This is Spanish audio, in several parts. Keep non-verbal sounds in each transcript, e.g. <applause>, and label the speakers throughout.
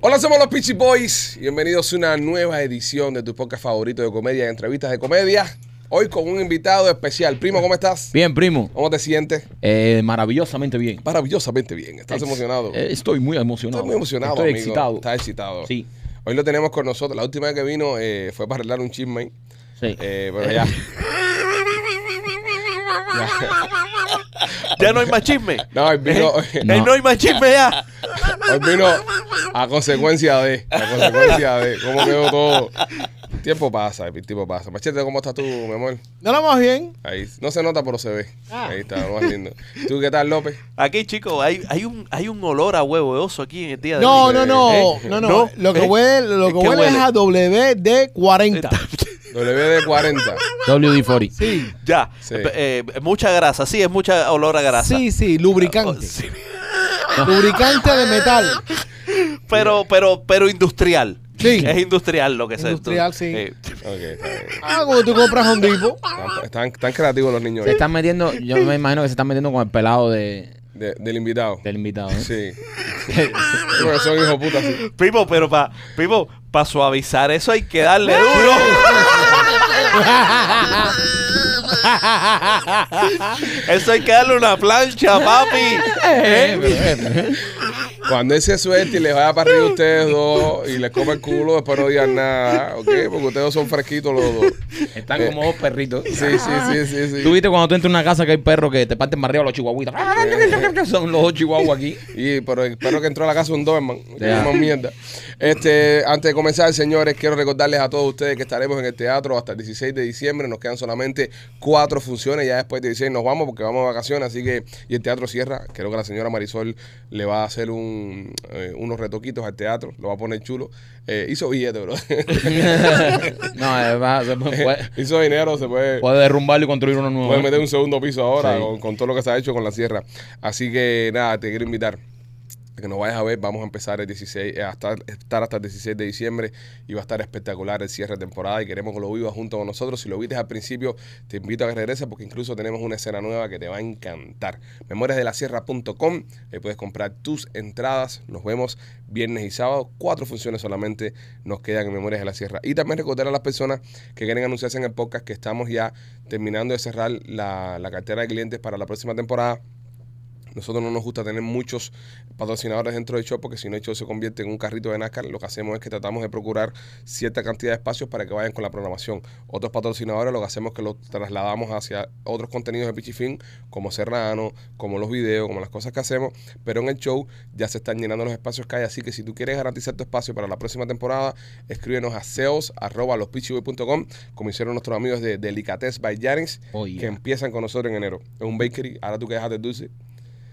Speaker 1: Hola, somos los Peachy Boys. Bienvenidos a una nueva edición de tu podcast favorito de comedia, entrevistas de comedia. Hoy con un invitado especial. Primo, ¿cómo estás?
Speaker 2: Bien, primo.
Speaker 1: ¿Cómo te sientes?
Speaker 2: Eh, maravillosamente bien.
Speaker 1: Maravillosamente bien. ¿Estás
Speaker 2: Ex-
Speaker 1: emocionado?
Speaker 2: eh, estoy muy emocionado.
Speaker 1: Estás muy emocionado,
Speaker 2: Estoy
Speaker 1: amigo.
Speaker 2: excitado.
Speaker 1: Estás excitado.
Speaker 2: Sí.
Speaker 1: Hoy lo tenemos con nosotros. La última vez que vino eh, fue para arreglar un chisme. ahí.
Speaker 2: Sí.
Speaker 1: Eh, pero ya.
Speaker 3: Ya no hay más
Speaker 4: <laughs>
Speaker 3: chisme.
Speaker 1: No, hoy
Speaker 2: <laughs>
Speaker 1: vino, <laughs>
Speaker 2: No.
Speaker 3: Eh, no hay más chisme ya.
Speaker 1: hoy vino a consecuencia de. A consecuencia de. ¿Cómo quedó todo? El tiempo pasa, el tiempo pasa. Machete, ¿cómo estás tú, mi amor?
Speaker 4: No lo más bien.
Speaker 1: Ahí. No se nota, pero se ve. Ahí está, lo más lindo. ¿Tú qué tal, López?
Speaker 3: Aquí, chicos, hay, hay, un, hay un olor a huevo de oso aquí en el día de
Speaker 4: <laughs> No,
Speaker 3: hoy.
Speaker 4: no, no,
Speaker 1: ¿Eh?
Speaker 4: no, no.
Speaker 3: ¿No?
Speaker 4: Lo que
Speaker 3: ¿Eh?
Speaker 4: huele, lo que
Speaker 3: ¿Qué
Speaker 4: huele es a WD-40.
Speaker 1: WD40.
Speaker 2: WD-40.
Speaker 3: <laughs> Ya.
Speaker 1: Sí.
Speaker 3: Eh, eh, mucha grasa. Sí, es mucha olor a grasa.
Speaker 4: Sí, sí,
Speaker 3: Oh,
Speaker 4: lubricante.
Speaker 3: sí.
Speaker 4: Lubricante de metal.
Speaker 3: Pero, pero, pero industrial.
Speaker 4: Sí.
Speaker 3: Es industrial lo que se
Speaker 4: Industrial, sí.
Speaker 3: Eh, <laughs>
Speaker 1: Ok, está bien.
Speaker 4: Ah, cuando tú compras un tipo.
Speaker 1: Están, están- están creativos los niños
Speaker 2: Se
Speaker 1: hoy,
Speaker 2: están metiendo, yo me imagino que se están metiendo con el pelado de,
Speaker 1: de- del invitado.
Speaker 2: del invitado. ¿eh? <laughs>
Speaker 1: Sí. <laughs> Bueno, son hijos putas. sí.
Speaker 3: Pipo, pero para pa suavizar eso hay que
Speaker 4: <laughs>
Speaker 3: darle duro. eso hay que darle una plancha,
Speaker 4: <laughs>
Speaker 3: papi.
Speaker 2: Eh,
Speaker 1: Cuando él se suelte y les vaya para arriba a ustedes dos y les come el culo, después no digan nada, ¿ok? Porque ustedes dos son fresquitos los dos.
Speaker 2: Están como dos perritos.
Speaker 1: Eh. Sí, sí, sí, sí. sí.
Speaker 2: Tú viste cuando tú entras a una casa que hay perros que te parten más arriba los
Speaker 1: <laughs>
Speaker 2: chihuahuitas.
Speaker 1: Eh.
Speaker 2: Son los dos chihuahuas aquí.
Speaker 1: Y pero el perro que entró a la casa es un Doberman. que
Speaker 2: Ya.
Speaker 1: es más mierda. Este, antes de comenzar, señores, quiero recordarles a todos ustedes que estaremos en el teatro hasta el 16 de diciembre. Nos quedan solamente cuatro funciones. Ya después de 16 nos vamos porque vamos de vacaciones. Así que, y el teatro cierra. Creo que la señora Marisol le va a hacer un, eh, unos retoquitos al teatro. Lo va a poner chulo. Eh, hizo billete, bro. <laughs>
Speaker 2: no, eh, va, se puede,
Speaker 1: hizo dinero, se puede.
Speaker 2: puede derrumbarlo y construir uno nuevo. ¿eh?
Speaker 1: Puedes meter un segundo piso ahora
Speaker 2: Sí.
Speaker 1: con, con todo lo que se ha hecho con la sierra. Así que nada, te quiero invitar a que nos vayas a ver. Vamos a empezar el 16, eh, hasta, estar hasta el 16 de diciembre y va a estar espectacular el cierre de temporada y queremos que lo vivas junto con nosotros. Si lo viste al principio, te invito a que regreses porque incluso tenemos una escena nueva que te va a encantar. Memoriasdelasierra.com, ahí puedes comprar tus entradas. Nos vemos viernes y sábado. Cuatro funciones solamente nos quedan en Memorias de la Sierra. Y también recordar a las personas que quieren anunciarse en el podcast que estamos ya terminando de cerrar la, la cartera de clientes para la próxima temporada. Nosotros no nos gusta tener muchos patrocinadores dentro del show porque si no el show se convierte en un carrito de NASCAR. Lo que hacemos es que tratamos de procurar cierta cantidad de espacios para que vayan con la programación. Otros patrocinadores lo que hacemos es que los trasladamos hacia otros contenidos de Pichifín, como Serrano, como los videos, como las cosas que hacemos. Pero en el show ya se están llenando los espacios que hay. Así que si tú quieres garantizar tu espacio para la próxima temporada, escríbenos a seos.com como hicieron nuestros amigos de Delicatez by Yanis,
Speaker 2: Oh, yeah.
Speaker 1: que empiezan con nosotros en enero. Es un bakery. Ahora tú que dejaste el dulce.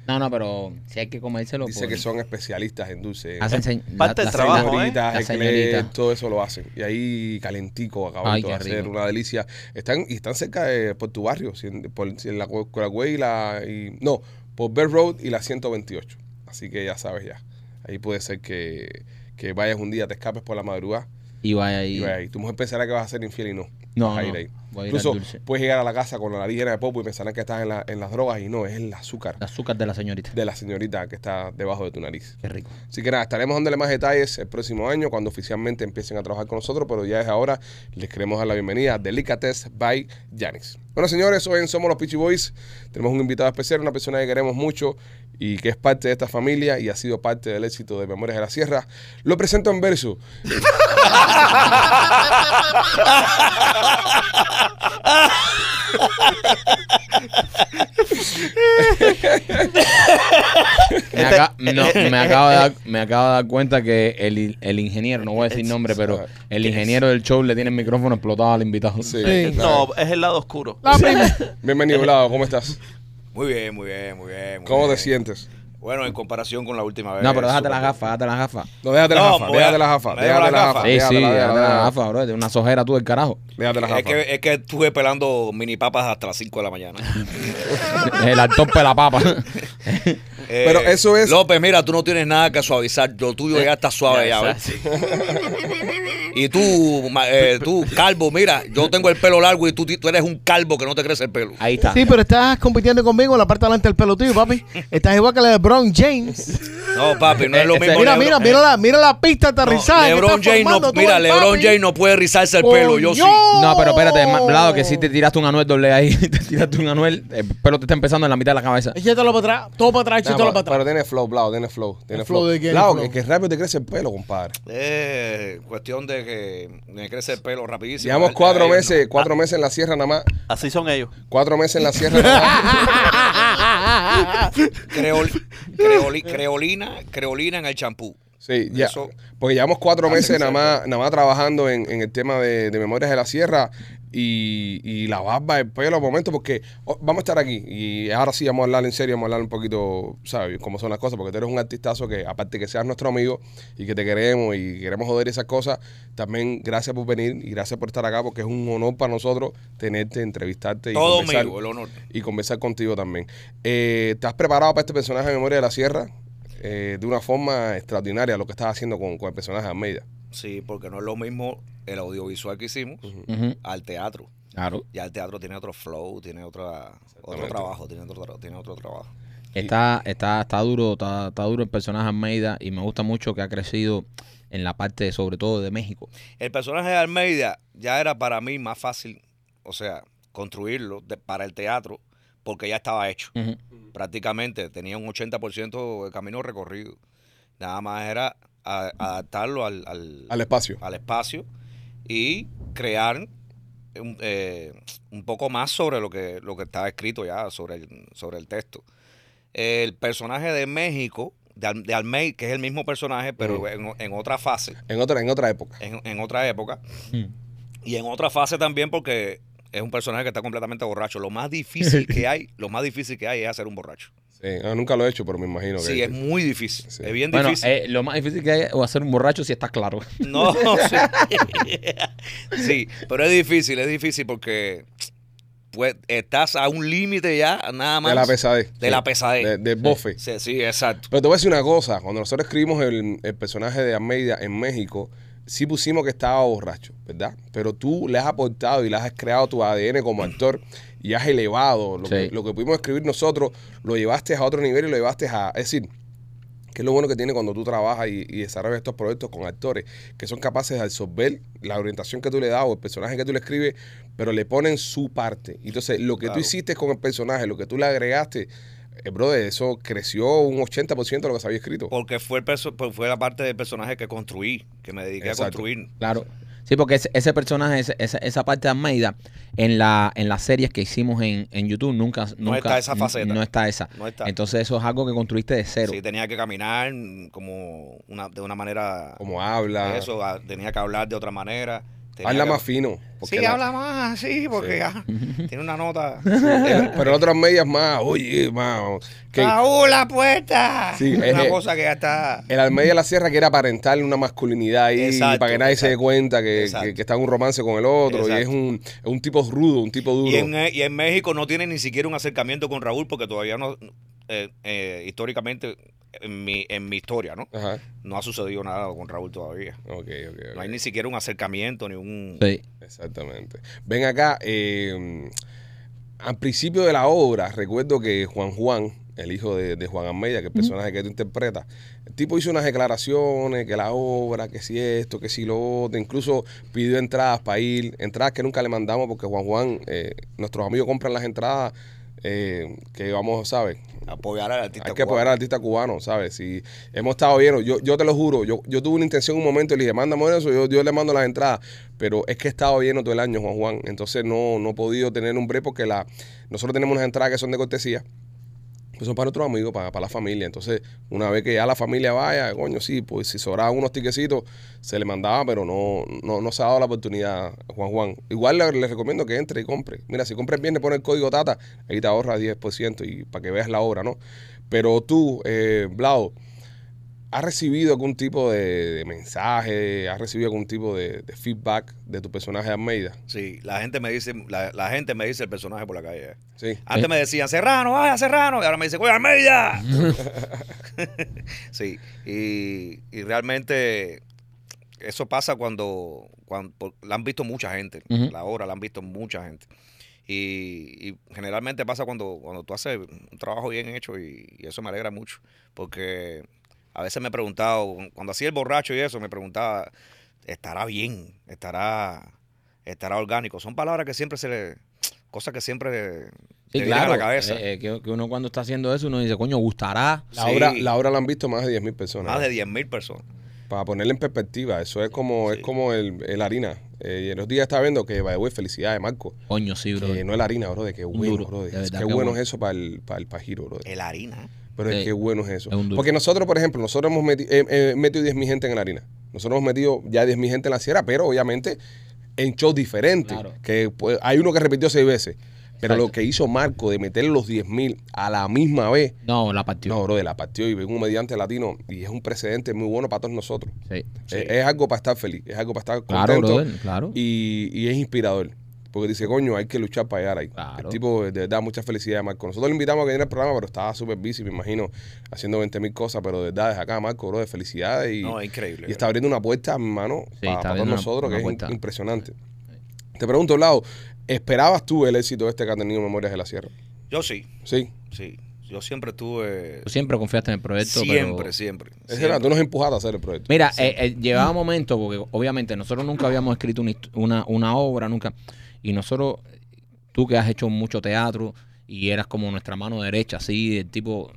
Speaker 2: No, no, pero si hay que comérselo.
Speaker 1: Dice
Speaker 2: pues,
Speaker 1: que son especialistas en dulce.
Speaker 2: hacen señ-
Speaker 3: Parte del
Speaker 2: la- la
Speaker 3: trabajo,
Speaker 2: señora-
Speaker 3: ¿eh?
Speaker 1: Señoritas,
Speaker 2: La
Speaker 1: eclairs,
Speaker 2: señorita.
Speaker 1: todo eso lo hacen. Y ahí calentico acaban
Speaker 2: Ay,
Speaker 1: de
Speaker 2: qué
Speaker 1: hacer,
Speaker 2: rico.
Speaker 1: una delicia. Están, y están cerca de, por tu barrio, si en- por si en la cu- Curacue y la... y- no, por Bell Road y la 128. Así que ya sabes ya. Ahí puede ser que, que vayas un día, te escapes por la madrugada
Speaker 2: Y vaya ahí.
Speaker 1: y vayas ahí. Tu mujer pensará que vas a ser infiel y no.
Speaker 2: No,
Speaker 1: Vas a ir
Speaker 2: no.
Speaker 1: ahí.
Speaker 2: Voy a ir al
Speaker 1: Incluso
Speaker 2: dulce.
Speaker 1: puedes llegar a la casa con la nariz llena de popo y pensarán que estás en, la- en las drogas y no, es el azúcar
Speaker 2: El azúcar de la señorita.
Speaker 1: de la señorita que está debajo de tu nariz.
Speaker 2: Qué rico.
Speaker 1: Así que nada, estaremos dándole más detalles el próximo año cuando oficialmente empiecen a trabajar con nosotros, pero ya desde ahora les queremos dar la bienvenida a Delicates by Janis. Bueno, señores, hoy en Somos los Peachy Boys tenemos un invitado especial, una persona que queremos mucho y que es parte de esta familia y ha sido parte del éxito de Memorias de la Sierra. Lo presento en verso.
Speaker 2: Me, aca- no, me acabo de dar, me acabo de dar cuenta que el, el ingeniero, no voy a decir nombre, pero el ingeniero del show le tiene el micrófono explotado al invitado.
Speaker 4: Sí.
Speaker 3: No, es el lado oscuro.
Speaker 4: La primera.
Speaker 1: Bienvenido, Vlado, ¿cómo estás?
Speaker 5: Muy bien, muy bien, muy bien. muy
Speaker 1: ¿Cómo te
Speaker 5: bien.
Speaker 1: sientes?
Speaker 5: Bueno, en comparación con la última vez.
Speaker 2: No, pero déjate
Speaker 5: súper
Speaker 2: las
Speaker 5: bien.
Speaker 2: gafas, déjate las gafas.
Speaker 1: No, déjate la
Speaker 5: No,
Speaker 1: jafa,
Speaker 5: voy a-
Speaker 1: déjate la jafa,
Speaker 5: me
Speaker 1: déjate
Speaker 5: dejo
Speaker 1: la
Speaker 5: la
Speaker 1: jafa,
Speaker 5: gafa.
Speaker 2: Sí, sí,
Speaker 1: déjate la
Speaker 2: déjate las
Speaker 1: jafa,
Speaker 2: gafas, bro. Tiene una sojera tú del carajo.
Speaker 1: déjate la
Speaker 5: Es
Speaker 1: jafa.
Speaker 5: que, es que estuve pelando mini papas hasta las 5 de la mañana.
Speaker 2: El actor pela papa. <laughs>
Speaker 5: Eh,
Speaker 1: Pero eso es-
Speaker 5: López, mira, tú no tienes nada que suavizar. Lo tuyo ya está suave ya, ¿ves? Y tú, ma- eh, tú, calvo, mira, yo tengo el pelo largo y tú, tú eres un calvo que no te crece el pelo.
Speaker 2: Ahí está.
Speaker 4: Sí, pero estás compitiendo conmigo en la parte de delante del pelotillo, papi. Estás igual que la de LeBron James.
Speaker 5: No, papi, no es lo
Speaker 2: Ese-
Speaker 5: mismo.
Speaker 4: Mira,
Speaker 5: Lebron- Eh,
Speaker 4: mira, mira la, mira la pista
Speaker 5: No,
Speaker 4: aterrizada. que
Speaker 5: eh. LeBron
Speaker 4: estás
Speaker 5: James no-
Speaker 4: formando tú
Speaker 5: mira,
Speaker 4: ahí,
Speaker 5: LeBron
Speaker 4: papi.
Speaker 5: James no puede rizarse el pelo, yo sí.
Speaker 4: Coño.
Speaker 2: No, pero espérate, ma- Blado, que si te tiraste un anuel doble ahí, <laughs> te tiraste un anuel, el pelo te está empezando en la mitad de la cabeza.
Speaker 4: Échatelo para atrás, todo para atrás,
Speaker 1: Nah,
Speaker 4: échatelo
Speaker 1: pero,
Speaker 4: para
Speaker 1: pero
Speaker 4: atrás.
Speaker 1: tiene flow, Blau, tiene flow. Tiene
Speaker 4: ¿El flow
Speaker 1: flow.
Speaker 4: de qué?
Speaker 1: Blau,
Speaker 4: ¿El
Speaker 1: que,
Speaker 4: flow?
Speaker 1: que rápido te crece el pelo, compadre.
Speaker 5: Eh, cuestión de que me crece el pelo rapidísimo.
Speaker 1: Llevamos
Speaker 5: Él-
Speaker 1: cuatro
Speaker 5: él no. Ah.
Speaker 1: meses, cuatro meses en la sierra nada más.
Speaker 3: Así son ellos.
Speaker 1: Cuatro meses en la sierra nada más.
Speaker 5: <laughs>
Speaker 2: <laughs>
Speaker 5: Creol- creoli- creolina, creolina en el champú.
Speaker 1: Sí, ya.
Speaker 5: Eso-
Speaker 1: Porque llevamos cuatro
Speaker 5: Antes
Speaker 1: meses
Speaker 5: que
Speaker 1: nada
Speaker 5: se-
Speaker 1: más, nada más trabajando en, en el tema de, de Memorias de la Sierra y, y la barba, el pelo, por momento, porque oh, vamos a estar aquí y ahora sí vamos a hablar en serio, vamos a hablar un poquito, ¿sabes? Cómo son las cosas, porque tú eres un artistazo que, aparte que seas nuestro amigo y que te queremos y queremos joder esas cosas, también gracias por venir y gracias por estar acá, porque es un honor para nosotros tenerte, entrevistarte y
Speaker 5: Todo
Speaker 1: conversar-
Speaker 5: mío, el honor.
Speaker 1: y conversar contigo también. Eh, ¿Estás preparado para este personaje de Memoria de la Sierra? Eh, de una forma extraordinaria lo que estás haciendo con, con el personaje de Almeida.
Speaker 5: Sí, porque no es lo mismo el audiovisual que hicimos
Speaker 2: Ujú.
Speaker 5: al teatro.
Speaker 2: Claro.
Speaker 5: Ya el teatro tiene otro flow, tiene otra, otro
Speaker 1: Exactamente.
Speaker 5: trabajo, tiene otro, tra- tiene otro trabajo.
Speaker 2: Está, está, está duro, está, está duro el personaje Almeida y me gusta mucho que ha crecido en la parte, sobre todo, de México.
Speaker 5: El personaje de Almeida ya era para mí más fácil, o sea, construirlo de- para el teatro porque ya estaba hecho.
Speaker 2: Ujú.
Speaker 5: Prácticamente tenía un 80% de camino recorrido. Nada más era a- adaptarlo al, al-
Speaker 1: Al espacio.
Speaker 5: al espacio y crear un, eh, un poco más sobre lo que, lo que estaba escrito ya, sobre el, sobre el texto. El personaje de México, de, Al- de Almey, que es el mismo personaje, pero
Speaker 1: Ujú.
Speaker 5: en, en otra fase,
Speaker 1: En otra, en otra época.
Speaker 5: en, en otra época,
Speaker 2: Mm.
Speaker 5: y en otra fase también porque es un personaje que está completamente borracho. Lo más difícil que hay, lo más difícil que hay es hacer un borracho.
Speaker 1: Sí, no, nunca lo he hecho, pero me imagino que.
Speaker 5: Sí, es muy difícil.
Speaker 1: Sí.
Speaker 5: Es bien
Speaker 2: Bueno,
Speaker 5: difícil.
Speaker 2: eh, lo más difícil que hay es hacer un borracho si está claro. <laughs>
Speaker 5: No, <laughs> sí. sí, pero es difícil, es difícil porque pues estás a un límite ya, nada más.
Speaker 1: de la pesadez.
Speaker 5: De la pesadez.
Speaker 1: De, del bofe.
Speaker 5: Sí, sí, exacto.
Speaker 1: Pero te voy a decir una cosa. Cuando nosotros escribimos el, el personaje de Almeida en México, sí pusimos que estaba borracho, ¿verdad? Pero tú le has aportado y le has creado tu ADN como actor y has elevado. Lo, que,
Speaker 2: Sí.
Speaker 1: lo que pudimos escribir nosotros, lo llevaste a otro nivel y lo llevaste a... Es decir, que es lo bueno que tiene cuando tú trabajas y, y desarrollas estos proyectos con actores que son capaces de absorber la orientación que tú le das o el personaje que tú le escribes, pero le ponen su parte. Entonces, lo que tú
Speaker 5: Claro.
Speaker 1: hiciste con el personaje, lo que tú le agregaste, eh, brother, eso creció un 80% de lo que se había escrito.
Speaker 5: Porque fue, el perso- pues, fue la parte del personaje que construí, que me dediqué a
Speaker 1: Exacto.
Speaker 5: construir.
Speaker 2: Claro. Sí, porque ese, ese personaje, ese- esa, esa parte de Almeida, en, la, en las series que hicimos en, en YouTube, nunca, nunca.
Speaker 5: está esa faceta.
Speaker 2: No está esa.
Speaker 5: No está.
Speaker 2: Entonces, eso es algo que construiste de cero.
Speaker 5: Sí, tenía que caminar como una, de una manera.
Speaker 1: Como habla,
Speaker 5: Eso, ah, tenía que hablar de otra manera. tenía
Speaker 1: habla
Speaker 5: que-
Speaker 1: más fino. porque
Speaker 5: Sí,
Speaker 1: la-
Speaker 5: habla más, sí, porque
Speaker 1: Sí. <laughs>
Speaker 5: ah, tiene una nota.
Speaker 1: el- pero en otras medias más, oye,
Speaker 5: Ah,
Speaker 1: más. Que
Speaker 5: ¡Raúl, la puerta!
Speaker 1: Sí,
Speaker 5: una
Speaker 1: eh,
Speaker 5: cosa que ya está.
Speaker 1: el Almeida de la Sierra quiere aparentarle una masculinidad ahí
Speaker 5: Exacto,
Speaker 1: para que nadie se dé
Speaker 5: exacto,
Speaker 1: cuenta que,
Speaker 5: exacto.
Speaker 1: que- que está en un romance con el otro. Y
Speaker 5: Exacto.
Speaker 1: es un, es un tipo rudo, un tipo duro.
Speaker 5: Y en, eh, y en México no tiene ni siquiera un acercamiento con Raúl porque todavía no, eh, eh, históricamente, en mi, en mi historia, ¿no?
Speaker 1: Ajá.
Speaker 5: No ha sucedido nada con Raúl todavía.
Speaker 1: Ok, ok, ok.
Speaker 5: No hay ni siquiera un acercamiento, ni un...
Speaker 2: Sí.
Speaker 1: Exactamente. Ven acá, eh, al principio de la obra, recuerdo que Juan Juan, el hijo de, de Juan Almeida, que es el personaje que tú interpretas, el tipo hizo unas declaraciones, que la obra, que si esto, que si lo otro, incluso pidió entradas para ir, entradas que nunca le mandamos porque Juan Juan, eh, nuestros amigos compran las entradas eh, que vamos, ¿sabes?
Speaker 5: Apoyar al artista
Speaker 1: Hay que apoyar al artista cubano, ¿sabes? Si hemos estado bien, yo, yo te lo juro, yo, yo tuve una intención en un momento y le dije, mándame eso, yo, yo le mando las entradas, pero es que he estado lleno todo el año, Juan Juan, entonces no, no he podido tener un break porque la, nosotros tenemos unas entradas que son de cortesía, que son para otros amigos, para, para la familia, entonces una vez que ya la familia vaya, coño, sí, pues si sobraban unos tiquecitos, se le mandaba, pero no, no, no se ha dado la oportunidad, Juan Juan. Igual le, le recomiendo que entre y compre. Mira, si compras bien, le pone el código Tata, ahí te ahorras 10% y para que veas la obra, ¿no? Pero tú, eh, Blau, ¿has recibido algún tipo de, de mensaje? ¿Has recibido algún tipo de, de feedback de tu personaje de Almeida?
Speaker 5: Sí, la gente me dice, la, la gente me dice el personaje por la calle. eh.
Speaker 1: Sí.
Speaker 5: Antes me decían, Serrano, vaya Serrano. Y ahora me dicen, ¡Oye, Almeida! sí, y, y realmente eso pasa cuando, cuando por- la han visto mucha gente,
Speaker 2: Ujú.
Speaker 5: la obra la han visto mucha gente. Y, y generalmente pasa cuando, cuando tú haces un trabajo bien hecho y, y eso me alegra mucho, porque a veces me he preguntado, cuando hacía el borracho y eso, me preguntaba, ¿estará bien? ¿Estará, estará orgánico? Son palabras que siempre se le, cosas que siempre te
Speaker 2: Sí,
Speaker 5: vienen
Speaker 2: claro.
Speaker 5: a la cabeza.
Speaker 2: eh, eh, que, que uno cuando está haciendo eso, uno dice, coño, gustará.
Speaker 1: La,
Speaker 5: Sí.
Speaker 1: obra, la obra la han visto más de 10.000 personas.
Speaker 5: Más de 10.000 personas.
Speaker 1: Para ponerle en perspectiva, eso es como es como el, el harina. Eh, y en los días estaba viendo que, by the way, felicidades, Marco.
Speaker 2: Coño, sí, bro.
Speaker 1: Que no es la harina, bro, de qué bueno,
Speaker 2: duro,
Speaker 1: bro. de-
Speaker 2: de
Speaker 1: qué
Speaker 2: verdad, qué
Speaker 1: bueno
Speaker 2: bueno.
Speaker 1: es eso para el, para el pajiro, bro.
Speaker 5: El harina.
Speaker 1: Pero es
Speaker 2: Sí.
Speaker 1: qué bueno es eso.
Speaker 2: Es un duro.
Speaker 1: Porque nosotros, por ejemplo, nosotros hemos meti- eh, eh, metido 10.000 gente en la harina. Nosotros hemos metido ya 10.000 gente en la sierra, pero obviamente en shows diferentes.
Speaker 2: Claro.
Speaker 1: Que pues, hay uno que repitió seis veces. Pero
Speaker 2: Exacto.
Speaker 1: lo que hizo Marco de meter los 10.000 a la misma vez,
Speaker 2: No, la partió.
Speaker 1: no, bro, de la partió y ven un mediante latino y es un precedente muy bueno para todos nosotros.
Speaker 2: Sí.
Speaker 1: Es, es algo para estar feliz, es algo para estar
Speaker 2: Claro,
Speaker 1: contento
Speaker 2: brother, claro.
Speaker 1: y, y es inspirador. Porque dice, coño, hay que luchar para llegar ahí. El
Speaker 2: Claro.
Speaker 1: tipo, de verdad, mucha felicidad, Marco. Nosotros le invitamos a que viene al programa, pero estaba súper busy, me imagino, haciendo 20 mil cosas. Pero de verdad, desde acá, Marco, bro, de felicidades. Y,
Speaker 5: No, es increíble.
Speaker 1: y está abriendo una puerta, hermano,
Speaker 2: Sí,
Speaker 1: para,
Speaker 2: está
Speaker 1: para todos
Speaker 2: abriendo una-
Speaker 1: nosotros,
Speaker 2: una
Speaker 1: que es
Speaker 2: puerta.
Speaker 1: in- impresionante. Te pregunto, Lado, ¿esperabas tú el éxito este que ha tenido Memorias de la Sierra?
Speaker 5: Yo sí,
Speaker 1: Sí.
Speaker 5: sí. Yo siempre estuve.
Speaker 2: Tú siempre confiaste en el proyecto. pero-
Speaker 5: Siempre, siempre.
Speaker 1: Es
Speaker 5: siempre.
Speaker 1: verdad, tú nos empujaste a hacer el proyecto.
Speaker 2: Mira, eh, eh, llevaba momentos, porque obviamente nosotros nunca habíamos escrito una, hist- una, una obra, nunca. Y nosotros, tú que has hecho mucho teatro y eras como nuestra mano derecha, así, el tipo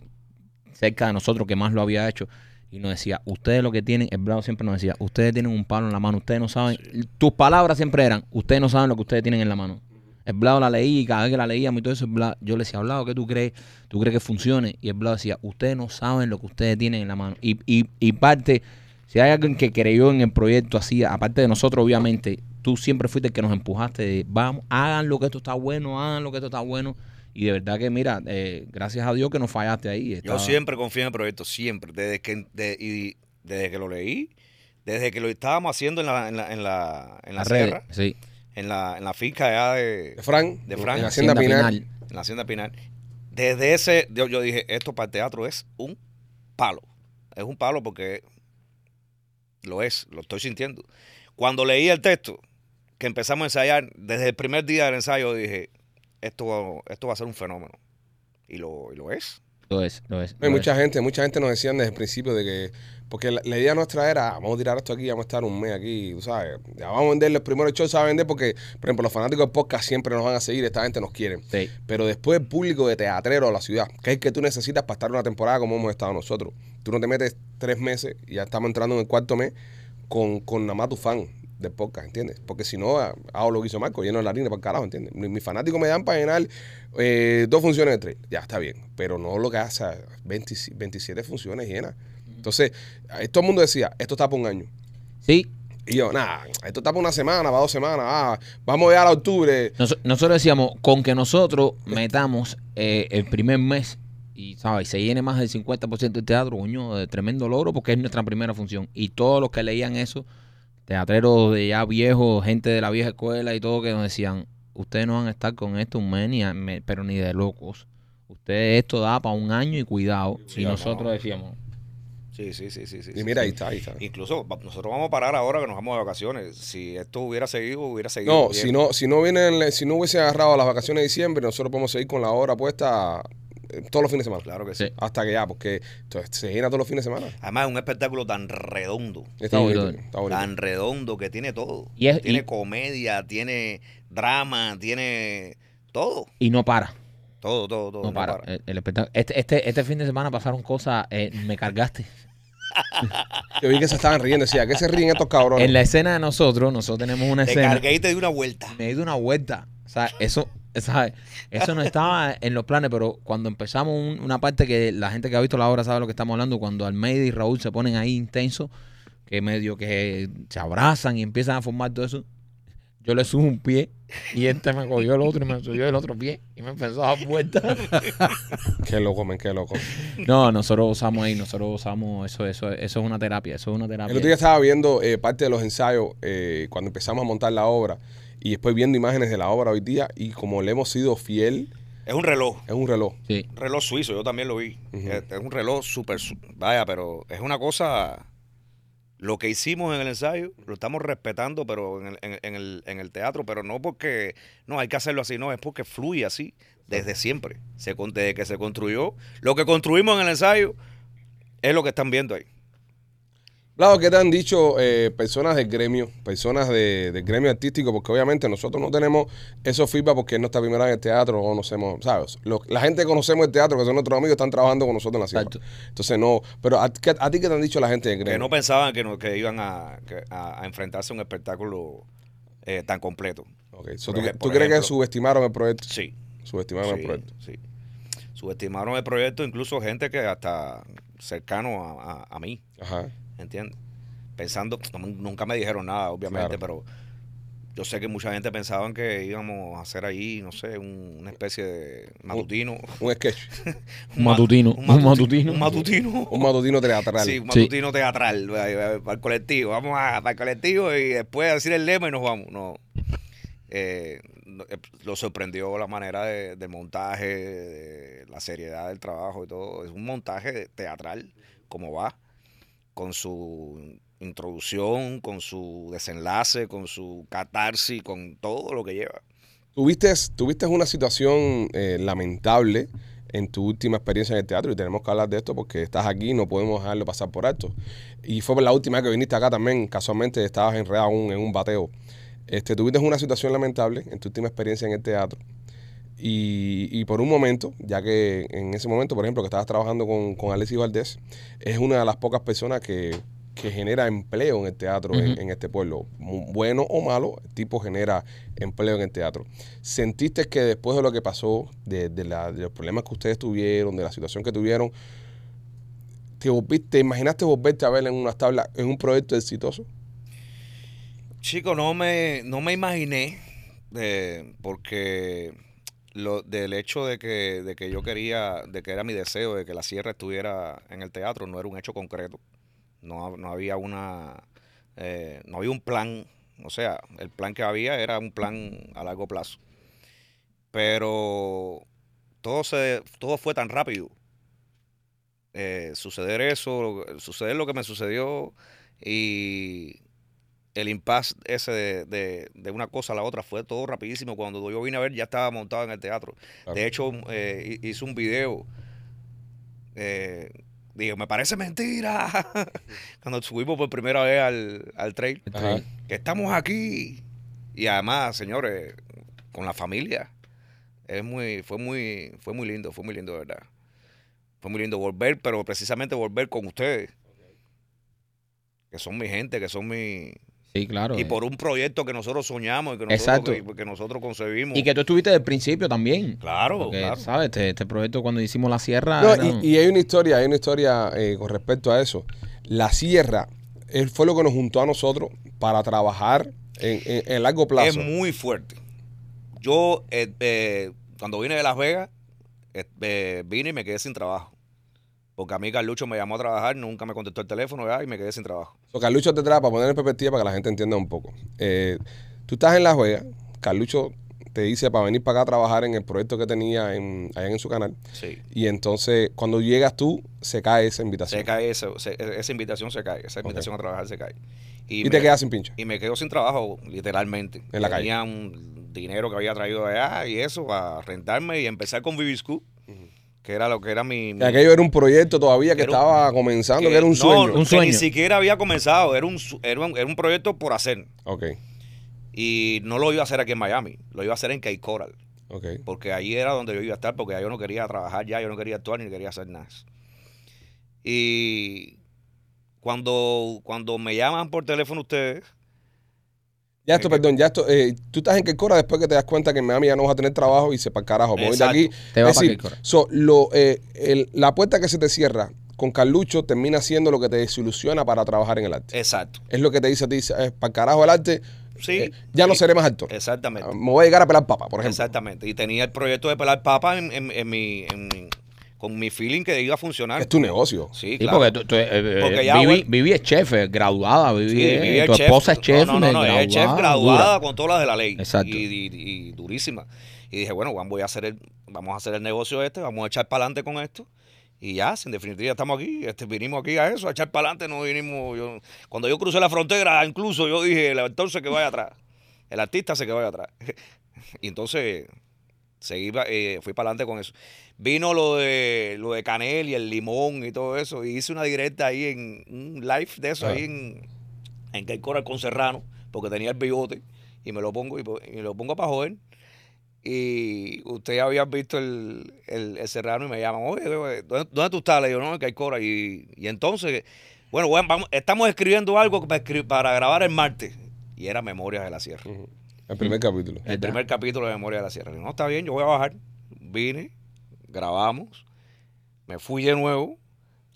Speaker 2: cerca de nosotros que más lo había hecho. Y nos decía, ustedes lo que tienen, el Bravo siempre nos decía, ustedes tienen un palo en la mano, ustedes no saben, tus palabras siempre eran, ustedes no saben lo que ustedes tienen en la mano. El Blado la leí y cada vez que la leíamos y todo eso, el Blado- yo le decía, Blado, ¿qué tú crees? ¿Tú crees que funcione? Y el Blado decía, ustedes no saben lo que ustedes tienen en la mano. Y, y, y parte, si hay alguien que creyó en el proyecto así, aparte de nosotros, obviamente, tú siempre fuiste el que nos empujaste de, vamos, hagan lo que esto está bueno, hagan lo que esto está bueno. Y de verdad que, mira, eh, gracias a Dios que no fallaste ahí.
Speaker 5: Yo
Speaker 2: estaba-
Speaker 5: siempre confié en el proyecto, siempre. Desde que, de- y desde que lo leí, desde que lo estábamos haciendo en la, en la, en la, en la
Speaker 2: Las redes,
Speaker 5: sierra,
Speaker 2: sí.
Speaker 5: en la, en la finca allá de,
Speaker 1: De Fran,
Speaker 5: De Fran.
Speaker 1: en Hacienda, Pinal.
Speaker 5: en la Hacienda Pinal. Desde ese, yo, yo dije, esto para el teatro es un palo. Es un palo porque lo es, lo estoy sintiendo. Cuando leí el texto, que empezamos a ensayar, desde el primer día del ensayo dije, esto, va- esto va a ser un fenómeno. Y lo, y lo es.
Speaker 2: Lo es, lo es.
Speaker 1: No, Hay
Speaker 2: lo
Speaker 1: mucha gente, mucha gente nos decían desde el principio de que, porque la, la idea nuestra era, "Ah, vamos a tirar esto aquí, vamos a estar un mes aquí, tú sabes, ya vamos a vender los primeros shows, se va a vender porque, por ejemplo, los fanáticos de podcast siempre nos van a seguir, esta gente nos quiere.
Speaker 2: es. Sí.
Speaker 1: Pero después el público de teatrero de la ciudad, que es el que tú necesitas para estar una temporada como hemos estado nosotros. Tú no te metes tres meses, y ya estamos entrando en el cuarto mes, con, con nada más tu fan de podcast, ¿entiendes? Porque si no, ah, hago lo que hizo Marco, lleno de la harina para el carajo, ¿entiendes? Mi- Mis fanáticos me dan para llenar eh, dos funciones de tres, ya está bien, pero no lo que hace 20 27 funciones llenas. Entonces, eh, todo el mundo decía, esto está para un año.
Speaker 2: Sí,
Speaker 1: Y yo, nada, esto está para una semana, para dos semanas, ah, vamos a llegar a octubre.
Speaker 2: nos- nosotros decíamos, con que nosotros metamos eh, el primer mes y ¿sabes? se llene más del 50% del teatro, coño, de tremendo logro, porque es nuestra primera función. Y todos los que leían eso, teatreros de ya viejos, gente de la vieja escuela y todo, que nos decían, ustedes no van a estar con esto un mes, ni a- me- pero ni de locos. Ustedes esto da para un año y cuidado. y nosotros decíamos,
Speaker 5: Sí, sí, sí, sí, sí.
Speaker 1: Y
Speaker 5: sí,
Speaker 1: mira,
Speaker 5: sí.
Speaker 1: ahí está, ahí está.
Speaker 5: Incluso va- nosotros vamos a parar ahora que nos vamos de vacaciones. Si esto hubiera seguido, hubiera seguido.
Speaker 1: No,
Speaker 5: bien.
Speaker 1: si no, si no vienen, si no hubiese agarrado las vacaciones de diciembre, nosotros podemos seguir con la hora puesta eh, todos los fines de semana.
Speaker 5: Claro que sí.
Speaker 2: Sí.
Speaker 1: Hasta que ya, porque entonces, se llena todos los fines de semana.
Speaker 5: Además, es un espectáculo tan redondo,
Speaker 1: Está
Speaker 2: Sí,
Speaker 1: bonito,
Speaker 2: brother.
Speaker 1: está bonito.
Speaker 5: tan redondo que tiene todo.
Speaker 2: Y es-
Speaker 5: tiene
Speaker 2: y-
Speaker 5: comedia, tiene drama, tiene todo.
Speaker 2: y no para.
Speaker 5: Todo, todo, todo.
Speaker 2: No,
Speaker 5: no
Speaker 2: para.
Speaker 5: para.
Speaker 2: El, el espectáculo. Este, este, este fin de semana pasaron cosas, eh, me cargaste.
Speaker 1: Yo vi que se estaban riendo, decía, ¿qué se ríen estos cabrones?
Speaker 2: En la escena de nosotros, nosotros tenemos una
Speaker 5: Te
Speaker 2: escena.
Speaker 5: cargué y te di una vuelta.
Speaker 2: Me di una vuelta. O sea, eso, ¿sabes? Eso no estaba en los planes, pero cuando empezamos un- una parte que la gente que ha visto la obra sabe lo que estamos hablando, cuando Almeida y Raúl se ponen ahí intensos, que medio que se abrazan y empiezan a formar todo eso, yo le subo un pie y este me cogió el otro y me subió el otro pie y me empezó a dar vueltas.
Speaker 1: Qué loco, men, qué loco.
Speaker 2: No, nosotros usamos ahí, nosotros usamos eso, eso, eso es una terapia, eso es una
Speaker 1: El
Speaker 2: terapia.
Speaker 1: otro día estaba viendo eh, parte de los ensayos eh, cuando empezamos a montar la obra y después viendo imágenes de la obra hoy día y como le hemos sido fiel,
Speaker 5: Es un reloj.
Speaker 1: es un reloj.
Speaker 2: Sí.
Speaker 5: Un reloj suizo, yo también lo vi. Este,
Speaker 1: Ujú.
Speaker 5: es, es un reloj súper. su- Vaya, pero es una cosa Lo que hicimos en el ensayo lo estamos respetando, pero en el, en el- en el- en el teatro, pero no porque no hay que hacerlo así, no, es porque fluye así desde siempre. Se, con- desde que se construyó, lo que construimos en el ensayo es lo que están viendo ahí.
Speaker 1: Claro, ¿qué te han dicho eh, personas del gremio, personas de- del gremio artístico? Porque obviamente nosotros no tenemos esos feedback porque es nuestra primera vez en el teatro, no conocemos, ¿sabes? Lo- la gente que conocemos el teatro, que son nuestros amigos, están trabajando con nosotros en la cifra.
Speaker 2: Exacto.
Speaker 1: Entonces, no. Pero, ¿a, qué- a ti qué te han dicho la gente del gremio?
Speaker 5: Que no pensaban que, no- que iban a, que- a- a enfrentarse a un espectáculo eh, tan completo.
Speaker 1: Ok, so
Speaker 5: Por
Speaker 1: ¿Tú,
Speaker 5: ej-
Speaker 1: tú
Speaker 5: por
Speaker 1: crees que
Speaker 5: ejemplo.
Speaker 1: subestimaron el proyecto?
Speaker 5: Sí.
Speaker 1: Subestimaron el
Speaker 5: sí,
Speaker 1: proyecto.
Speaker 5: sí. Subestimaron el proyecto, incluso gente que hasta cercano a, a- a mí,
Speaker 1: Ajá.
Speaker 5: ¿entiendes? Pensando, no- nunca me dijeron nada, obviamente, pero yo sé que mucha gente pensaban que íbamos a hacer ahí, no sé, un- una especie de matutino.
Speaker 1: Un sketch.
Speaker 2: Un matutino,
Speaker 5: ma-
Speaker 2: un matutino.
Speaker 5: Un matutino. <laughs>
Speaker 1: Un matutino teatral.
Speaker 5: Sí, un
Speaker 2: Sí.
Speaker 5: matutino teatral eh, eh, para el colectivo. Vamos a, para el colectivo y después a decir el lema y nos vamos. No. Eh, no, eh, lo sorprendió la manera de, de montaje, de la seriedad del trabajo y todo. Es un montaje teatral, como va, con su introducción, con su desenlace, con su catarsis, con todo lo que lleva.
Speaker 1: Tuviste, tuviste una situación eh, lamentable en tu última experiencia en el teatro y tenemos que hablar de esto porque estás aquí y no podemos dejarlo pasar por alto. Y fue la última vez que viniste acá también, casualmente estabas enredado en un- en un bateo. Este, tuviste una situación lamentable en tu última experiencia en el teatro y, y por un momento, ya que en ese momento, por ejemplo, que estabas trabajando con, con Alexis Valdés, es una de las pocas personas que, que genera empleo en el teatro en,
Speaker 2: Ujú.
Speaker 1: en este pueblo. Mu- Bueno o malo, el tipo genera empleo en el teatro. ¿Sentiste que después de lo que pasó, de, de la- de los problemas que ustedes tuvieron, de la situación que tuvieron, te, volviste- te imaginaste volverte a ver en una tabla, en un proyecto exitoso?
Speaker 5: Chico, no me, no me imaginé eh, porque lo, del hecho de que, de que yo quería, de que era mi deseo de que la sierra estuviera en el teatro, no era un hecho concreto. No, hab- no había una, eh, no había un plan. O sea, el plan que había era un plan a largo plazo. Pero todo se, todo fue tan rápido. Eh, suceder eso, suceder lo que me sucedió y el impasse ese de, de- de una cosa a la otra fue todo rapidísimo. Cuando yo vine a ver ya estaba montado en el teatro.
Speaker 1: Claro.
Speaker 5: De hecho, eh, hi- hice un video. eh, digo, me parece mentira. <laughs> Cuando subimos por primera vez al, al trail.
Speaker 1: Ajá.
Speaker 5: Que estamos aquí. Y además, señores, con la familia. Es muy, fue muy, fue muy lindo, fue muy lindo, de verdad. Fue muy lindo volver, pero precisamente volver con ustedes. Que son mi gente, que son mi,
Speaker 2: Sí, claro.
Speaker 5: y
Speaker 2: eh.
Speaker 5: por un proyecto que nosotros soñamos y que nosotros,
Speaker 2: Exacto.
Speaker 5: que, que nosotros concebimos.
Speaker 2: Y que tú estuviste desde el principio también.
Speaker 5: claro,
Speaker 2: Porque,
Speaker 5: claro.
Speaker 2: ¿sabes? Este, este proyecto cuando hicimos la sierra.
Speaker 1: No,
Speaker 2: era
Speaker 1: y,
Speaker 2: un-
Speaker 1: y hay una historia, hay una historia eh, con respecto a eso. La sierra él fue lo que nos juntó a nosotros para trabajar en, en- en largo
Speaker 5: Es
Speaker 1: plazo.
Speaker 5: muy fuerte. Yo, eh, eh, cuando vine de Las Vegas, eh, eh, vine y me quedé sin trabajo. Porque a mí Carlucho me llamó a trabajar, nunca me contestó el teléfono ya, y me quedé sin trabajo.
Speaker 1: So, Carlucho te trae para poner en perspectiva para que la gente entienda un poco. Eh, tú estás en Las Vegas, Carlucho te dice para venir para acá a trabajar en el proyecto que tenía en, allá en su canal.
Speaker 5: Sí.
Speaker 1: Y entonces, cuando llegas tú, se cae esa invitación.
Speaker 5: Se cae eso, se- e, esa invitación se cae, esa invitación a trabajar se cae.
Speaker 1: y,
Speaker 5: me-
Speaker 1: te quedas sin pincho.
Speaker 5: y me quedo sin trabajo, literalmente.
Speaker 1: En la calle.
Speaker 5: Tenía un dinero que había traído de allá y eso, para rentarme y empezar con Viviscu, que era lo que era mi...
Speaker 1: Que aquello era un proyecto todavía que
Speaker 5: Era un- Eh,
Speaker 1: estaba comenzando, que era un
Speaker 5: no,
Speaker 1: sueño.
Speaker 2: Un
Speaker 5: que
Speaker 2: sueño.
Speaker 5: ni siquiera había comenzado, era un, su- era, un, era un proyecto por hacer.
Speaker 1: Ok,
Speaker 5: Y no lo iba a hacer aquí en Miami, lo iba a hacer en Cay Coral,
Speaker 1: ok.
Speaker 5: porque ahí era donde yo iba a estar, porque yo no quería trabajar ya, yo no quería actuar ni quería hacer nada. Y cuando, cuando me llaman por teléfono ustedes,
Speaker 1: Ya esto,
Speaker 5: Me-
Speaker 1: perdón, ya esto, eh, tú estás en Kekora después que te das cuenta que en Miami ya no vas a tener trabajo y se para carajo. Me voy de
Speaker 5: Exacto.
Speaker 1: aquí.
Speaker 2: Te vas
Speaker 1: es
Speaker 2: pa'
Speaker 1: decir,
Speaker 2: Kekora.
Speaker 1: so, lo, eh, el- la puerta que se te cierra con Carlucho termina siendo lo que te desilusiona para trabajar en el arte.
Speaker 5: exacto.
Speaker 1: Es lo que te dice a ti, para carajo el arte,
Speaker 5: Sí,
Speaker 1: eh, ya no
Speaker 5: sí,
Speaker 1: seré más actor.
Speaker 5: Exactamente.
Speaker 1: Ah, Me voy a llegar a pelar papa, por ejemplo.
Speaker 5: Exactamente. Y tenía el proyecto de pelar papa en, en- en mi, en mi- con mi feeling que iba a funcionar.
Speaker 1: Es tu negocio.
Speaker 5: Sí,
Speaker 2: Sí,
Speaker 5: claro.
Speaker 2: porque, tú, tú, eh, eh,
Speaker 5: Porque ya,
Speaker 2: Vivi,
Speaker 5: bueno.
Speaker 2: Vivi es chef, eh, graduada. Vivi,
Speaker 5: Sí,
Speaker 2: eh,
Speaker 5: Vivi es
Speaker 2: tu
Speaker 5: chef.
Speaker 2: esposa es chef.
Speaker 5: No, no, no,
Speaker 2: eh,
Speaker 5: es chef
Speaker 2: dura.
Speaker 5: graduada con todas las de la ley.
Speaker 2: Exacto.
Speaker 5: Y, y- y durísima. Y dije, bueno, vamos voy a hacer el, vamos a hacer el negocio este, vamos a echar para adelante con esto. Y ya, en definitiva, estamos aquí, este, vinimos aquí a eso, a echar para adelante, no vinimos. yo- cuando yo crucé la frontera, incluso yo dije, "El- entonces que vaya atrás. El artista se que vaya atrás. <laughs> y entonces seguí, pa- eh, fui para adelante con eso. Vino lo de lo de Canel y el limón y todo eso. Y hice una directa ahí en un live de
Speaker 2: Ah.
Speaker 5: eso, ahí en, en Cay Coral con Serrano, porque tenía el bigote. Y me lo pongo, y, po- y lo pongo para joder. Y usted había visto el, el, el Serrano y me llaman, oye, oye, ¿dónde, dónde tú estás? Le digo, no, en Caicora. Y, y entonces, bueno, bueno, vamos- estamos escribiendo algo para, escri- para grabar el martes. Y era Memorias de la Sierra.
Speaker 1: Ujú. El primer
Speaker 5: Mm.
Speaker 1: capítulo.
Speaker 5: El
Speaker 2: ¿Verdad?
Speaker 5: primer capítulo de Memoria de la Sierra. Le digo, no, está bien, yo voy a bajar. Vine, grabamos, me fui de nuevo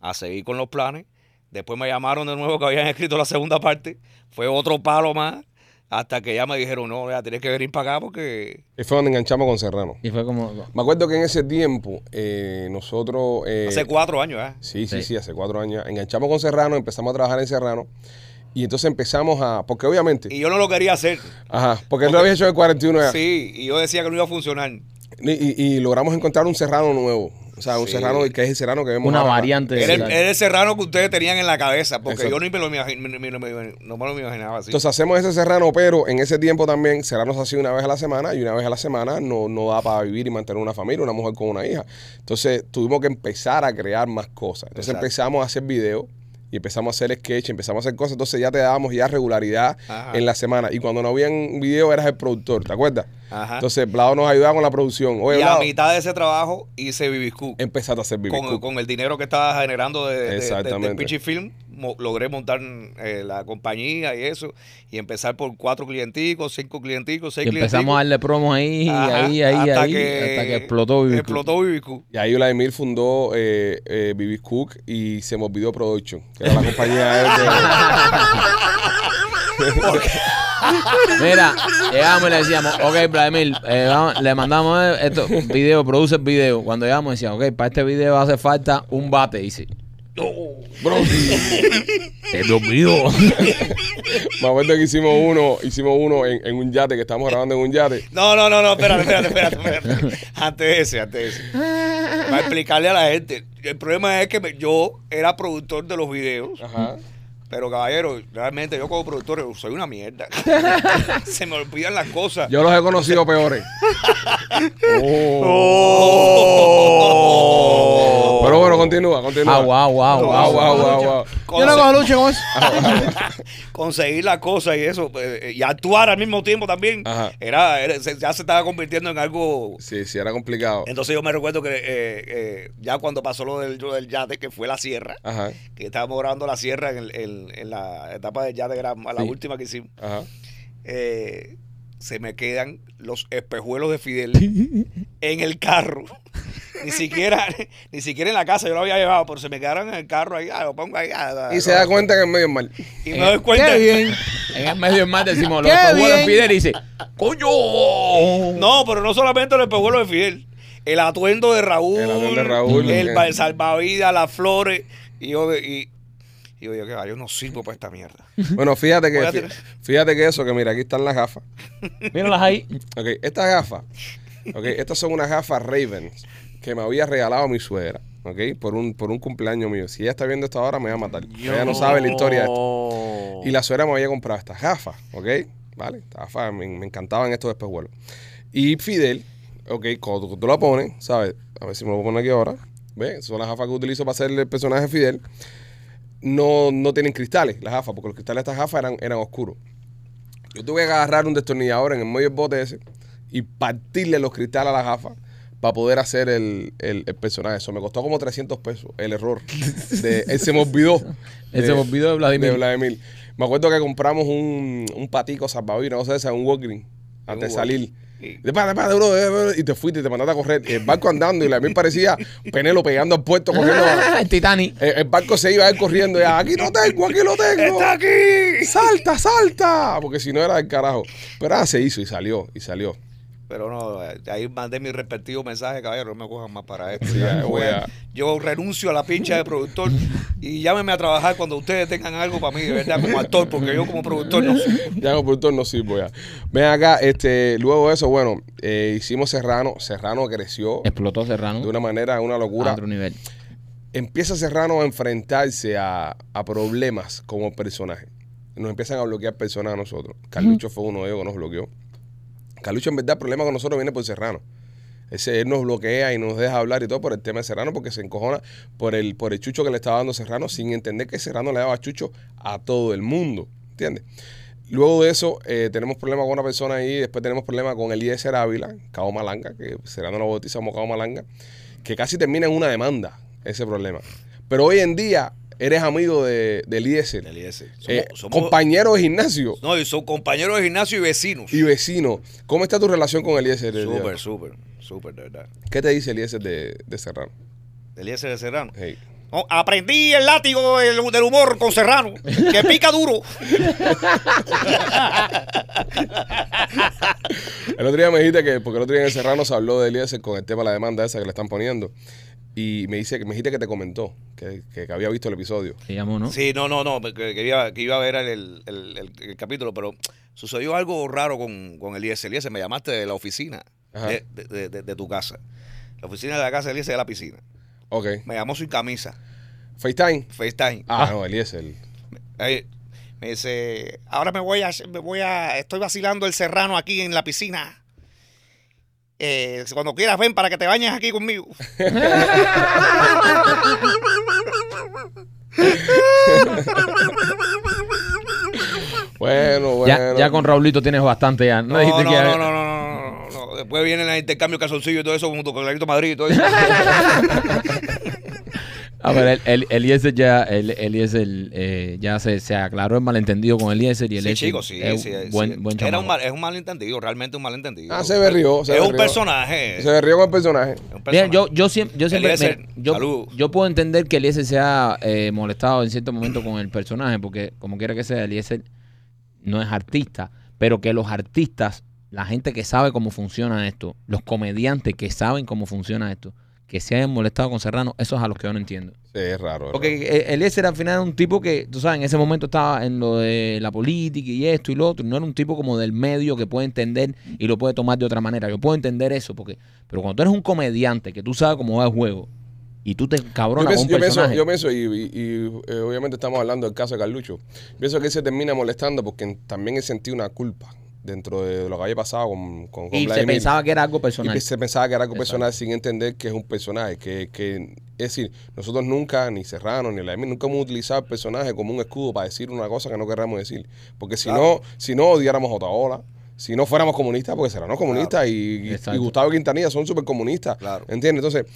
Speaker 5: a seguir con los planes. Después me llamaron de nuevo que habían escrito la segunda parte. Fue otro palo más. Hasta que ya me dijeron, no, ya tienes que venir para acá porque
Speaker 1: Y fue donde enganchamos con Serrano.
Speaker 2: Y fue como.
Speaker 1: Me acuerdo que en ese tiempo eh, nosotros... eh,
Speaker 5: hace cuatro años ¿ah?". ya.
Speaker 1: Sí, sí,
Speaker 2: Sí.
Speaker 1: sí, hace cuatro años. Enganchamos con Serrano, empezamos a trabajar en Serrano. Y entonces empezamos a. Porque obviamente.
Speaker 5: Y yo no lo quería hacer.
Speaker 1: ajá, porque él lo había hecho en el 41 ya.
Speaker 5: Sí, y yo decía que no iba a funcionar.
Speaker 1: Y, y- y logramos encontrar un Serrano nuevo. O sea, un
Speaker 5: Sí.
Speaker 1: Serrano que es el Serrano que vemos.
Speaker 2: Una
Speaker 1: ahora.
Speaker 2: variante.
Speaker 5: Era el,
Speaker 2: Sí.
Speaker 5: era el serrano que ustedes tenían en la cabeza, porque
Speaker 1: Exacto.
Speaker 5: yo ni me lo, imagi- ni- ni- ni- ni- no me lo imaginaba así.
Speaker 1: Entonces hacemos ese Serrano, pero en ese tiempo también Serrano se hacía una vez a la semana y una vez a la semana no, no da para vivir y mantener una familia, una mujer con una hija. Entonces tuvimos que empezar a crear más cosas. Entonces
Speaker 5: Exacto.
Speaker 1: empezamos a hacer videos y empezamos a hacer sketch, empezamos a hacer cosas. Entonces ya te dábamos ya regularidad
Speaker 5: Ajá.
Speaker 1: en la semana. Y cuando no habían video eras el productor, ¿te acuerdas?
Speaker 5: Ajá.
Speaker 1: Entonces Blado nos ayudaba con la producción. Oye,
Speaker 5: y a
Speaker 1: Blado,
Speaker 5: mitad de ese trabajo hice Bibiscu.
Speaker 1: empezaste a hacer video.
Speaker 5: Con, con el dinero que estaba generando de, de- de-
Speaker 1: Exactamente.
Speaker 5: del Pichi Film, mo- logré montar eh, la compañía y eso, y empezar por cuatro clienticos, cinco
Speaker 2: Y
Speaker 5: clienticos, seis
Speaker 2: empezamos a
Speaker 5: clienticos.
Speaker 2: darle promos ahí,
Speaker 5: Ajá,
Speaker 2: ahí, ahí,
Speaker 5: hasta
Speaker 2: ahí. hasta que explotó. Bibi Q.
Speaker 5: Explotó Bibiscu.
Speaker 1: Y ahí Vladimir fundó eh, eh, BB Cook y se me olvidó Production, que
Speaker 5: <laughs>
Speaker 1: era la compañía de él de-
Speaker 2: Mira, llegamos y le decíamos, ok, Vladimir, eh, vamos- le mandamos eh, esto, video, produce el video. Cuando llegamos decíamos, ok, para este video hace falta un bate. Dice,
Speaker 1: Me acuerdo que hicimos uno, hicimos uno en, en un yate, que estábamos grabando en un yate.
Speaker 5: No, no, no, no, espérate, espérate, espérate,
Speaker 2: <laughs>
Speaker 5: espérate. Antes de ese, antes de ese. Para explicarle a la gente. El problema es que me- yo era productor de los videos,
Speaker 1: Ajá.
Speaker 5: pero caballero, realmente yo como productor soy una
Speaker 2: <laughs>
Speaker 5: mierda. Se me olvidan las cosas.
Speaker 1: Yo los he conocido peores. Oh.
Speaker 5: Oh.
Speaker 1: Pero bueno, continúa, continúa.
Speaker 2: agua, agua, agua,
Speaker 1: Wow,
Speaker 2: agua.
Speaker 1: wow, wow, wow.
Speaker 4: Yo no hago lucha con eso.
Speaker 5: <laughs> conseguir las cosas y eso, eh, eh, y actuar al mismo tiempo también,
Speaker 1: Ajá.
Speaker 5: era, era- se- ya se estaba convirtiendo en algo...
Speaker 1: Sí, sí, era complicado.
Speaker 5: Entonces yo me recuerdo que eh, eh, ya cuando pasó lo del, lo del yate, que fue la sierra,
Speaker 1: Ajá,
Speaker 5: que estábamos grabando la sierra en, el- en- en la etapa del yate, que era
Speaker 2: Sí.
Speaker 5: la última que hicimos,
Speaker 1: ajá.
Speaker 5: eh, se me quedan los espejuelos de Fidel
Speaker 1: <laughs>
Speaker 5: en el carro. <laughs> Ni siquiera, ni siquiera en la casa yo lo había llevado, pero se me quedaron en el carro ahí, ah, lo pongo ahí. ah,
Speaker 1: Y se da cuenta que es medio mal.
Speaker 5: y me doy cuenta.
Speaker 4: Qué bien.
Speaker 2: En el medio del mar decimos, los
Speaker 4: Qué
Speaker 2: abuelos
Speaker 4: bien.
Speaker 2: Fidel y dice, coño.
Speaker 5: No, pero no solamente el espejuelo de Fidel. El atuendo de Raúl.
Speaker 1: El atuendo de Raúl.
Speaker 5: El,
Speaker 1: Eh.
Speaker 5: ba- salvavidas, las flores. Y yo, y, y yo, digo, "Qué va, yo no sirvo para esta mierda.
Speaker 1: Bueno, fíjate que,
Speaker 5: Voy a
Speaker 1: fí-
Speaker 5: tirar.
Speaker 1: fíjate que eso, que mira, aquí están las gafas.
Speaker 2: Míralas ahí.
Speaker 1: Ok, estas gafas, ok, estas son unas gafas Ravens que me había regalado mi suegra, ok, por un, por un cumpleaños mío. Si ella está viendo esto ahora, me va a matar. Ella no sabe la historia de esto.
Speaker 3: esto.
Speaker 1: Y la suegra me había comprado estas gafas, ¿ok? Vale, estas gafas me, me encantaban estos espejuelos. Y Fidel, ok, cuando tú, tú la pones, ¿sabes? A ver si me lo pongo aquí ahora. ¿Ves? Son las gafas que utilizo para hacer el personaje de Fidel. No, no tienen cristales las gafas, porque los cristales de estas gafas eran, eran oscuros. Yo tuve que agarrar un destornillador en el medio del bote ese y partirle los cristales a las gafas para poder hacer el, el- el personaje. Eso me costó como 300 pesos el error. De, él se me olvidó.
Speaker 2: <laughs> Él se me olvidó de Vladimir.
Speaker 1: de Vladimir. Me acuerdo que compramos un, un patico salvavidas, no sé, esa, un Walgreen, antes de salir.
Speaker 5: Sí.
Speaker 1: De pana, pana, bro, eh, bro, y te fuiste, te mandaste a correr. El barco andando y la mil parecía Penelo pegando al puerto corriendo.
Speaker 2: Ah, el Titanic.
Speaker 1: El, el barco se iba a ir corriendo. Ya, aquí lo tengo, aquí lo tengo.
Speaker 5: ¡Está aquí!
Speaker 1: ¡Salta, salta! Porque si no era del carajo. Pero ah, se hizo y salió, y salió.
Speaker 5: Pero no, eh, ahí mandé mi respectivo mensaje, caballero, no me cojan más para esto.
Speaker 1: Sí,
Speaker 5: Ya,
Speaker 1: ya, voy a-
Speaker 5: Yo renuncio a la pincha de productor y llámenme a trabajar cuando ustedes tengan algo para mí, de verdad, como actor, porque yo como productor no sé.
Speaker 1: Ya como productor no sirvo ya. Ven acá, este, luego de eso, bueno, eh, hicimos Serrano. Serrano creció
Speaker 2: Explotó Serrano.
Speaker 1: de una manera, una
Speaker 2: a
Speaker 1: locura.
Speaker 2: otro nivel.
Speaker 1: empieza Serrano a enfrentarse a, a problemas como personaje. Nos empiezan a bloquear personas a nosotros. Carlucho fue uno de ellos que nos bloqueó. Carlucho, en verdad, el problema con nosotros viene por Serrano. Ese, él nos bloquea y nos deja hablar y todo por el tema de Serrano porque se encojona por el, por el chucho que le estaba dando Serrano sin entender que Serrano le daba chucho a todo el mundo. ¿Entiendes? Luego de eso, eh, tenemos problemas con una persona ahí. Después tenemos problemas con Eliezer Ávila, Cabo Malanga, que Serrano lo bautizamos Cabo Malanga, que casi termina en una demanda ese problema. Pero hoy en día eres amigo de, de Eliezer,
Speaker 5: del IS. Somos-
Speaker 1: eh,
Speaker 5: somos-
Speaker 1: compañero de gimnasio
Speaker 5: No, y son compañeros de gimnasio y vecinos.
Speaker 1: y vecino. ¿Cómo está tu relación con Eliezer?
Speaker 5: Súper, súper, súper, de verdad.
Speaker 1: ¿Qué te dice Eliezer de, de Serrano?
Speaker 5: Eliezer de Serrano.
Speaker 1: Hey.
Speaker 5: No, aprendí el látigo del, del humor con Serrano, que pica duro.
Speaker 1: El otro día me dijiste que, porque el otro día en el Serrano se habló de Eliezer con el tema de la demanda esa que le están poniendo. Y me dice, me dijiste que te comentó, que, que había visto el episodio.
Speaker 2: Se llamó, ¿no?
Speaker 5: Sí, no, no, no, que, que iba, que iba a ver el, el- el- el capítulo, pero sucedió algo raro con, con Eliezer. Eliezer, me llamaste de la oficina
Speaker 1: Ajá.
Speaker 5: de, de- de- de tu casa. La oficina de la casa de Eliezer de la piscina.
Speaker 1: Ok.
Speaker 5: Me llamó sin camisa,
Speaker 1: FaceTime.
Speaker 5: FaceTime.
Speaker 1: Ah, no, Eliezer.
Speaker 5: Ahí. Me dice, ahora me voy a, me voy a, estoy vacilando el serrano aquí en la piscina. Eh, cuando quieras ven para que te bañes aquí conmigo.
Speaker 1: Bueno, bueno.
Speaker 2: Ya, ya con Raulito tienes bastante ya. <laughs> No,
Speaker 5: No, no,
Speaker 2: dijiste
Speaker 5: no,
Speaker 2: que-
Speaker 5: no, no, no, no, no, no. Después viene el intercambio de calzoncillos y todo eso junto con Clarito Madrid y
Speaker 2: <laughs>
Speaker 5: todo eso.
Speaker 2: A
Speaker 5: Eh,
Speaker 2: ver, el, el, Eliezer ya, el, Eliezer, eh, ya se, se aclaró el malentendido con Eliezer y
Speaker 5: Sí,
Speaker 2: Eliezer
Speaker 5: chicos, sí,
Speaker 2: es
Speaker 5: sí,
Speaker 2: un
Speaker 5: sí.
Speaker 2: buen, buen
Speaker 5: Era
Speaker 2: chamaco.
Speaker 5: un mal- es un malentendido, realmente un malentendido.
Speaker 1: Ah, se berrió, se
Speaker 5: es un
Speaker 1: berrió.
Speaker 5: personaje.
Speaker 1: Se rió con el personaje.
Speaker 5: es un
Speaker 2: Mira,
Speaker 5: personaje.
Speaker 2: yo, yo siempre, yo, siempre
Speaker 5: Eliezer,
Speaker 2: mira, yo,
Speaker 5: salud.
Speaker 2: yo puedo entender que Eliezer se ha eh, molestado en cierto momento con el personaje, porque como quiera que sea, Eliezer no es artista, pero que los artistas, la gente que sabe cómo funciona esto, los comediantes que saben cómo funciona esto, que se hayan molestado con Serrano, eso es a los que yo no entiendo.
Speaker 1: Sí, es raro. es raro.
Speaker 2: Porque eh, Eliezer al final era un tipo que, tú sabes, en ese momento estaba en lo de la política y esto y lo otro. y No era un tipo como del medio que puede entender y lo puede tomar de otra manera. Yo puedo entender eso, porque pero cuando tú eres un comediante que tú sabes cómo va el juego y tú te
Speaker 1: Yo
Speaker 2: encabronas
Speaker 1: pienso,
Speaker 2: con un
Speaker 1: yo pienso,
Speaker 2: personaje.
Speaker 1: yo pienso, y, y- y, eh, obviamente estamos hablando del caso de Carlucho. Pienso que él se termina molestando porque en- también él sentía una culpa dentro de lo que había pasado con, con, con
Speaker 2: y se
Speaker 1: Vladimir.
Speaker 2: pensaba que era algo
Speaker 1: Y
Speaker 2: personal.
Speaker 1: que se pensaba que era algo
Speaker 2: Exacto.
Speaker 1: personal sin entender que es un personaje. Que, que- es decir, nosotros nunca, ni Serrano, ni Laemi, nunca hemos utilizado el personaje como un escudo para decir una cosa que no querramos decir. Porque si no, si no odiáramos a Otaola, si no fuéramos comunistas, porque Serrano es comunista y, y-
Speaker 2: Exacto.
Speaker 1: y Gustavo Quintanilla son súper comunistas.
Speaker 5: Claro.
Speaker 1: ¿Entiendes? Entonces,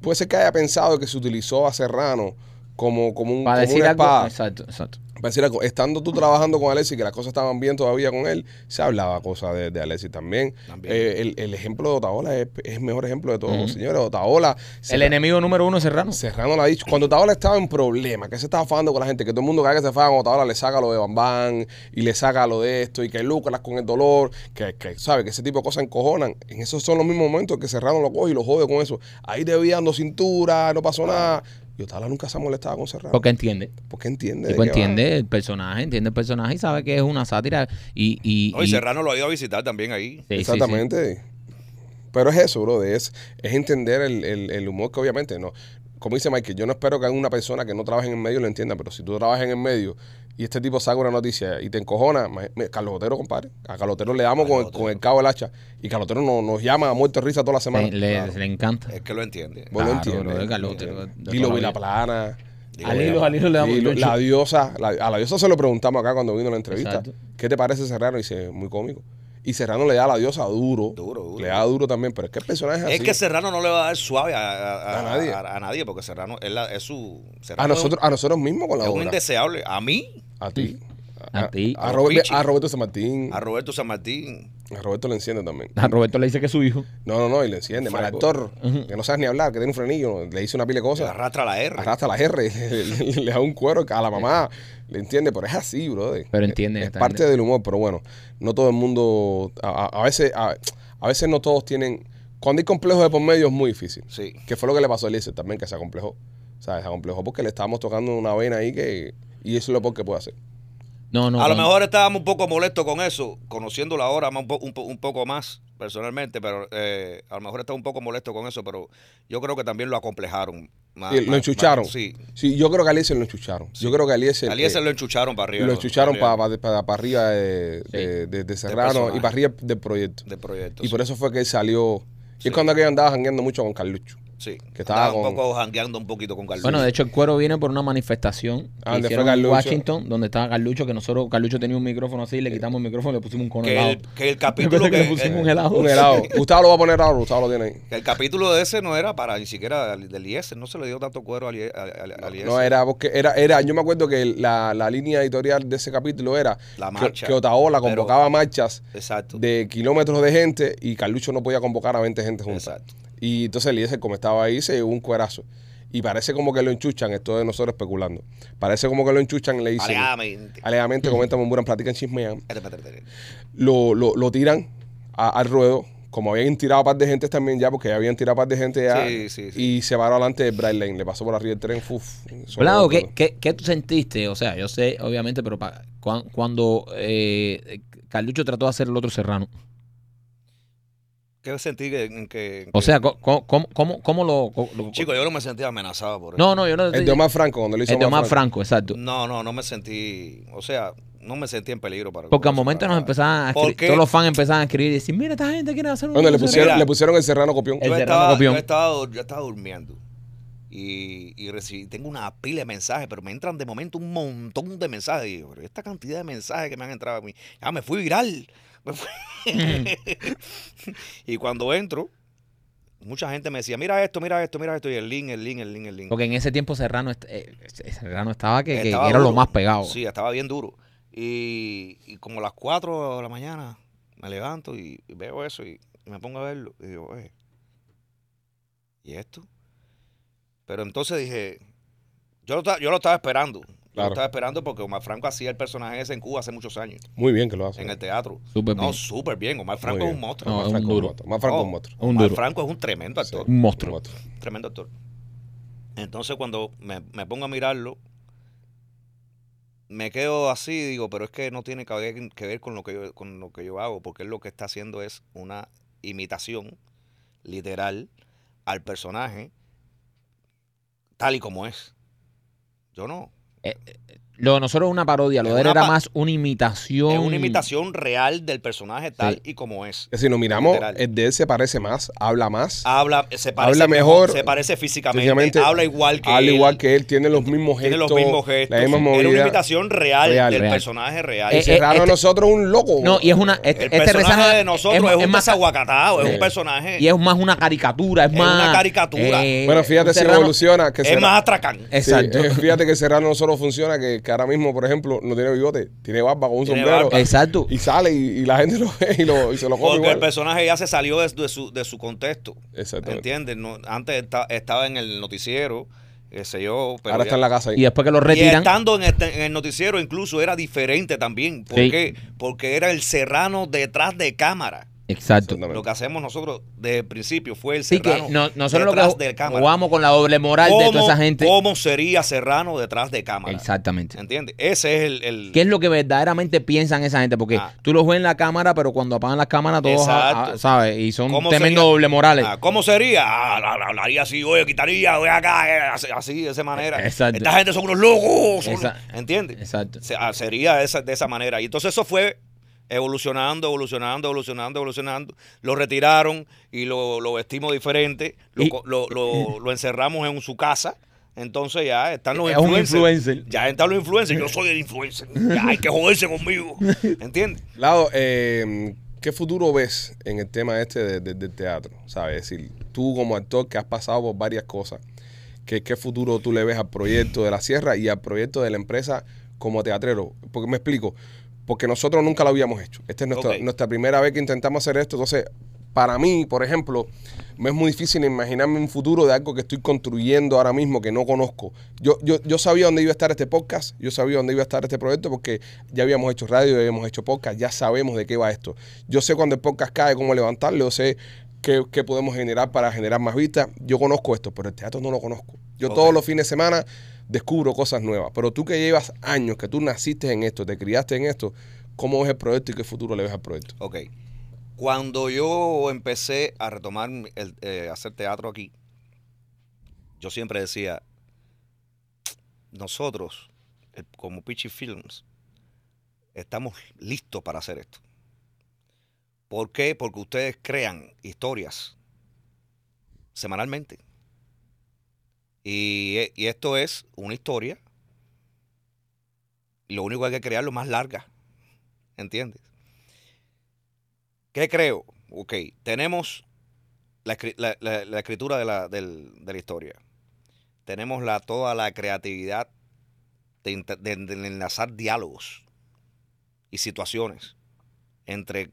Speaker 1: puede ser que haya pensado que se utilizó a Serrano como, como, un,
Speaker 2: para
Speaker 1: como
Speaker 2: decir
Speaker 1: una
Speaker 2: algo.
Speaker 1: espada.
Speaker 2: Exacto, exacto.
Speaker 1: Para decir algo, estando tú trabajando con Alexis, que las cosas estaban bien todavía con él, se hablaba cosas de, de Alexis también.
Speaker 5: También.
Speaker 1: Eh, el, el ejemplo de Otaola es, es el mejor ejemplo de todos.
Speaker 2: Ujú.
Speaker 1: Señores, Otaola.
Speaker 2: El
Speaker 1: Serra-
Speaker 2: enemigo número uno es Serrano.
Speaker 1: Serrano lo ha dicho. Cuando Otaola estaba en problema, que se estaba fajando con la gente, que todo el mundo cada vez que se faja con Otaola le saca lo de Bambán y le saca lo de esto y que lucras con el dolor, que, que sabe que ese tipo de cosas encojonan. En esos son los mismos momentos que Serrano lo coge y lo jode con eso. Ahí dando cintura, no pasó nada. Y Otaola nunca se ha molestado con Serrano.
Speaker 2: Porque entiende.
Speaker 1: Porque entiende. de
Speaker 2: Tipo,
Speaker 1: qué va.
Speaker 2: entiende el personaje, entiende el personaje y sabe que es una sátira. Y, y,
Speaker 5: No, y
Speaker 2: y-
Speaker 5: Serrano lo ha ido a visitar también
Speaker 2: sí,
Speaker 5: ahí.
Speaker 2: sí, sí.
Speaker 1: Exactamente. Pero es eso, bro. Es, es entender el, el- el humor que obviamente no. Como dice Michael, yo no espero que una persona que no trabaje en el medio lo entienda, pero si tú trabajas en el medio y este tipo saca una noticia y te encojona, ma- me- Carlos Otero, compadre. A Carlos Otero le damos con,
Speaker 5: Carlos
Speaker 1: el- con el cabo del hacha. Y Carlos Otero no- nos llama a muerte de risa toda la semana.
Speaker 2: Le, le- le encanta.
Speaker 1: Eh,
Speaker 5: Es que lo entiende.
Speaker 1: Vos lo
Speaker 2: Claro,
Speaker 1: entiendes.
Speaker 2: bro, de Carlos Otero,
Speaker 1: ¿entiendes?
Speaker 2: de toda
Speaker 1: Lilo
Speaker 2: la
Speaker 1: Vilaplana.
Speaker 5: Digo,
Speaker 2: Al
Speaker 5: bueno,
Speaker 2: hilo, al hilo le damos
Speaker 1: Lilo-
Speaker 2: lucho.
Speaker 1: la diosa, la- a la diosa se lo preguntamos acá cuando vino la entrevista.
Speaker 2: Exacto.
Speaker 1: ¿Qué te parece Serrano? Y dice, muy cómico. Y Serrano le da a la diosa duro.
Speaker 5: Duro, duro.
Speaker 1: Le da duro también, pero es que el personaje es,
Speaker 5: Es
Speaker 1: así.
Speaker 5: que Serrano no le va a dar suave a, a- a-
Speaker 1: A nadie.
Speaker 5: a- a nadie, porque Serrano es, la- es su. Serrano
Speaker 1: a,
Speaker 5: es un-
Speaker 1: nosotros, a nosotros mismos con la
Speaker 5: es un
Speaker 1: obra.
Speaker 5: indeseable. A mí,
Speaker 1: A ti.
Speaker 2: A ti.
Speaker 1: A,
Speaker 5: A
Speaker 1: Robert-
Speaker 5: Pichi.
Speaker 1: a Roberto San Martín.
Speaker 5: a Roberto San Martín.
Speaker 1: A Roberto le enciende <laughs> también.
Speaker 2: A Roberto le dice que es su hijo.
Speaker 1: No, no, no, y le enciende. Mal
Speaker 5: Franco.
Speaker 1: actor, que no sabes ni hablar, que tiene un frenillo. Le dice una pila de
Speaker 5: Se
Speaker 1: cosas.
Speaker 5: arrastra la R.
Speaker 1: Arrastra la R, <laughs> le, le- le da un cuero a la mamá. Le entiende, pero es así, brother.
Speaker 2: Pero entiende
Speaker 1: Es
Speaker 2: esta
Speaker 1: parte
Speaker 2: gente.
Speaker 1: del humor, pero bueno, no todo el mundo. A, a- a veces, a, a veces no todos tienen. Cuando hay complejos de por medio es muy difícil.
Speaker 5: Sí.
Speaker 1: Que fue lo que le pasó a Eliezer también, que se acomplejó. O sea, se acomplejó porque le estábamos tocando una vena ahí que. Y eso es lo peor que puede hacer.
Speaker 2: No, no.
Speaker 5: a lo
Speaker 2: no.
Speaker 5: mejor estábamos un poco molestos con eso, conociéndolo ahora más- un, po- un po- un poco más. personalmente, pero eh, a lo mejor está un poco molesto con eso, pero yo creo que también lo acomplejaron. más-
Speaker 1: Sí, lo
Speaker 5: más-
Speaker 1: enchucharon.
Speaker 5: más- Ah, sí,
Speaker 1: Sí, yo creo que a Eliezer lo enchucharon. Yo creo que a Eliezer,
Speaker 5: a Eliezer
Speaker 1: eh,
Speaker 5: lo enchucharon para arriba.
Speaker 1: lo enchucharon
Speaker 5: arriba
Speaker 1: para, para, para arriba de, de- de- de Serrano
Speaker 5: personaje.
Speaker 1: y para arriba del proyecto.
Speaker 5: del proyecto.
Speaker 1: y
Speaker 5: sí.
Speaker 1: por eso fue que él salió. Y
Speaker 5: Sí.
Speaker 1: es cuando aquello andaba jangueando mucho con Carlucho.
Speaker 5: Sí,
Speaker 1: que estaba
Speaker 5: Andaba
Speaker 1: con-
Speaker 5: un poco jangueando un poquito con Carlos.
Speaker 2: Bueno, de hecho el cuero viene por una manifestación que
Speaker 1: Ah, ¿dónde fue
Speaker 2: hicieron en
Speaker 1: Carlucho?
Speaker 2: Washington, donde estaba Carlucho, que nosotros, Carlucho tenía un micrófono así, le
Speaker 1: Eh,
Speaker 2: quitamos el micrófono y le pusimos un cono
Speaker 5: que,
Speaker 2: helado. <laughs>
Speaker 5: el, que el
Speaker 2: Me
Speaker 5: capítulo
Speaker 2: acuerdo
Speaker 5: que,
Speaker 2: que le pusimos un
Speaker 5: Oh,
Speaker 2: helado.
Speaker 1: Un
Speaker 2: <laughs>
Speaker 5: <laughs>
Speaker 1: helado. Gustavo lo va a poner ahora, Gustavo lo tiene ahí.
Speaker 5: que el capítulo de ese no era para ni siquiera del del IES, no se le dio tanto cuero al, IE- al- al- al E. IES.
Speaker 1: No, era porque era, era, yo me acuerdo que la, la línea editorial de ese capítulo era
Speaker 5: La
Speaker 1: que-
Speaker 5: marcha.
Speaker 1: que Otaola
Speaker 5: Pero-
Speaker 1: convocaba marchas
Speaker 5: Exacto.
Speaker 1: de kilómetros de gente y Carlucho no podía convocar a 20 gente juntas.
Speaker 5: Exacto.
Speaker 1: Y entonces Eliezer, como estaba ahí, se llevó un cuerazo. Y parece como que lo enchuchan, esto de nosotros especulando. Parece como que lo enchuchan y le dicen.
Speaker 5: Alegadamente.
Speaker 1: Alegadamente comentan, murmuran, platican, chismean.
Speaker 5: Espérate, espérate, espérate.
Speaker 1: Lo, lo, lo tiran a- al ruedo. Como habían tirado a par de gente también ya, porque ya habían tirado a par de gente ya.
Speaker 5: Sí, sí, sí.
Speaker 1: Y se paró adelante de Bright Lane. Le pasó por arriba el tren. Uf, eso
Speaker 2: Blanco,
Speaker 1: no-
Speaker 2: ¿qué, qué, qué tú sentiste? O sea, yo sé, obviamente, pero pa- cuan- cuando eh, Carlucho trató de hacer el otro serrano.
Speaker 5: ¿Qué sentí que, en que,
Speaker 2: O
Speaker 5: que-
Speaker 2: sea, co- co- ¿cómo, cómo, cómo lo, co- lo-
Speaker 5: Chico, yo no me sentí amenazado por
Speaker 2: No, no, yo no.
Speaker 1: El de Omar Franco, cuando lo hizo
Speaker 2: el de Omar
Speaker 1: Omar Franco.
Speaker 2: Franco, exacto.
Speaker 5: No, no, no me sentí, o sea, no me sentí en peligro para
Speaker 2: Porque al
Speaker 5: para-
Speaker 2: momento nos
Speaker 5: para-
Speaker 2: empezaban a
Speaker 5: ¿Por
Speaker 2: escribir,
Speaker 5: qué?
Speaker 2: todos los fans empezaban a escribir y decir, mira, esta gente quiere hacer un
Speaker 1: Bueno, le
Speaker 2: otro
Speaker 1: pusieron,
Speaker 5: Mira.
Speaker 1: le pusieron el serrano copión.
Speaker 2: El
Speaker 5: yo
Speaker 2: Serrano
Speaker 5: estaba,
Speaker 2: Copión.
Speaker 5: yo estaba, yo estaba durmiendo y, y recibí, tengo una pila de mensajes, pero me entran de momento un montón de mensajes. Y yo, pero esta cantidad de mensajes que me han entrado a mí, ya me fui viral. <laughs> me fui.
Speaker 2: Mm.
Speaker 5: <laughs> y cuando entro, mucha gente me decía, mira esto, mira esto, mira esto, y el link, el link, el link, el link.
Speaker 2: Porque en ese tiempo Serrano, est- eh, Serrano estaba que, que
Speaker 5: Estaba
Speaker 2: era lo
Speaker 5: duro.
Speaker 2: más pegado.
Speaker 5: Sí, estaba bien duro. Y, y como a las 4 de la mañana me levanto y, y veo eso y, y me pongo a verlo. Y digo, oye, ¿y esto? Pero entonces dije, yo lo, ta- yo lo estaba esperando. Yo
Speaker 1: Claro.
Speaker 5: lo estaba esperando porque Omar Franco hacía el personaje ese en Cuba hace muchos años,
Speaker 1: Muy bien que lo hace.
Speaker 5: en el teatro.
Speaker 2: Súper
Speaker 5: No,
Speaker 2: Pues bien.
Speaker 5: súper bien. Omar
Speaker 1: Muy
Speaker 5: Franco
Speaker 1: bien.
Speaker 5: es un monstruo.
Speaker 2: No,
Speaker 1: Omar
Speaker 2: es un
Speaker 1: Franco es
Speaker 2: duro.
Speaker 1: un monstruo. Omar Franco es
Speaker 5: Oh.
Speaker 1: un monstruo.
Speaker 2: Un
Speaker 5: Omar
Speaker 2: duro.
Speaker 5: Franco es un tremendo
Speaker 1: Sí.
Speaker 5: actor.
Speaker 2: Un monstruo.
Speaker 1: Un monstruo.
Speaker 5: Tremendo actor. Entonces cuando me, me pongo a mirarlo, me quedo así y digo, pero es que no tiene que ver, que ver con, lo que yo, con lo que yo hago, porque él lo que está haciendo es una imitación literal al personaje tal y como es. Yo no.
Speaker 2: Lo de nosotros es una parodia, lo
Speaker 5: Es
Speaker 2: de él
Speaker 5: una
Speaker 2: era
Speaker 5: pa-
Speaker 2: más una imitación.
Speaker 5: Es una imitación real del personaje tal y como es.
Speaker 1: Si nos miramos,
Speaker 5: Literal. Ah,
Speaker 1: el de él se parece más, habla más,
Speaker 5: Habla, se parece
Speaker 1: Habla mejor,
Speaker 5: se parece físicamente,
Speaker 1: físicamente,
Speaker 5: habla igual que
Speaker 1: habla
Speaker 5: él,
Speaker 1: igual que él, tiene los mismos
Speaker 5: tiene
Speaker 1: gestos,
Speaker 5: los mismos gestos.
Speaker 1: la misma
Speaker 5: Era una
Speaker 1: movida.
Speaker 5: imitación real,
Speaker 1: Real,
Speaker 5: del
Speaker 2: real.
Speaker 5: personaje real.
Speaker 2: Eh,
Speaker 1: El Serrano
Speaker 2: este-
Speaker 1: nosotros es un loco.
Speaker 2: No, y es una. Este,
Speaker 5: El
Speaker 2: este
Speaker 5: personaje
Speaker 2: rezaje
Speaker 5: de nosotros es, un
Speaker 2: más-
Speaker 5: desaguacatado, es
Speaker 1: Sí.
Speaker 5: un personaje.
Speaker 2: Y es más una caricatura, es,
Speaker 5: Es
Speaker 2: más. eh,
Speaker 5: una caricatura.
Speaker 1: bueno, fíjate
Speaker 2: un
Speaker 1: si
Speaker 2: Serrano-
Speaker 1: evoluciona. Que
Speaker 5: es
Speaker 1: Serra-
Speaker 5: más atracán.
Speaker 1: Sí,
Speaker 2: Exacto.
Speaker 1: eh, fíjate que Serrano no solo funciona, que, que ahora mismo, por ejemplo, no tiene bigote, tiene barba con un
Speaker 5: Tiene
Speaker 1: sombrero.
Speaker 2: <laughs>
Speaker 5: barba.
Speaker 2: Exacto.
Speaker 1: Y sale y, y la gente lo ve y, lo- y se lo come
Speaker 5: Porque el
Speaker 1: igual.
Speaker 5: personaje ya se salió de, de su, de su contexto.
Speaker 1: Exactamente.
Speaker 5: ¿Entiendes? No, antes esta- estaba en el noticiero, qué sé yo. Pero
Speaker 1: Ahora
Speaker 5: ya-
Speaker 1: está en la casa ahí.
Speaker 2: Y después que lo
Speaker 5: Y
Speaker 2: retiran.
Speaker 5: estando en, este- en el noticiero incluso era diferente también. ¿Por
Speaker 2: Sí.
Speaker 5: qué? Porque era el serrano detrás de cámara.
Speaker 2: Exacto.
Speaker 1: Exactamente.
Speaker 5: Lo que hacemos nosotros desde el principio fue el
Speaker 2: Sí,
Speaker 5: serrano
Speaker 2: que no- nosotros
Speaker 5: detrás
Speaker 2: lo
Speaker 5: de
Speaker 2: que
Speaker 5: cámara.
Speaker 2: jugamos con la doble moral de toda esa gente.
Speaker 5: ¿Cómo sería serrano detrás de cámara?
Speaker 2: Exactamente.
Speaker 5: ¿Entiendes? Ese es el... el-
Speaker 2: ¿Qué es lo que verdaderamente piensan esa gente? Porque
Speaker 5: Ah.
Speaker 2: tú los ves en la cámara, pero cuando apagan la cámara todos, ah, ah,
Speaker 5: Exacto.
Speaker 2: ¿sabes? Y son
Speaker 5: ¿Cómo
Speaker 2: tremendo
Speaker 5: sería?
Speaker 2: doble morales.
Speaker 5: Ah, ¿Cómo sería? Ah, la- la- hablaría así, oye, quitaría, oye, acá, eh, así, así, de esa manera.
Speaker 2: Exacto.
Speaker 5: Esta gente son unos locos, son-
Speaker 2: Esa-
Speaker 5: ¿entiendes?
Speaker 2: Exacto.
Speaker 5: Se- ah, sería esa, de esa manera. Y entonces eso fue evolucionando, evolucionando, evolucionando, evolucionando. Lo retiraron y lo, lo vestimos diferente, lo,
Speaker 2: Y-
Speaker 5: co- lo, lo- lo encerramos en su casa. Entonces ya están los
Speaker 2: Es un
Speaker 5: influencers.
Speaker 2: influencer.
Speaker 5: Ya están los influencers. Yo soy el influencer. Ya hay que joderse
Speaker 2: <laughs>
Speaker 5: conmigo. ¿Entiendes?
Speaker 1: Lado, eh, ¿qué futuro ves en el tema este de- de- del teatro? ¿Sabes? Es decir, tú como actor que has pasado por varias cosas, ¿qué, ¿qué futuro tú le ves al proyecto de la Sierra y al proyecto de la empresa como teatrero? Porque me explico, porque nosotros nunca lo habíamos hecho. Esta es nuestra,
Speaker 5: Ok.
Speaker 1: nuestra primera vez que intentamos hacer esto, entonces... Para mí, por ejemplo, me es muy difícil imaginarme un futuro de algo que estoy construyendo ahora mismo que no conozco. Yo, yo, yo sabía dónde iba a estar este podcast, yo sabía dónde iba a estar este proyecto porque ya habíamos hecho radio, ya habíamos hecho podcast, ya sabemos de qué va esto. Yo sé cuando el podcast cae, cómo levantarlo, yo sé qué, qué podemos generar para generar más vistas. Yo conozco esto, pero el teatro no lo conozco. Yo
Speaker 5: Ok.
Speaker 1: todos los fines de semana descubro cosas nuevas, pero tú que llevas años, que tú naciste en esto, te criaste en esto, ¿cómo ves el proyecto y qué futuro le ves al proyecto?
Speaker 5: Ok. Cuando yo empecé a retomar mi- el, eh, hacer teatro aquí, yo siempre decía, nosotros, eh, como Pichi Films, estamos listos para hacer esto. ¿Por qué? Porque ustedes crean historias semanalmente. Y, e- y esto es una historia. Lo único que hay que crearlo más larga. ¿Entiendes? ¿Qué creo? Ok, tenemos la, escri- la- la- la escritura de la, del- de la historia. Tenemos la, toda la creatividad de, inter- de- de enlazar diálogos y situaciones entre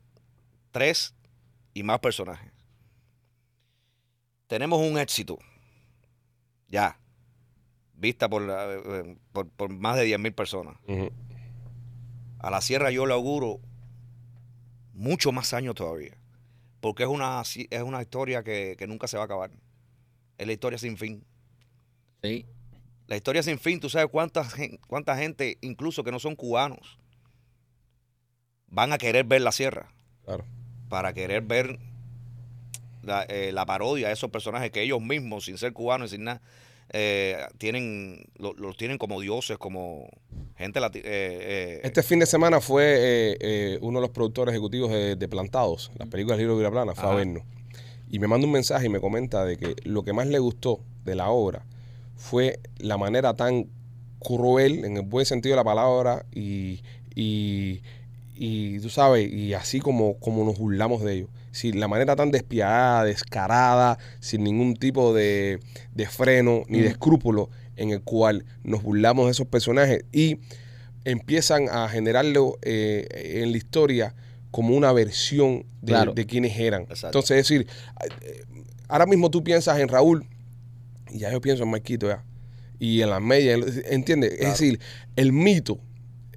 Speaker 5: tres y más personajes. Tenemos un éxito ya, vista por, la- eh, por, por más de 10.000 personas.
Speaker 1: Ujú.
Speaker 5: A la sierra yo le auguro mucho más años todavía, porque es una, si- es una historia que, que nunca se va a acabar. Es la historia sin fin.
Speaker 2: Sí.
Speaker 5: La historia sin fin, tú sabes cuánta, gen- cuánta gente, incluso que no son cubanos, van a querer ver la sierra,
Speaker 1: Claro.
Speaker 5: para querer ver la, eh, la parodia de esos personajes que ellos mismos, sin ser cubanos y sin nada, eh, tienen, lo- los tienen como dioses, como gente eh, latina.
Speaker 1: Este fin de semana fue eh, eh, uno de los productores ejecutivos de, de Plantados, las películas de Lilo Vilaplana, fue a
Speaker 5: Ajá.
Speaker 1: vernos. Y me manda un mensaje y me comenta de que lo que más le gustó de la obra fue la manera tan cruel, en el buen sentido de la palabra, y, y, y tú sabes, y así como, como nos burlamos de ellos. Sí, la manera tan despiadada, descarada, sin ningún tipo de, de freno ni de escrúpulo en el cual nos burlamos de esos personajes y empiezan a generarlo eh, en la historia como una versión de,
Speaker 2: Claro.
Speaker 1: de quienes eran.
Speaker 5: Exacto.
Speaker 1: Entonces, es decir, eh, ahora mismo tú piensas en Raúl y ya yo pienso en Marquito ya. Y en las medias, ¿entiendes? Es decir, el mito,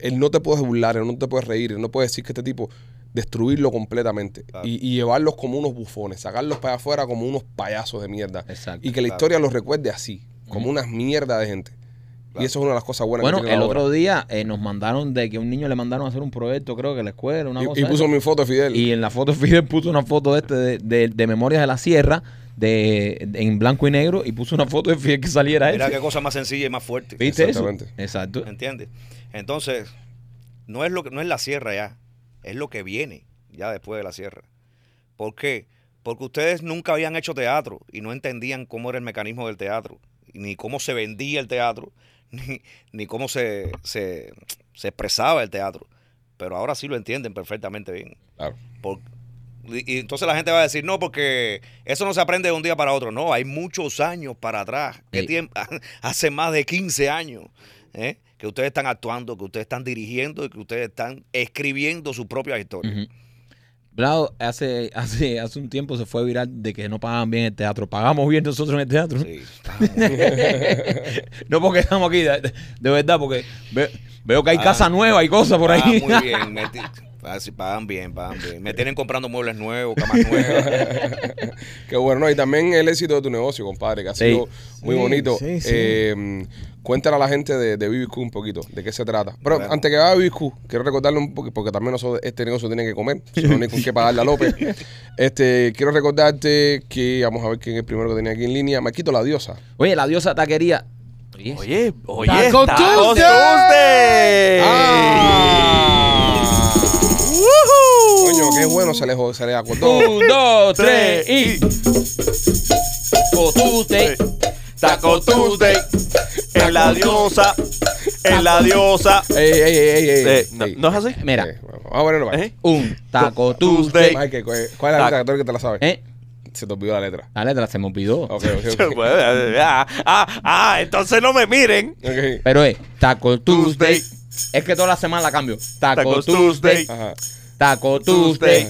Speaker 1: el no te puedes burlar, el no te puedes reír, el no puedes decir que este tipo destruirlo completamente
Speaker 5: Claro.
Speaker 1: y, y llevarlos como unos bufones, sacarlos para afuera como unos payasos de mierda
Speaker 2: Exacto.
Speaker 1: y que la
Speaker 5: Claro.
Speaker 1: historia los recuerde así, como
Speaker 2: Ujú.
Speaker 1: unas mierdas de gente.
Speaker 5: Claro.
Speaker 1: Y eso es una de las cosas buenas
Speaker 2: Bueno,
Speaker 1: que tiene
Speaker 2: el
Speaker 1: la obra.
Speaker 2: otro día eh, nos mandaron de que un niño le mandaron a hacer un proyecto, creo que en la escuela, una cosa.
Speaker 1: y, y puso
Speaker 2: esa.
Speaker 1: mi foto de Fidel.
Speaker 2: Y en la foto <laughs> Fidel puso una foto de este de, de- de Memorias de la Sierra de, de- en blanco y negro y puso una foto de Fidel que saliera
Speaker 5: Mira
Speaker 2: ese.
Speaker 5: qué cosa más sencilla y más fuerte.
Speaker 2: ¿Viste eso?
Speaker 1: Exactamente.
Speaker 2: Exacto.
Speaker 5: ¿Entiendes? Entonces, no es lo que no es la sierra ya, es lo que viene ya después de la sierra. ¿Por qué? Porque ustedes nunca habían hecho teatro y no entendían cómo era el mecanismo del teatro, ni cómo se vendía el teatro, <laughs> ni, ni cómo se, se- se expresaba el teatro. Pero ahora sí lo entienden perfectamente bien.
Speaker 1: Claro.
Speaker 5: Por- y y entonces la gente va a decir, no, porque eso no se aprende de un día para otro. No, hay muchos años para atrás. ¿Qué
Speaker 2: Sí.
Speaker 5: tiempo? <laughs> Hace más de 15 años ¿eh? que ustedes están actuando, que ustedes están dirigiendo y que ustedes están escribiendo su propia historia.
Speaker 2: Ujú. Vlado, hace, <laughs> hace, hace un tiempo se fue viral de que no pagaban bien el teatro. Pagamos bien nosotros en el teatro.
Speaker 5: Sí. Vamos.
Speaker 2: no porque estamos aquí, de, de- de verdad, porque ve- veo que hay
Speaker 5: Ah.
Speaker 2: casa nueva y cosas por ahí.
Speaker 5: Ah, muy bien. me ti- ah, sí, pagan bien, pagan bien. Me tienen comprando muebles nuevos, camas nuevas.
Speaker 1: Qué bueno, ¿no? y también el éxito de tu negocio, compadre, que ha
Speaker 2: Sí.
Speaker 1: sido muy
Speaker 4: Sí,
Speaker 1: bonito.
Speaker 4: sí, sí.
Speaker 1: Eh, cuéntale a la gente de, de BBQ un poquito, de qué se trata. Pero
Speaker 5: Bueno.
Speaker 1: antes que vaya a BBQ, quiero recordarle un poquito, porque también nosotros, este negocio tiene que comer, si no, no hay con qué pagarle a
Speaker 4: <laughs>
Speaker 1: López. Este, quiero recordarte que, vamos a ver quién es el primero que tenía aquí en línea, Marquito la diosa.
Speaker 2: <laughs> Oye, la diosa taquería. Oye,
Speaker 3: Oye, oye,
Speaker 4: Taco
Speaker 3: Taco
Speaker 4: Tuesday.
Speaker 3: Tuesday.
Speaker 1: ¡Ah! Coño, qué bueno se le, jo- se le
Speaker 3: ¡Uh!
Speaker 1: acordó.
Speaker 2: Un, dos, tres y. Cotute.
Speaker 3: Taco Tuesday. En la diosa. En la diosa.
Speaker 1: ey, ey, ey, ey, ey.
Speaker 3: Eh, no,
Speaker 1: Ey.
Speaker 3: ¿no es así?
Speaker 2: Mira,
Speaker 1: Eh, bueno, vamos a ponerlo para
Speaker 3: ¿Eh?
Speaker 2: un taco
Speaker 3: Tuesday.
Speaker 2: Tuesday.
Speaker 1: Michael, ¿cuál cuál es la
Speaker 3: Tac.
Speaker 1: letra que te la sabes?
Speaker 2: ¿Eh?
Speaker 1: Se te olvidó la letra.
Speaker 2: La letra se me olvidó.
Speaker 1: Ok,
Speaker 3: <laughs> Se
Speaker 1: ok, ok.
Speaker 3: puede, ah, ah, ah, entonces no me miren.
Speaker 1: Ok.
Speaker 2: Pero es Taco Tuesday.
Speaker 3: Tuesday.
Speaker 2: Es que toda la semana la cambio. Taco,
Speaker 3: Taco
Speaker 2: Tuesday.
Speaker 3: Tuesday.
Speaker 1: Ajá.
Speaker 2: Taco Tuesday.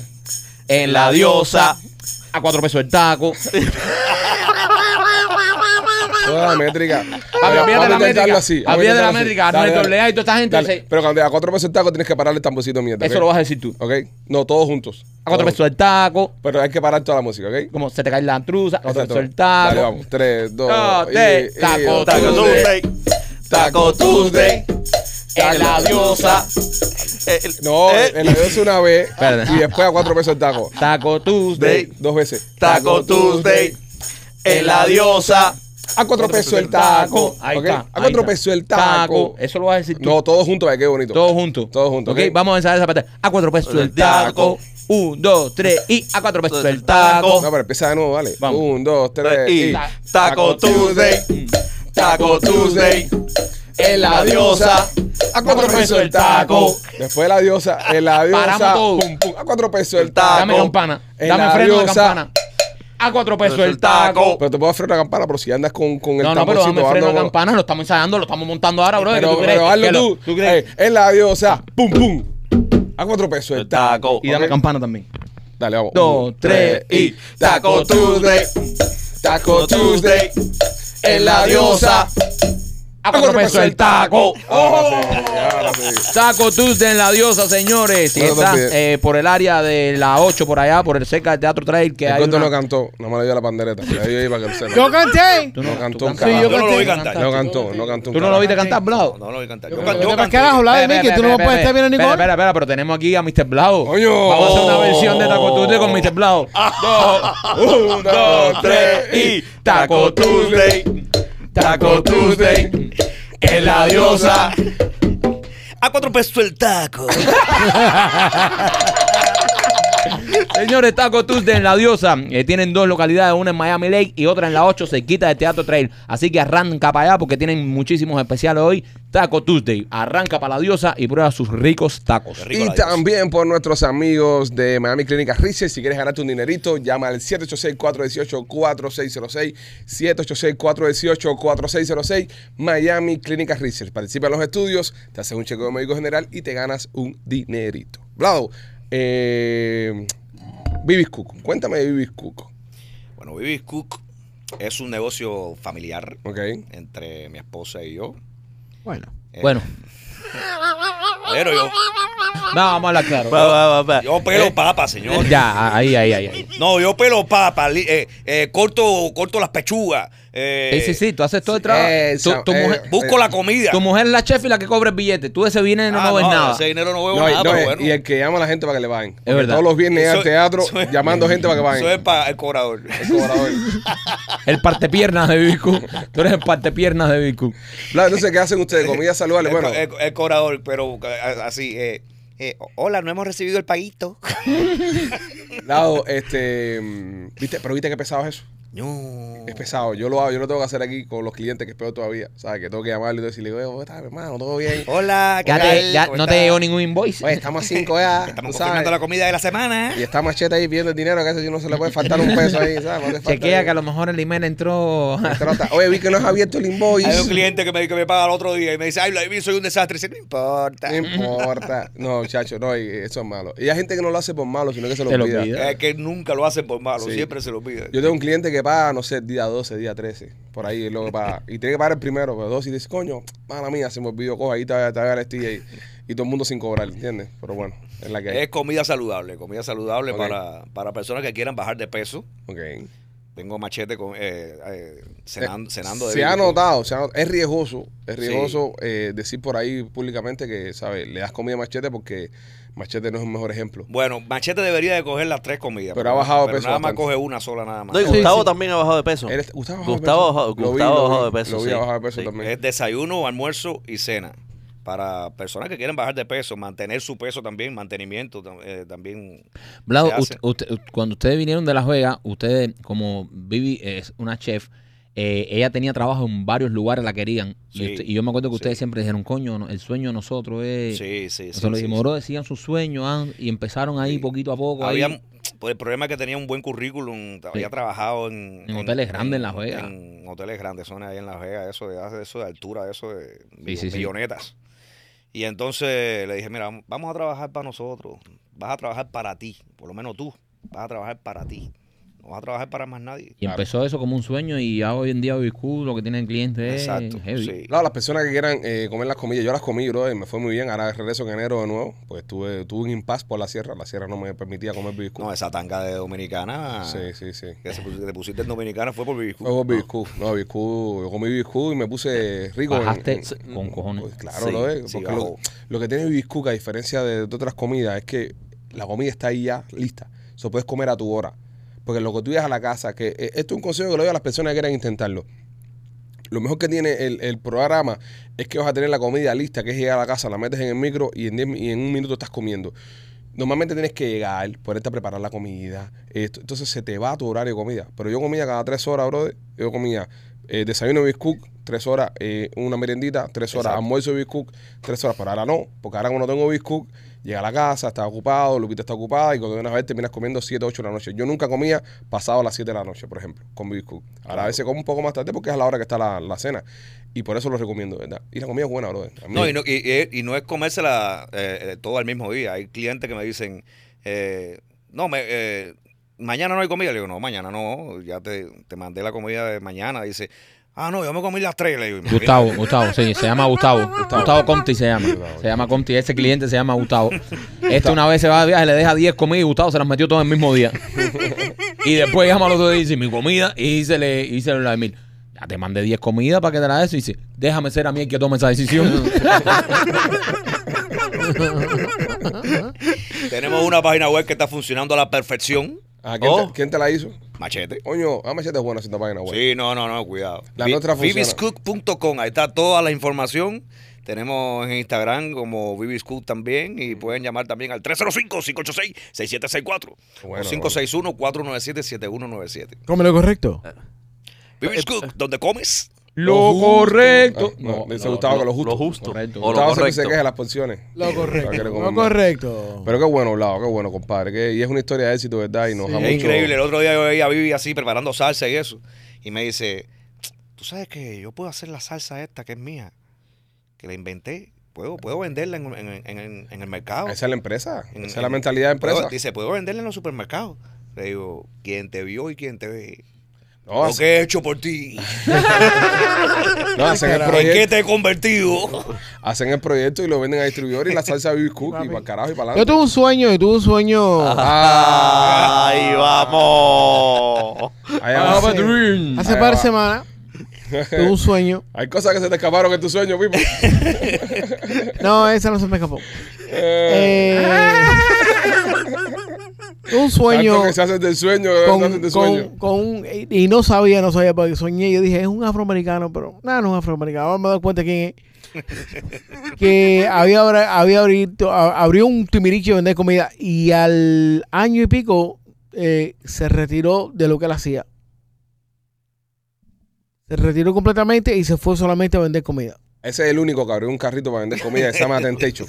Speaker 2: En la diosa. A cuatro pesos el taco.
Speaker 1: Toda
Speaker 2: Ah.
Speaker 1: la métrica.
Speaker 2: Papi,
Speaker 1: Vamos
Speaker 2: olvídate
Speaker 1: a
Speaker 2: de la
Speaker 1: intentarlo
Speaker 2: métrica.
Speaker 1: así. vamos a
Speaker 2: Olvídate de
Speaker 1: intentarlo
Speaker 2: la
Speaker 1: así.
Speaker 2: métrica.
Speaker 1: Dale,
Speaker 2: Ernesto
Speaker 1: dale.
Speaker 2: Lea y toda esta gente.
Speaker 1: Dale.
Speaker 2: se-
Speaker 1: Pero cuando a cuatro pesos el taco tienes que parar el tamborcito mierda.
Speaker 2: Eso lo vas a decir tú.
Speaker 1: ¿Ok? No, todos juntos.
Speaker 2: A cuatro
Speaker 1: Todos
Speaker 2: pesos el taco.
Speaker 1: juntos. Pero hay que parar toda la música, ¿ok?
Speaker 2: Como se te cae la truza. A cuatro
Speaker 1: Exacto.
Speaker 2: pesos el taco.
Speaker 1: Dale, vamos. Tres, dos,
Speaker 2: Dos,
Speaker 1: y-
Speaker 2: tres.
Speaker 1: y-
Speaker 2: Taco,
Speaker 1: y-
Speaker 3: Taco Tuesday. Taco Tuesday. en la diosa. El-
Speaker 1: No,
Speaker 3: eh,
Speaker 1: en la diosa una vez
Speaker 2: Espérate.
Speaker 1: y después a cuatro pesos el taco.
Speaker 2: Taco Tuesday.
Speaker 1: Dos veces.
Speaker 3: Taco Tuesday, en la diosa.
Speaker 1: A cuatro pesos el taco.
Speaker 2: Ahí
Speaker 1: ¿ok?
Speaker 2: está,
Speaker 1: A
Speaker 2: ahí
Speaker 1: cuatro
Speaker 2: está.
Speaker 1: pesos el taco.
Speaker 2: Eso lo vas a decir tú.
Speaker 1: No, todos juntos, ay, qué bonito.
Speaker 2: Todos juntos.
Speaker 1: Todos juntos,
Speaker 2: Ok,
Speaker 1: ok.
Speaker 2: vamos a empezar esa parte. A cuatro pesos el taco. Un, dos, tres y a cuatro pesos el
Speaker 1: No,
Speaker 2: taco.
Speaker 1: pero empieza de nuevo, vale.
Speaker 2: Oh. Vamos.
Speaker 1: Un, dos, tres
Speaker 3: Y
Speaker 1: y.
Speaker 3: Taco Tuesday, Taco Tuesday, en la diosa.
Speaker 1: A cuatro pesos el taco. Después la diosa, en la
Speaker 2: Paramos
Speaker 1: diosa.
Speaker 2: todo.
Speaker 1: pum, pum, a cuatro pesos el taco.
Speaker 2: Dame campana.
Speaker 1: En
Speaker 2: Dame
Speaker 1: la
Speaker 2: freno de
Speaker 1: diosa.
Speaker 2: campana. A cuatro pesos el taco.
Speaker 1: Pero te puedo frenar la campana, pero si andas con, con el
Speaker 2: No, no, pero
Speaker 1: tamborcito,
Speaker 2: dame freno de
Speaker 1: ando-
Speaker 2: campana. Lo estamos ensayando, lo estamos montando ahora, bro. ¿Qué
Speaker 1: Pero,
Speaker 2: tú crees?
Speaker 1: pero hazlo
Speaker 2: ¿Qué lo-
Speaker 1: tú. Eh, en la diosa, pum, pum. A cuatro pesos el
Speaker 3: El
Speaker 1: taco.
Speaker 3: Pues taco.
Speaker 2: Y dame
Speaker 1: Ok.
Speaker 2: campana también.
Speaker 1: Dale, vamos.
Speaker 2: Dos,
Speaker 1: Un,
Speaker 2: tres,
Speaker 3: Y Taco Tuesday,
Speaker 1: Taco Tuesday.
Speaker 3: en la diosa.
Speaker 2: A
Speaker 1: Ah,
Speaker 2: cuatro pesos el
Speaker 1: Oh.
Speaker 2: taco.
Speaker 1: Ahora sí, ahora sí.
Speaker 2: Taco Tuesday en la diosa, señores. Si
Speaker 1: No te
Speaker 2: estás
Speaker 1: olvides.
Speaker 2: eh, por el área de la 8, por allá, por el cerca del Teatro Trail, que
Speaker 1: El
Speaker 2: hay
Speaker 1: cuento no
Speaker 2: una...
Speaker 1: cantó, nomás le dio la pandereta. Le dio ahí para que lo sepa.
Speaker 4: Yo canté.
Speaker 2: Tú
Speaker 1: No cantó
Speaker 2: tú
Speaker 1: un carajo.
Speaker 2: cantaste.
Speaker 4: Sí, yo
Speaker 5: no lo vi
Speaker 4: canté.
Speaker 5: cantar.
Speaker 1: No cantó, no cantó. un
Speaker 2: ¿Tú no lo
Speaker 1: carajo.
Speaker 2: viste cantar, Blau?
Speaker 5: No, no lo vi cantar. Yo,
Speaker 4: Yo
Speaker 5: can-
Speaker 4: canté.
Speaker 5: yo
Speaker 4: ¿Para
Speaker 5: canté.
Speaker 4: qué hablas, hablar de
Speaker 2: Espera,
Speaker 4: mí? Que
Speaker 2: espera,
Speaker 4: tú no
Speaker 2: espera,
Speaker 4: puedes estar bien a
Speaker 2: espera, Espera,
Speaker 4: Nicole.
Speaker 2: espera, pero tenemos aquí a Mr. Blau.
Speaker 1: Coño.
Speaker 2: Vamos a hacer una versión de Taco Tuesday con Mr. Blau.
Speaker 1: <laughs> Un, dos, tres y.
Speaker 2: Taco
Speaker 3: Tuesday, Taco Tuesday, en la diosa.
Speaker 5: A cuatro pesos el taco.
Speaker 2: Señores, Taco Tuesday en La Diosa. Eh, tienen dos localidades, una en Miami Lake y otra en La 8, cerquita de Teatro Trail. Así que arranca para allá porque tienen muchísimos especiales hoy. Taco Tuesday. Arranca para La Diosa y prueba sus ricos tacos.
Speaker 5: Qué rico.
Speaker 1: Y
Speaker 5: la diosa.
Speaker 1: también por nuestros amigos de Miami Clínica Rice. Si quieres ganarte un dinerito, llama al 786-418-4606. 786-418-4606. Miami Clínica Rice. Participa en los estudios, te haces un chequeo médico general y te ganas un dinerito. Blado, eh, Vivis Cook. Cuéntame de Vivis Cook.
Speaker 5: Bueno, Vivis Cook es un negocio familiar
Speaker 1: Ok.
Speaker 5: entre mi esposa y yo.
Speaker 4: Bueno.
Speaker 5: Eh,
Speaker 2: Bueno,
Speaker 5: Pero yo,
Speaker 2: va, vamos a hablar claro.
Speaker 3: Va, va, va, va.
Speaker 5: yo pelo papa, señor.
Speaker 2: Eh, Ya, ahí, ahí, ahí. ahí.
Speaker 5: No, yo pelo papa, li- eh, eh, corto, corto las pechugas. eh,
Speaker 2: Sí, sí, sí, tú haces todo el trabajo.
Speaker 1: Esa,
Speaker 2: tu, tu
Speaker 1: eh,
Speaker 2: mujer,
Speaker 5: Busco la comida.
Speaker 2: tu mujer es la chef y la que cobra el billete. Tú de ese viene no,
Speaker 5: Ah,
Speaker 2: no ves nada.
Speaker 5: Ese dinero no veo
Speaker 1: No, y-
Speaker 5: nada,
Speaker 1: no,
Speaker 5: pero
Speaker 1: y-
Speaker 5: bueno.
Speaker 1: Y el que llama a la gente para que le paguen. Porque
Speaker 2: verdad.
Speaker 1: Todos los viernes
Speaker 5: Eso-
Speaker 1: al teatro
Speaker 5: eso es- <laughs>
Speaker 1: llamando gente para que paguen.
Speaker 5: Eso es para
Speaker 1: <laughs>
Speaker 5: el cobrador.
Speaker 1: El cobrador.
Speaker 2: El partepiernas de Vicu. Tú eres el partepiernas de Vicu.
Speaker 1: Bla, entonces, ¿qué hacen
Speaker 5: <laughs>
Speaker 1: ustedes? Comida saludable.
Speaker 5: El-
Speaker 1: Bueno,
Speaker 5: el, el cobrador, pero eh, así. eh, eh, hola, no hemos recibido el paguito. <laughs>
Speaker 1: Lado, este. mm, ¿viste? Pero viste que pesado es eso.
Speaker 5: No.
Speaker 1: Es pesado. Yo lo hago, yo lo tengo que hacer aquí con los clientes que es peor todavía. ¿Sabes? Que tengo que llamarle y decirle, oye, ¿cómo estás, hermano? ¿Todo bien?
Speaker 5: Hola, ¿qué
Speaker 2: Ya,
Speaker 5: tal?
Speaker 2: te- ya
Speaker 5: ¿Cómo
Speaker 2: no
Speaker 5: estás?
Speaker 2: te llegó ningún invoice.
Speaker 1: Oye, estamos a cinco ya.
Speaker 5: <laughs> Estamos
Speaker 1: tú
Speaker 5: confirmando la
Speaker 1: sabes.
Speaker 5: comida de la semana.
Speaker 1: Y está Machete ahí viendo el dinero, que a ese sí no se le puede faltar un peso ahí, ¿sabes? No te falta
Speaker 2: Chequea
Speaker 1: ahí.
Speaker 2: que a lo mejor el email entró.
Speaker 1: Trata- Oye, vi que no has abierto el invoice.
Speaker 5: Hay un cliente que me, que me paga el otro día y me dice, ay, Vladimir, soy un desastre. Y dice, no importa.
Speaker 1: No importa. No, chacho, no, y eso es malo. Y hay gente que no lo hace por malo, sino que se lo
Speaker 2: Se lo
Speaker 1: olvida.
Speaker 2: olvida.
Speaker 5: Es que nunca lo hacen por malo,
Speaker 1: Sí.
Speaker 5: siempre se lo piden.
Speaker 1: Yo tengo un cliente que paga, no sé, día 12, día 13, por ahí, es lo que paga. Y tiene que pagar el primero, pero 12 y dice, coño, mala mía, se me olvidó, coja ahí, te voy a- te voy a dar el STA y, y todo el mundo sin cobrar, ¿entiendes? Pero bueno, es la que hay.
Speaker 5: Es comida saludable, comida saludable
Speaker 1: Ok.
Speaker 5: para, para personas que quieran bajar de peso.
Speaker 1: Ok.
Speaker 5: Tengo machete con, eh, eh, cenan- cenando, de
Speaker 1: se ha
Speaker 5: bico.
Speaker 1: notado, se ha not- es riesgoso, es
Speaker 5: Sí.
Speaker 1: riesgoso eh, decir por ahí públicamente que, ¿sabes? Le das comida a Machete porque Machete no es un mejor ejemplo.
Speaker 5: Bueno, machete debería de coger las tres comidas.
Speaker 1: Pero ha bajado de
Speaker 5: pero
Speaker 1: peso
Speaker 5: Nada más
Speaker 1: bastante.
Speaker 5: coge una sola nada más.
Speaker 3: No, y
Speaker 4: Sí,
Speaker 3: Gustavo
Speaker 4: sí.
Speaker 3: también ha bajado de peso.
Speaker 1: Él está- Gustavo ha
Speaker 3: Gustavo ha
Speaker 1: bajado
Speaker 3: bajado-
Speaker 1: de peso. Lo vi, lo
Speaker 3: Gustavo ha bajado
Speaker 1: vi,
Speaker 3: de peso,
Speaker 1: Lo vi
Speaker 3: sí.
Speaker 1: ha bajado de peso
Speaker 3: Sí.
Speaker 1: también.
Speaker 5: Es desayuno, almuerzo y cena. Para personas que quieren bajar de peso, mantener su peso también, mantenimiento tam- eh, también.
Speaker 2: <laughs> Blau,
Speaker 5: se hace.
Speaker 2: usted- usted- cuando ustedes vinieron de Las Vegas, ustedes, como Vivi es una chef, eh, ella tenía trabajo en varios lugares, la querían.
Speaker 5: Sí,
Speaker 2: y, usted- y yo me acuerdo que ustedes
Speaker 5: sí.
Speaker 2: siempre dijeron, coño, no, el sueño de nosotros es...
Speaker 5: Sí, sí, sí.
Speaker 2: nosotros le
Speaker 5: sí,
Speaker 2: dijimos,
Speaker 5: sí.
Speaker 2: bro, decían su sueño ah, y empezaron ahí
Speaker 5: Sí.
Speaker 2: poquito a poco. ahí.
Speaker 5: Había, pues, el problema es que tenía un buen currículum, había
Speaker 2: Sí.
Speaker 5: trabajado en,
Speaker 2: En hoteles grandes en Las Vegas.
Speaker 5: En hoteles grandes, zonas ahí en Las Vegas, eso de, hace eso de altura, eso de millo-
Speaker 2: sí, sí.
Speaker 5: millonetas. Y entonces le dije, mira, vam- vamos a trabajar para nosotros, vas a trabajar para ti, por lo menos tú, vas a trabajar para ti. No vas a trabajar para más nadie.
Speaker 2: Y empezó eso como un sueño y ya hoy en día Bibiscu lo que tiene el cliente es
Speaker 5: Exacto.
Speaker 2: heavy.
Speaker 5: sí.
Speaker 1: No, las personas que quieran eh, comer las comillas, yo las comí, bro, y me fue muy bien. Ahora regreso en enero de nuevo, pues tuve, tuve un impasse por la sierra. La sierra no me permitía comer bibiscu.
Speaker 5: No, esa tanga de dominicana
Speaker 1: sí, sí, sí.
Speaker 5: que se pus- que te pusiste en dominicana fue por Bibiscu.
Speaker 1: No, por bibiscu. No, bibiscu. Yo comí bibiscu y me puse rico. en-
Speaker 2: Bajaste
Speaker 1: en-
Speaker 2: con cojones.
Speaker 1: Pues claro,
Speaker 5: Sí,
Speaker 1: lo es.
Speaker 5: sí,
Speaker 1: porque lo,
Speaker 5: bajó.
Speaker 1: lo que tiene Bibiscuca, a diferencia de, de otras comidas, es que la comida está ahí ya lista. Eso puedes comer a tu hora. Porque lo que tú llegas a la casa, que eh, esto es un consejo que le doy a las personas que quieran intentarlo. Lo mejor que tiene el, el programa es que vas a tener la comida lista, que es llegar a la casa, la metes en el micro y en, diez mi- y en un minuto estás comiendo. Normalmente tienes que llegar, ponerte a preparar la comida. esto. entonces se te va tu horario de comida. Pero yo comía cada tres horas, brother. Yo comía eh, desayuno biscook, tres horas, eh, una merendita, tres horas,
Speaker 5: Exacto.
Speaker 1: almuerzo biscook, tres horas. Pero ahora no, porque ahora como no tengo biscook, llega a la casa, está ocupado, Lupita está ocupada y cuando vienes a ver terminas comiendo siete, ocho de la noche. Yo nunca comía pasado las siete de la noche, por ejemplo, con biscook. Ahora a veces como un poco más tarde porque es a la hora que está la, la cena. Y por eso lo recomiendo, ¿verdad? Y la comida es buena, brother. A mí-
Speaker 5: No, y no, y- y- y no es comérsela eh, eh, todo al mismo día. Hay clientes que me dicen, eh, no, me, eh, mañana no hay comida. Le digo, no, mañana no, ya te, te mandé la comida de mañana. Dice, ah, no, yo me comí las tres. Le digo, "Imagínate".
Speaker 2: Gustavo, Gustavo, sí, se llama Gustavo. Gustavo, Conti se llama.
Speaker 1: Gustavo.
Speaker 2: Se llama Conti, ese cliente se llama Gustavo. Este una vez se va de viaje, le deja 10 comidas y Gustavo se las metió todas el mismo día. Y después llama al otro día y dice, mi comida, y se le dice la de mil. Ya te mandé 10 comidas para que te la des y dice, déjame ser a mí el que tome esa decisión.
Speaker 5: Tenemos una página web que está funcionando a la perfección.
Speaker 1: Ah, ¿quién,
Speaker 5: Oh.
Speaker 1: te, quién te la hizo?
Speaker 5: Machete.
Speaker 1: Coño, ah, machete es buena esta página web.
Speaker 5: Sí, no, no, no, cuidado.
Speaker 1: La
Speaker 5: Vi-
Speaker 1: nuestra funciona.
Speaker 5: Bibiscook.com, ahí está toda la información. Tenemos en Instagram como Bibiscook también y pueden llamar también al 305-586-6764
Speaker 1: Bueno,
Speaker 5: o 561-497-7197.
Speaker 4: Come lo correcto.
Speaker 1: Eh,
Speaker 5: Bibiscook, donde comes.
Speaker 2: Lo correcto.
Speaker 1: Ah, no, dice Gustavo que lo justo.
Speaker 3: Lo justo.
Speaker 2: Correcto.
Speaker 3: O lo
Speaker 1: Gustavo siempre se
Speaker 3: correcto.
Speaker 1: queja de las porciones.
Speaker 4: Lo
Speaker 1: Para que le
Speaker 4: correcto.
Speaker 1: coman
Speaker 4: Lo
Speaker 1: más.
Speaker 4: correcto.
Speaker 1: Pero qué bueno, Blau, qué bueno, compadre. que- y es una historia de éxito, ¿verdad? Y nos
Speaker 4: Sí.
Speaker 1: da
Speaker 4: Es
Speaker 1: mucho-
Speaker 5: Es increíble. El otro día yo veía a Vivi así preparando salsa y eso. Y me dice, ¿tú sabes que yo puedo hacer la salsa esta que es mía? Que la inventé. Puedo, puedo venderla en, en- en- en el mercado.
Speaker 1: Esa es la empresa.
Speaker 5: En-
Speaker 1: Esa es la
Speaker 5: en-
Speaker 1: mentalidad de
Speaker 5: Puedo-
Speaker 1: empresa.
Speaker 5: dice, puedo venderla en los supermercados. Le digo, quien te vio y quien te ve.
Speaker 1: No,
Speaker 5: Lo que he hecho por ti.
Speaker 1: <laughs> no, hacen, el
Speaker 5: ¿En qué
Speaker 1: proyecto,
Speaker 5: te
Speaker 1: <laughs>
Speaker 5: he convertido?
Speaker 1: hacen el proyecto y lo venden a distribuidor y la salsa Baby Cook y
Speaker 4: Papi.
Speaker 1: para carajo y para
Speaker 4: Yo
Speaker 1: adelante.
Speaker 4: tuve un sueño y tuve un sueño.
Speaker 2: Ah,
Speaker 3: ¡Ahí vamos!
Speaker 1: Ahí
Speaker 2: Ah,
Speaker 1: va.
Speaker 2: but dream.
Speaker 4: Hace
Speaker 1: Ahí
Speaker 4: par
Speaker 1: va.
Speaker 4: de semanas tuve un sueño.
Speaker 1: Hay cosas que se te escaparon en tu sueño,
Speaker 4: <laughs>
Speaker 1: Pipo. Eh,
Speaker 4: No, esa no se me
Speaker 2: <laughs>
Speaker 4: escapó. Eh, tuve un sueño
Speaker 1: Tanto que se hacen del sueño, se hacen
Speaker 4: con,
Speaker 1: del
Speaker 4: con,
Speaker 1: sueño.
Speaker 4: con un- y no sabía, no sabía porque soñé. Yo dije, es un afroamericano, pero nada, no es un afroamericano. Ahora me doy cuenta quién
Speaker 1: <laughs>
Speaker 4: es. que había, abra- había abrito- a- abrió un timiriche de vender comida y al año y pico eh, se retiró de lo que él hacía. Se retiró completamente y se fue solamente a vender comida.
Speaker 1: Ese es el único que abrió un carrito para vender comida que se
Speaker 4: <laughs>
Speaker 1: llama Tentation.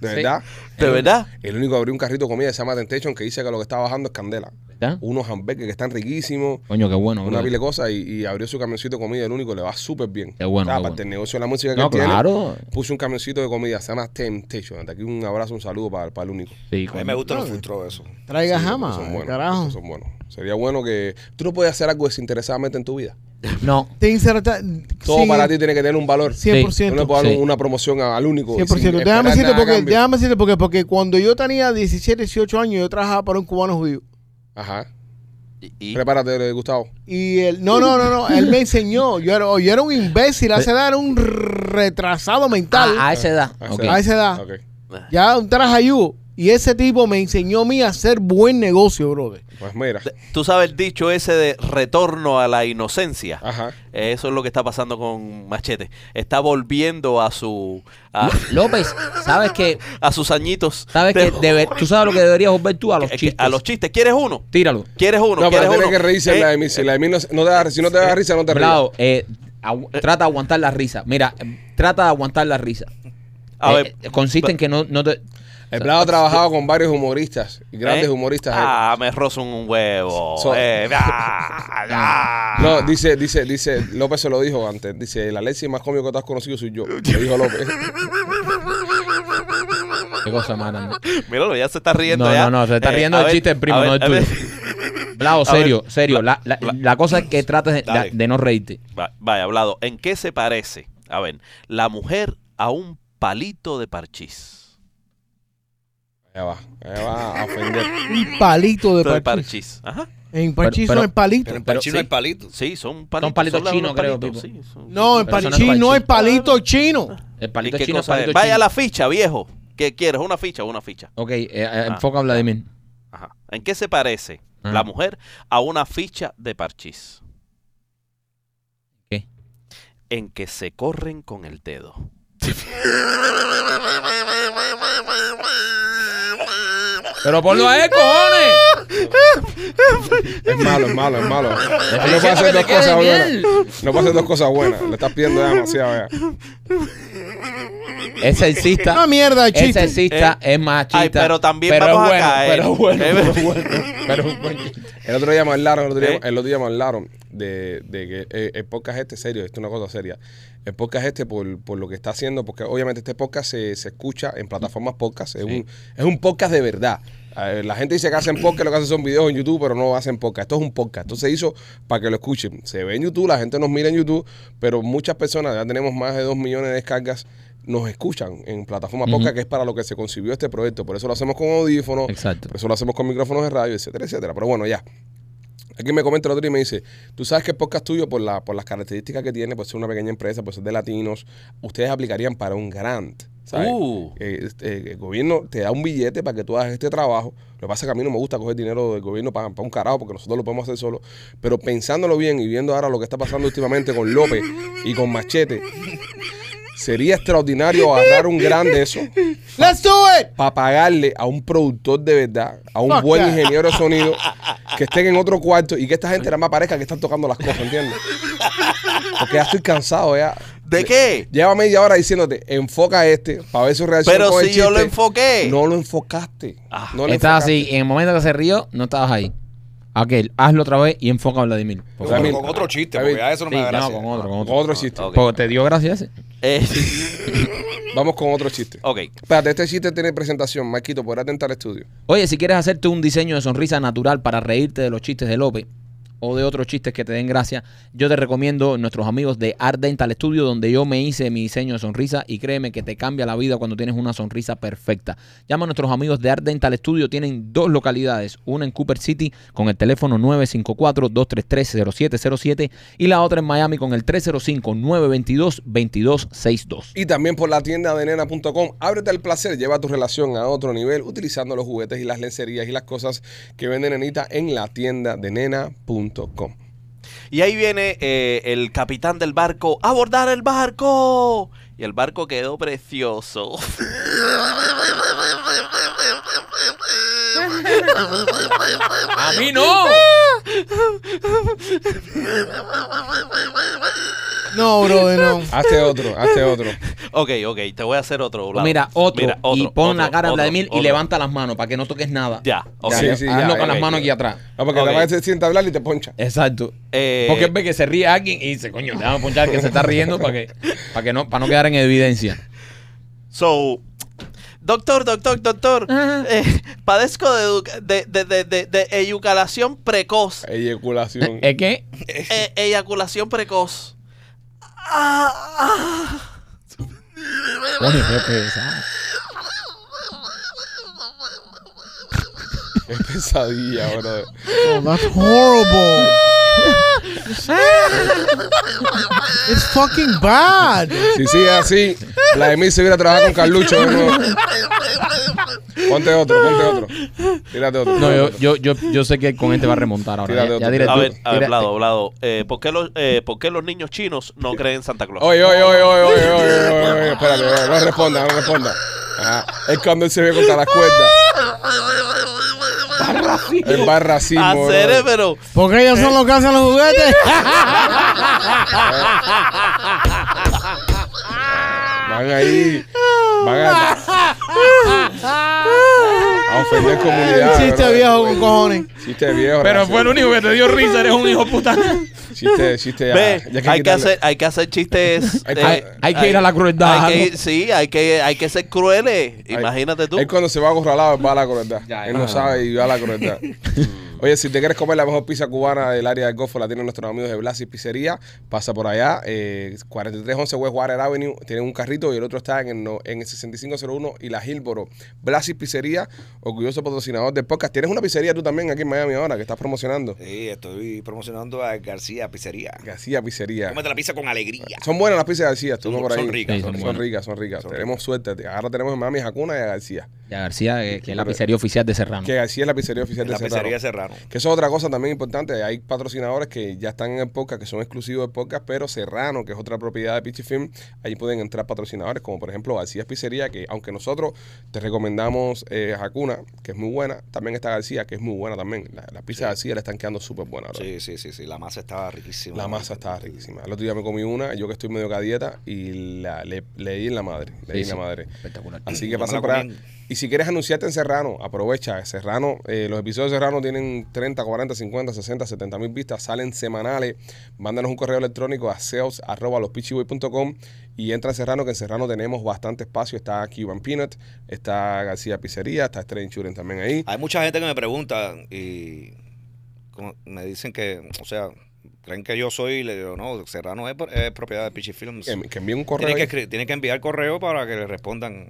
Speaker 1: ¿De
Speaker 2: Sí.
Speaker 1: verdad?
Speaker 3: ¿De
Speaker 1: El-
Speaker 3: verdad?
Speaker 1: El único que abrió un carrito de comida que se llama Tentation que dice que lo que está bajando es candela.
Speaker 2: ¿Verdad?
Speaker 1: Unos hamburgues que están riquísimos,
Speaker 2: Coño, qué Ah, bueno,
Speaker 1: una
Speaker 2: bro.
Speaker 1: pila de cosas y, y abrió su camioncito de comida, el único le va súper bien.
Speaker 2: Qué bueno,
Speaker 1: O sea,
Speaker 2: qué
Speaker 1: aparte
Speaker 2: bueno.
Speaker 1: del negocio de la música que
Speaker 2: No,
Speaker 1: tiene,
Speaker 2: claro.
Speaker 1: puso un camioncito de comida, se llama Temptation. Hasta aquí un abrazo, un saludo para, para el único.
Speaker 2: Sí,
Speaker 5: A mí
Speaker 2: coño.
Speaker 5: me gusta los frustros eso.
Speaker 4: Traiga
Speaker 1: Sí,
Speaker 4: jama,
Speaker 1: esos son buenos,
Speaker 4: carajo.
Speaker 1: esos son buenos. Sería bueno que tú no puedes hacer algo desinteresadamente en tu vida.
Speaker 2: No.
Speaker 4: Te inserta-
Speaker 1: Todo
Speaker 4: sí,
Speaker 1: para ti tiene que tener un valor.
Speaker 4: 100%.
Speaker 1: Yo no puedo dar
Speaker 2: Sí.
Speaker 1: una promoción a- al
Speaker 2: Pues,
Speaker 1: único. sin
Speaker 4: 100%.
Speaker 1: esperar
Speaker 4: Déjame decirte,
Speaker 1: nada a
Speaker 4: porque,
Speaker 1: cambio.
Speaker 4: déjame decirte porque, porque cuando yo tenía 17, 18 años, yo trabajaba para un cubano judío.
Speaker 1: Ajá.
Speaker 3: Y- y-
Speaker 1: Prepárate, Gustavo.
Speaker 4: Y él, no, no,
Speaker 2: <laughs>
Speaker 4: no, no, él me enseñó. Yo era, yo era un imbécil, a esa edad era un retrasado mental.
Speaker 2: Ah, a esa edad.
Speaker 1: A esa
Speaker 2: Ok.
Speaker 1: edad.
Speaker 4: a esa edad,
Speaker 1: Ok.
Speaker 4: ya un trajayú. Y ese tipo me enseñó a mí a hacer buen negocio, brother.
Speaker 1: Pues mira.
Speaker 3: Tú sabes el dicho ese de retorno a la inocencia.
Speaker 1: Ajá.
Speaker 3: Eso es lo que está pasando con Machete. Está volviendo a su a,
Speaker 2: López, ¿sabes que
Speaker 3: a sus añitos.
Speaker 2: ¿Sabes
Speaker 3: de-
Speaker 2: que debe- ¿Tú sabes lo que deberías volver tú a los
Speaker 3: que- que-
Speaker 2: chistes?
Speaker 3: a los chistes. ¿Quieres uno?
Speaker 2: Tíralo.
Speaker 3: ¿Quieres uno?
Speaker 1: No, pero
Speaker 3: ¿Quieres
Speaker 1: tienes
Speaker 3: uno?
Speaker 1: que reírse
Speaker 3: Eh,
Speaker 1: en la de mí. Si la de mí no, no te da, si no te da risa, no te rías.
Speaker 2: Blao, eh, agu- trata de aguantar la risa. Mira, eh, trata de aguantar la risa.
Speaker 3: A
Speaker 2: Eh,
Speaker 3: ver,
Speaker 2: eh, consiste en que no, no te...
Speaker 1: El Blado Eh, ha trabajado con varios humoristas, y grandes
Speaker 3: ¿eh?
Speaker 1: humoristas. eh.
Speaker 3: Ah, me rozo un huevo.
Speaker 1: So- <laughs>
Speaker 3: eh, ah, ah.
Speaker 1: No, dice, dice, dice, López se lo dijo antes. Dice, la Alexis más cómico que tú has conocido soy yo. Le dijo López.
Speaker 2: Qué cosa más grande.
Speaker 3: Míralo, ya se está riendo.
Speaker 2: No,
Speaker 3: ya.
Speaker 2: no, no, se está riendo del chiste del primo,
Speaker 3: Eh, a
Speaker 2: no del
Speaker 3: a
Speaker 2: tuyo.
Speaker 3: ver. <laughs>
Speaker 2: Blado,
Speaker 3: A ver,
Speaker 2: serio, serio. La, la-
Speaker 3: Bla-
Speaker 2: la cosa es que trates de,
Speaker 3: Dale.
Speaker 2: de no reírte.
Speaker 3: Va- vaya, hablado. ¿En qué se parece? A ver, la mujer a un palito de parchís.
Speaker 1: Allá va, allá va a ofender.
Speaker 4: Un palito de
Speaker 3: Esto de parchís.
Speaker 4: parchís.
Speaker 3: Ajá.
Speaker 4: En parchís
Speaker 2: Pero-
Speaker 4: no hay palito.
Speaker 5: Pero en parchís
Speaker 3: sí.
Speaker 5: no hay palito.
Speaker 3: Sí, son
Speaker 2: Son palitos
Speaker 3: la-
Speaker 2: chinos,
Speaker 3: los
Speaker 2: creo,
Speaker 3: palitos,
Speaker 2: Pipo.
Speaker 3: sí, son-
Speaker 4: No, en
Speaker 2: Pero eso no es
Speaker 4: parchís no hay
Speaker 3: parchís.
Speaker 4: palito chino.
Speaker 2: El
Speaker 3: ¿Y
Speaker 2: palito
Speaker 3: qué
Speaker 2: chino es
Speaker 3: cosa
Speaker 2: palito
Speaker 3: es? Vaya
Speaker 2: chino.
Speaker 3: la ficha, viejo. ¿Qué quieres? ¿Una ficha o una ficha?
Speaker 2: Ok, eh, eh,
Speaker 3: Ah.
Speaker 2: enfoca a Vladimir.
Speaker 3: Ajá. ¿En qué se parece
Speaker 2: Ah.
Speaker 3: la mujer a una ficha de parchís?
Speaker 2: ¿Qué?
Speaker 3: En que se corren con el dedo.
Speaker 2: Pero ponlo a él,
Speaker 3: <laughs>
Speaker 2: cojones.
Speaker 1: Es malo, es malo, es malo.
Speaker 2: Estoy
Speaker 1: No puede
Speaker 2: diciendo
Speaker 1: hacer dos
Speaker 2: que te quede
Speaker 1: cosas buenas.
Speaker 2: bien.
Speaker 1: No puede hacer dos cosas buenas. Le estás pidiendo ya demasiado ya.
Speaker 2: Es sexista.
Speaker 4: Una mierda de
Speaker 2: Es
Speaker 4: chiste.
Speaker 2: sexista, es machista.
Speaker 3: Ay, pero también
Speaker 2: pero
Speaker 3: vamos
Speaker 2: es bueno,
Speaker 3: a caer.
Speaker 2: Pero es bueno,
Speaker 3: Eh,
Speaker 2: pero es bueno,
Speaker 1: <laughs>
Speaker 2: pero es bueno.
Speaker 1: El otro día me hablaron, el otro día,
Speaker 3: ¿Eh?
Speaker 1: el otro día me hablaron de, de que eh, el podcast este, serio, esto es una cosa seria. El podcast este, por, por lo que está haciendo, porque obviamente este podcast se, se escucha en plataformas podcast, es, un, es un podcast de verdad. Eh, La gente dice que hacen podcast, lo que hacen son videos en YouTube, pero no hacen podcast. Esto es un podcast. Esto se hizo para que lo escuchen. Se ve en YouTube, la gente nos mira en YouTube, pero muchas personas, ya tenemos más de 2 millones de descargas, nos escuchan en plataforma podcast, que es para lo que se concibió este proyecto. Por eso lo hacemos con audífonos,
Speaker 2: Exacto.
Speaker 1: por eso lo hacemos con micrófonos de radio, etcétera, etcétera. Pero bueno, ya. Aquí me comenta el otro día y me dice, tú sabes que el podcast tuyo, por, la, por las características que tiene, por ser una pequeña empresa, por ser de latinos, ustedes aplicarían para un grant. ¿sabes?
Speaker 3: Uh.
Speaker 1: Eh, este, el gobierno te da un billete para que tú hagas este trabajo. Lo que pasa es que a mí no me gusta coger dinero del gobierno para, para un carajo, porque nosotros lo podemos hacer solo. Pero pensándolo bien y viendo ahora lo que está pasando últimamente con López y con Machete, sería extraordinario agarrar un grant de eso
Speaker 4: Let's do it.
Speaker 1: para pagarle a un productor de verdad, a un
Speaker 4: Fuck
Speaker 1: buen
Speaker 4: that.
Speaker 1: ingeniero de
Speaker 3: <laughs>
Speaker 1: sonido, que estén en otro cuarto y que esta gente nada más parezca que están tocando las cosas, ¿entiendes? Porque ya estoy cansado ya.
Speaker 3: ¿De qué?
Speaker 1: Lleva media hora diciéndote, enfoca este para ver su reacción.
Speaker 3: Pero
Speaker 1: con el
Speaker 3: si yo lo
Speaker 1: chiste".
Speaker 3: enfoqué.
Speaker 1: No lo enfocaste.
Speaker 3: Ah.
Speaker 1: no lo
Speaker 2: Estaba
Speaker 1: enfocaste.
Speaker 2: así, en el momento que se rió, no estabas ahí. Aquel, hazlo otra vez y enfoca a Vladimir. por
Speaker 1: O sea,
Speaker 2: favor.
Speaker 1: mira,
Speaker 5: con otro chiste,
Speaker 1: David,
Speaker 5: porque ya eso no
Speaker 2: Sí,
Speaker 5: me da
Speaker 2: no,
Speaker 5: gracia.
Speaker 2: con otro, con
Speaker 1: Con
Speaker 2: otro.
Speaker 1: Otro chiste.
Speaker 3: Ok.
Speaker 2: Porque te dio gracia ese.
Speaker 3: Eh, <laughs>
Speaker 1: Vamos con otro chiste.
Speaker 3: ok.
Speaker 1: Espérate, este chiste tiene presentación. Maquito, podrás tentar estudio.
Speaker 2: Oye, si quieres hacerte un diseño de sonrisa natural para reírte de los chistes de López o de otros chistes que te den gracia, yo te recomiendo nuestros amigos de Art Dental Studio, donde yo me hice mi diseño de sonrisa y créeme que te cambia la vida cuando tienes una sonrisa perfecta. Llama a nuestros amigos de Art Dental Studio, tienen dos localidades, una en Cooper City con el teléfono 954-233-0707 y la otra en Miami con el 305-922-2262.
Speaker 1: Y también por la tienda de nena.com. Ábrete al placer, lleva tu relación a otro nivel utilizando los juguetes y las lencerías y las cosas que vende nenita en la tienda de nena.com.
Speaker 3: Y ahí viene eh, el capitán del barco. ¡Abordar el barco! Y el barco quedó precioso. <laughs>
Speaker 2: ¡A mí no!
Speaker 4: No, bro, no.
Speaker 1: Hazte otro, hazte otro.
Speaker 3: ok, ok, te voy a hacer otro. Vlado.
Speaker 2: Mira, otro.
Speaker 3: Mira,
Speaker 2: y pon la
Speaker 3: otro,
Speaker 2: cara a
Speaker 3: otro,
Speaker 2: Vladimir y
Speaker 3: otro.
Speaker 2: levanta las manos para que no toques nada.
Speaker 3: Ya, ok.
Speaker 1: Sí, sí,
Speaker 2: Hazlo
Speaker 1: ya,
Speaker 2: con
Speaker 1: ya,
Speaker 2: las manos
Speaker 3: ya.
Speaker 2: aquí atrás.
Speaker 1: No, porque
Speaker 3: Ok.
Speaker 1: la madre se sienta a hablar y te poncha.
Speaker 2: Exacto.
Speaker 3: Eh,
Speaker 2: Porque ve que se ríe alguien y dice, coño, déjame ponchar que se está riendo para que, para que no, para no quedar en evidencia.
Speaker 3: So, doctor, doctor, doctor,
Speaker 2: Ajá.
Speaker 3: eh, padezco de, educa- de, de, de, de- de eyucalación precoz.
Speaker 2: <laughs>
Speaker 1: Eyaculación.
Speaker 2: Es que
Speaker 3: Eh, eyaculación precoz. Ah, ah.
Speaker 2: Coño, qué pesado.
Speaker 1: Es pesadilla, bro.
Speaker 4: Oh, that's horrible. It's fucking bad.
Speaker 1: Si sigue así, Vladimir se viene a trabajar con Carlucho de nuevo. Ponte otro, ponte otro. Tírate otro.
Speaker 2: No,
Speaker 1: tírate
Speaker 2: yo,
Speaker 1: otro.
Speaker 2: yo, yo, yo sé que con este va a remontar ahora.
Speaker 1: Tírate
Speaker 2: Ya- ya
Speaker 1: otro.
Speaker 2: diré
Speaker 3: A
Speaker 2: tú,
Speaker 3: ver, a ver,
Speaker 2: tira-
Speaker 3: Vlado, Vlado, eh, ¿por, qué los, eh, ¿por qué los niños chinos no creen en Santa Claus?
Speaker 1: Oye, oye, oye, oye, oye, oye, oye, oye, espérate, oye, no responda, no responda. Ajá. Es cuando él se ve contra las cuerdas. El barracismo.
Speaker 3: Hacer,
Speaker 1: brother.
Speaker 3: Ah, pero.
Speaker 4: Porque ellos son los que hacen los juguetes.
Speaker 1: Van ahí. Van a, a ofender comunidad.
Speaker 4: Un chiste
Speaker 1: brother.
Speaker 4: viejo con cojones.
Speaker 1: Chiste viejo.
Speaker 2: Pero
Speaker 1: racismo.
Speaker 2: fue el único que te dio risa, eres un hijo puta.
Speaker 1: Chiste, chiste. ya-
Speaker 3: Ve,
Speaker 1: ya
Speaker 3: hay, que
Speaker 1: quitarle-
Speaker 3: hacer, hay que hacer chistes. eh,
Speaker 1: Hay-
Speaker 2: Hay, hay que ir a la crueldad.
Speaker 3: Hay que
Speaker 2: ¿no?
Speaker 3: ir- sí, hay que, hay que ser crueles. Imagínate tú.
Speaker 1: Es cuando se va acorralado, va a la crueldad.
Speaker 2: Ya,
Speaker 1: Él
Speaker 2: ya.
Speaker 1: no sabe y va a la crueldad. Oye, si te quieres comer la mejor pizza cubana del área del Golfo, la tienen nuestros amigos de Blasi Pizzería. Pasa por allá, eh, 4311 West Water Avenue. Tienen un carrito y el otro está en el, no- en el 6501 y la Gilboro. Blasi Pizzería, orgulloso patrocinador del podcast. Tienes una pizzería tú también aquí en Miami ahora que estás promocionando.
Speaker 5: Sí, estoy promocionando a García Pizzería.
Speaker 1: García Pizzería.
Speaker 5: Cómete la pizza con alegría.
Speaker 1: Son buenas las pizzas de García, tú
Speaker 5: Son-
Speaker 1: no por ahí.
Speaker 5: son ricas,
Speaker 2: Sí, son
Speaker 1: son,
Speaker 2: buenas.
Speaker 1: ricas, son ricas. tenemos suerte. Ahora tenemos en Miami a Jacuna y a García.
Speaker 2: Ya García, eh, que, que es la pizzería oficial de Serrano.
Speaker 1: Que García es la pizzería oficial
Speaker 5: En la
Speaker 1: de Serrano.
Speaker 5: pizzería Serrano.
Speaker 1: Que eso es otra cosa también importante. Hay patrocinadores que ya están en el podcast, que son exclusivos del podcast, pero Serrano, que es otra propiedad de Pichi Film, ahí pueden entrar patrocinadores, como por ejemplo García Pizzería, que aunque nosotros te recomendamos eh, Hakuna, que es muy buena, también está García, que es muy buena también. La, la pizza de García le están quedando súper buena. bro.
Speaker 5: Sí, sí, sí, sí. La masa estaba riquísima.
Speaker 1: La masa está riquísima. El otro día me comí una, yo que estoy medio que a dieta, y la, le, le di en la madre. Le di
Speaker 2: Sí,
Speaker 1: en la
Speaker 2: sí.
Speaker 1: madre.
Speaker 2: Espectacular.
Speaker 1: Así
Speaker 5: Mm, Yo
Speaker 1: que
Speaker 5: me
Speaker 1: pasa
Speaker 5: la
Speaker 1: por ahí.
Speaker 5: comí
Speaker 1: Y si quieres anunciarte en Serrano, aprovecha. Serrano, eh, los episodios de Serrano tienen 30, 40, 50, 60, 70 mil vistas, salen semanales. Mándanos un correo electrónico a seos.lospichiboy.com y entra a Serrano, que en Serrano tenemos bastante espacio. Está Cuban Peanut, está García Pizzería, está Stray Insurance también ahí.
Speaker 5: Hay mucha gente que me pregunta y como me dicen que, o sea, creen que yo soy, y le digo, no, Serrano es, pro- es propiedad de Pichi Films.
Speaker 1: Que, que envíen un correo.
Speaker 5: Tienen pues. que,
Speaker 1: ahí.
Speaker 5: escri- tienen que enviar correo para que le respondan.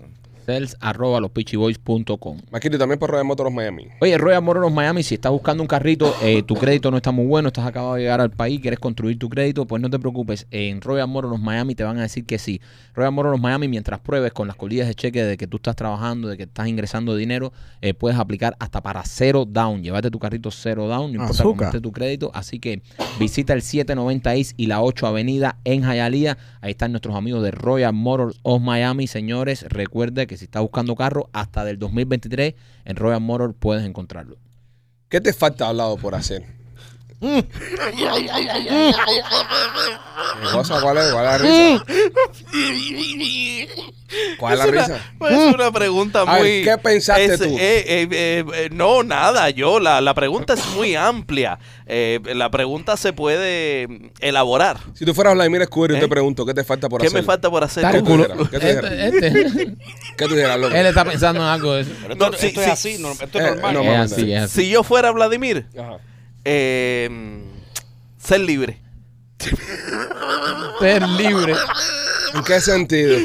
Speaker 2: Sales arroba lospitchyboys.com.
Speaker 1: Maquito, y también por Royal Motors Miami.
Speaker 2: Oye, Royal Moronos Miami, si estás buscando un carrito, eh, tu crédito no está muy bueno, estás acabado de llegar al país, quieres construir tu crédito, pues no te preocupes. En Royal Moronos Miami te van a decir que sí. Royal Moronos Miami, mientras pruebes con las colillas de cheque de que tú estás trabajando, de que estás ingresando dinero, eh, puedes aplicar hasta para cero down. Llévate tu carrito cero down, no importa cómo
Speaker 4: Azúcar.
Speaker 2: esté tu crédito. Así que visita el 790 East y la 8 Avenida en Hialeah. Ahí están nuestros amigos de Royal Motors of Miami. Señores, recuerde que si estás buscando carro, hasta del 2023 en Royal Motors puedes encontrarlo.
Speaker 1: ¿Qué te falta hablado por
Speaker 3: <laughs>
Speaker 1: hacer? ¿Qué cosa? ¿Cuál es? ¿Cuál es la risa? ¿Cuál es la
Speaker 3: una-
Speaker 1: risa?
Speaker 3: <laughs> es una pregunta muy.
Speaker 1: A ver, ¿qué pensaste
Speaker 3: es-
Speaker 1: tú?
Speaker 3: eh, eh, eh, eh, no, nada, yo. La, la pregunta es muy amplia. Eh, la pregunta se puede mm, elaborar.
Speaker 1: Si tú fueras Vladimir Escudero, yo
Speaker 3: ¿Eh?
Speaker 1: te pregunto, ¿qué te falta por
Speaker 3: ¿Qué
Speaker 1: hacer?
Speaker 3: me falta por hacer?
Speaker 1: ¿Qué
Speaker 2: Está
Speaker 1: tú
Speaker 3: tú?
Speaker 2: culo. Este,
Speaker 1: dijeras? ¿Qué tú dijeras? ¿Qué tú dijeras, loco?
Speaker 2: <laughs> él está pensando en algo de eso.
Speaker 5: Pero
Speaker 3: No,
Speaker 5: esto,
Speaker 3: sí,
Speaker 5: esto
Speaker 3: sí.
Speaker 5: es así, no- esto
Speaker 1: Eh,
Speaker 5: es normal.
Speaker 1: no,
Speaker 2: es
Speaker 1: mames,
Speaker 2: así, es así.
Speaker 3: Si yo fuera Vladimir,
Speaker 1: Ajá.
Speaker 3: eh, mm, ser libre.
Speaker 2: Ser libre.
Speaker 1: ¿En qué sentido?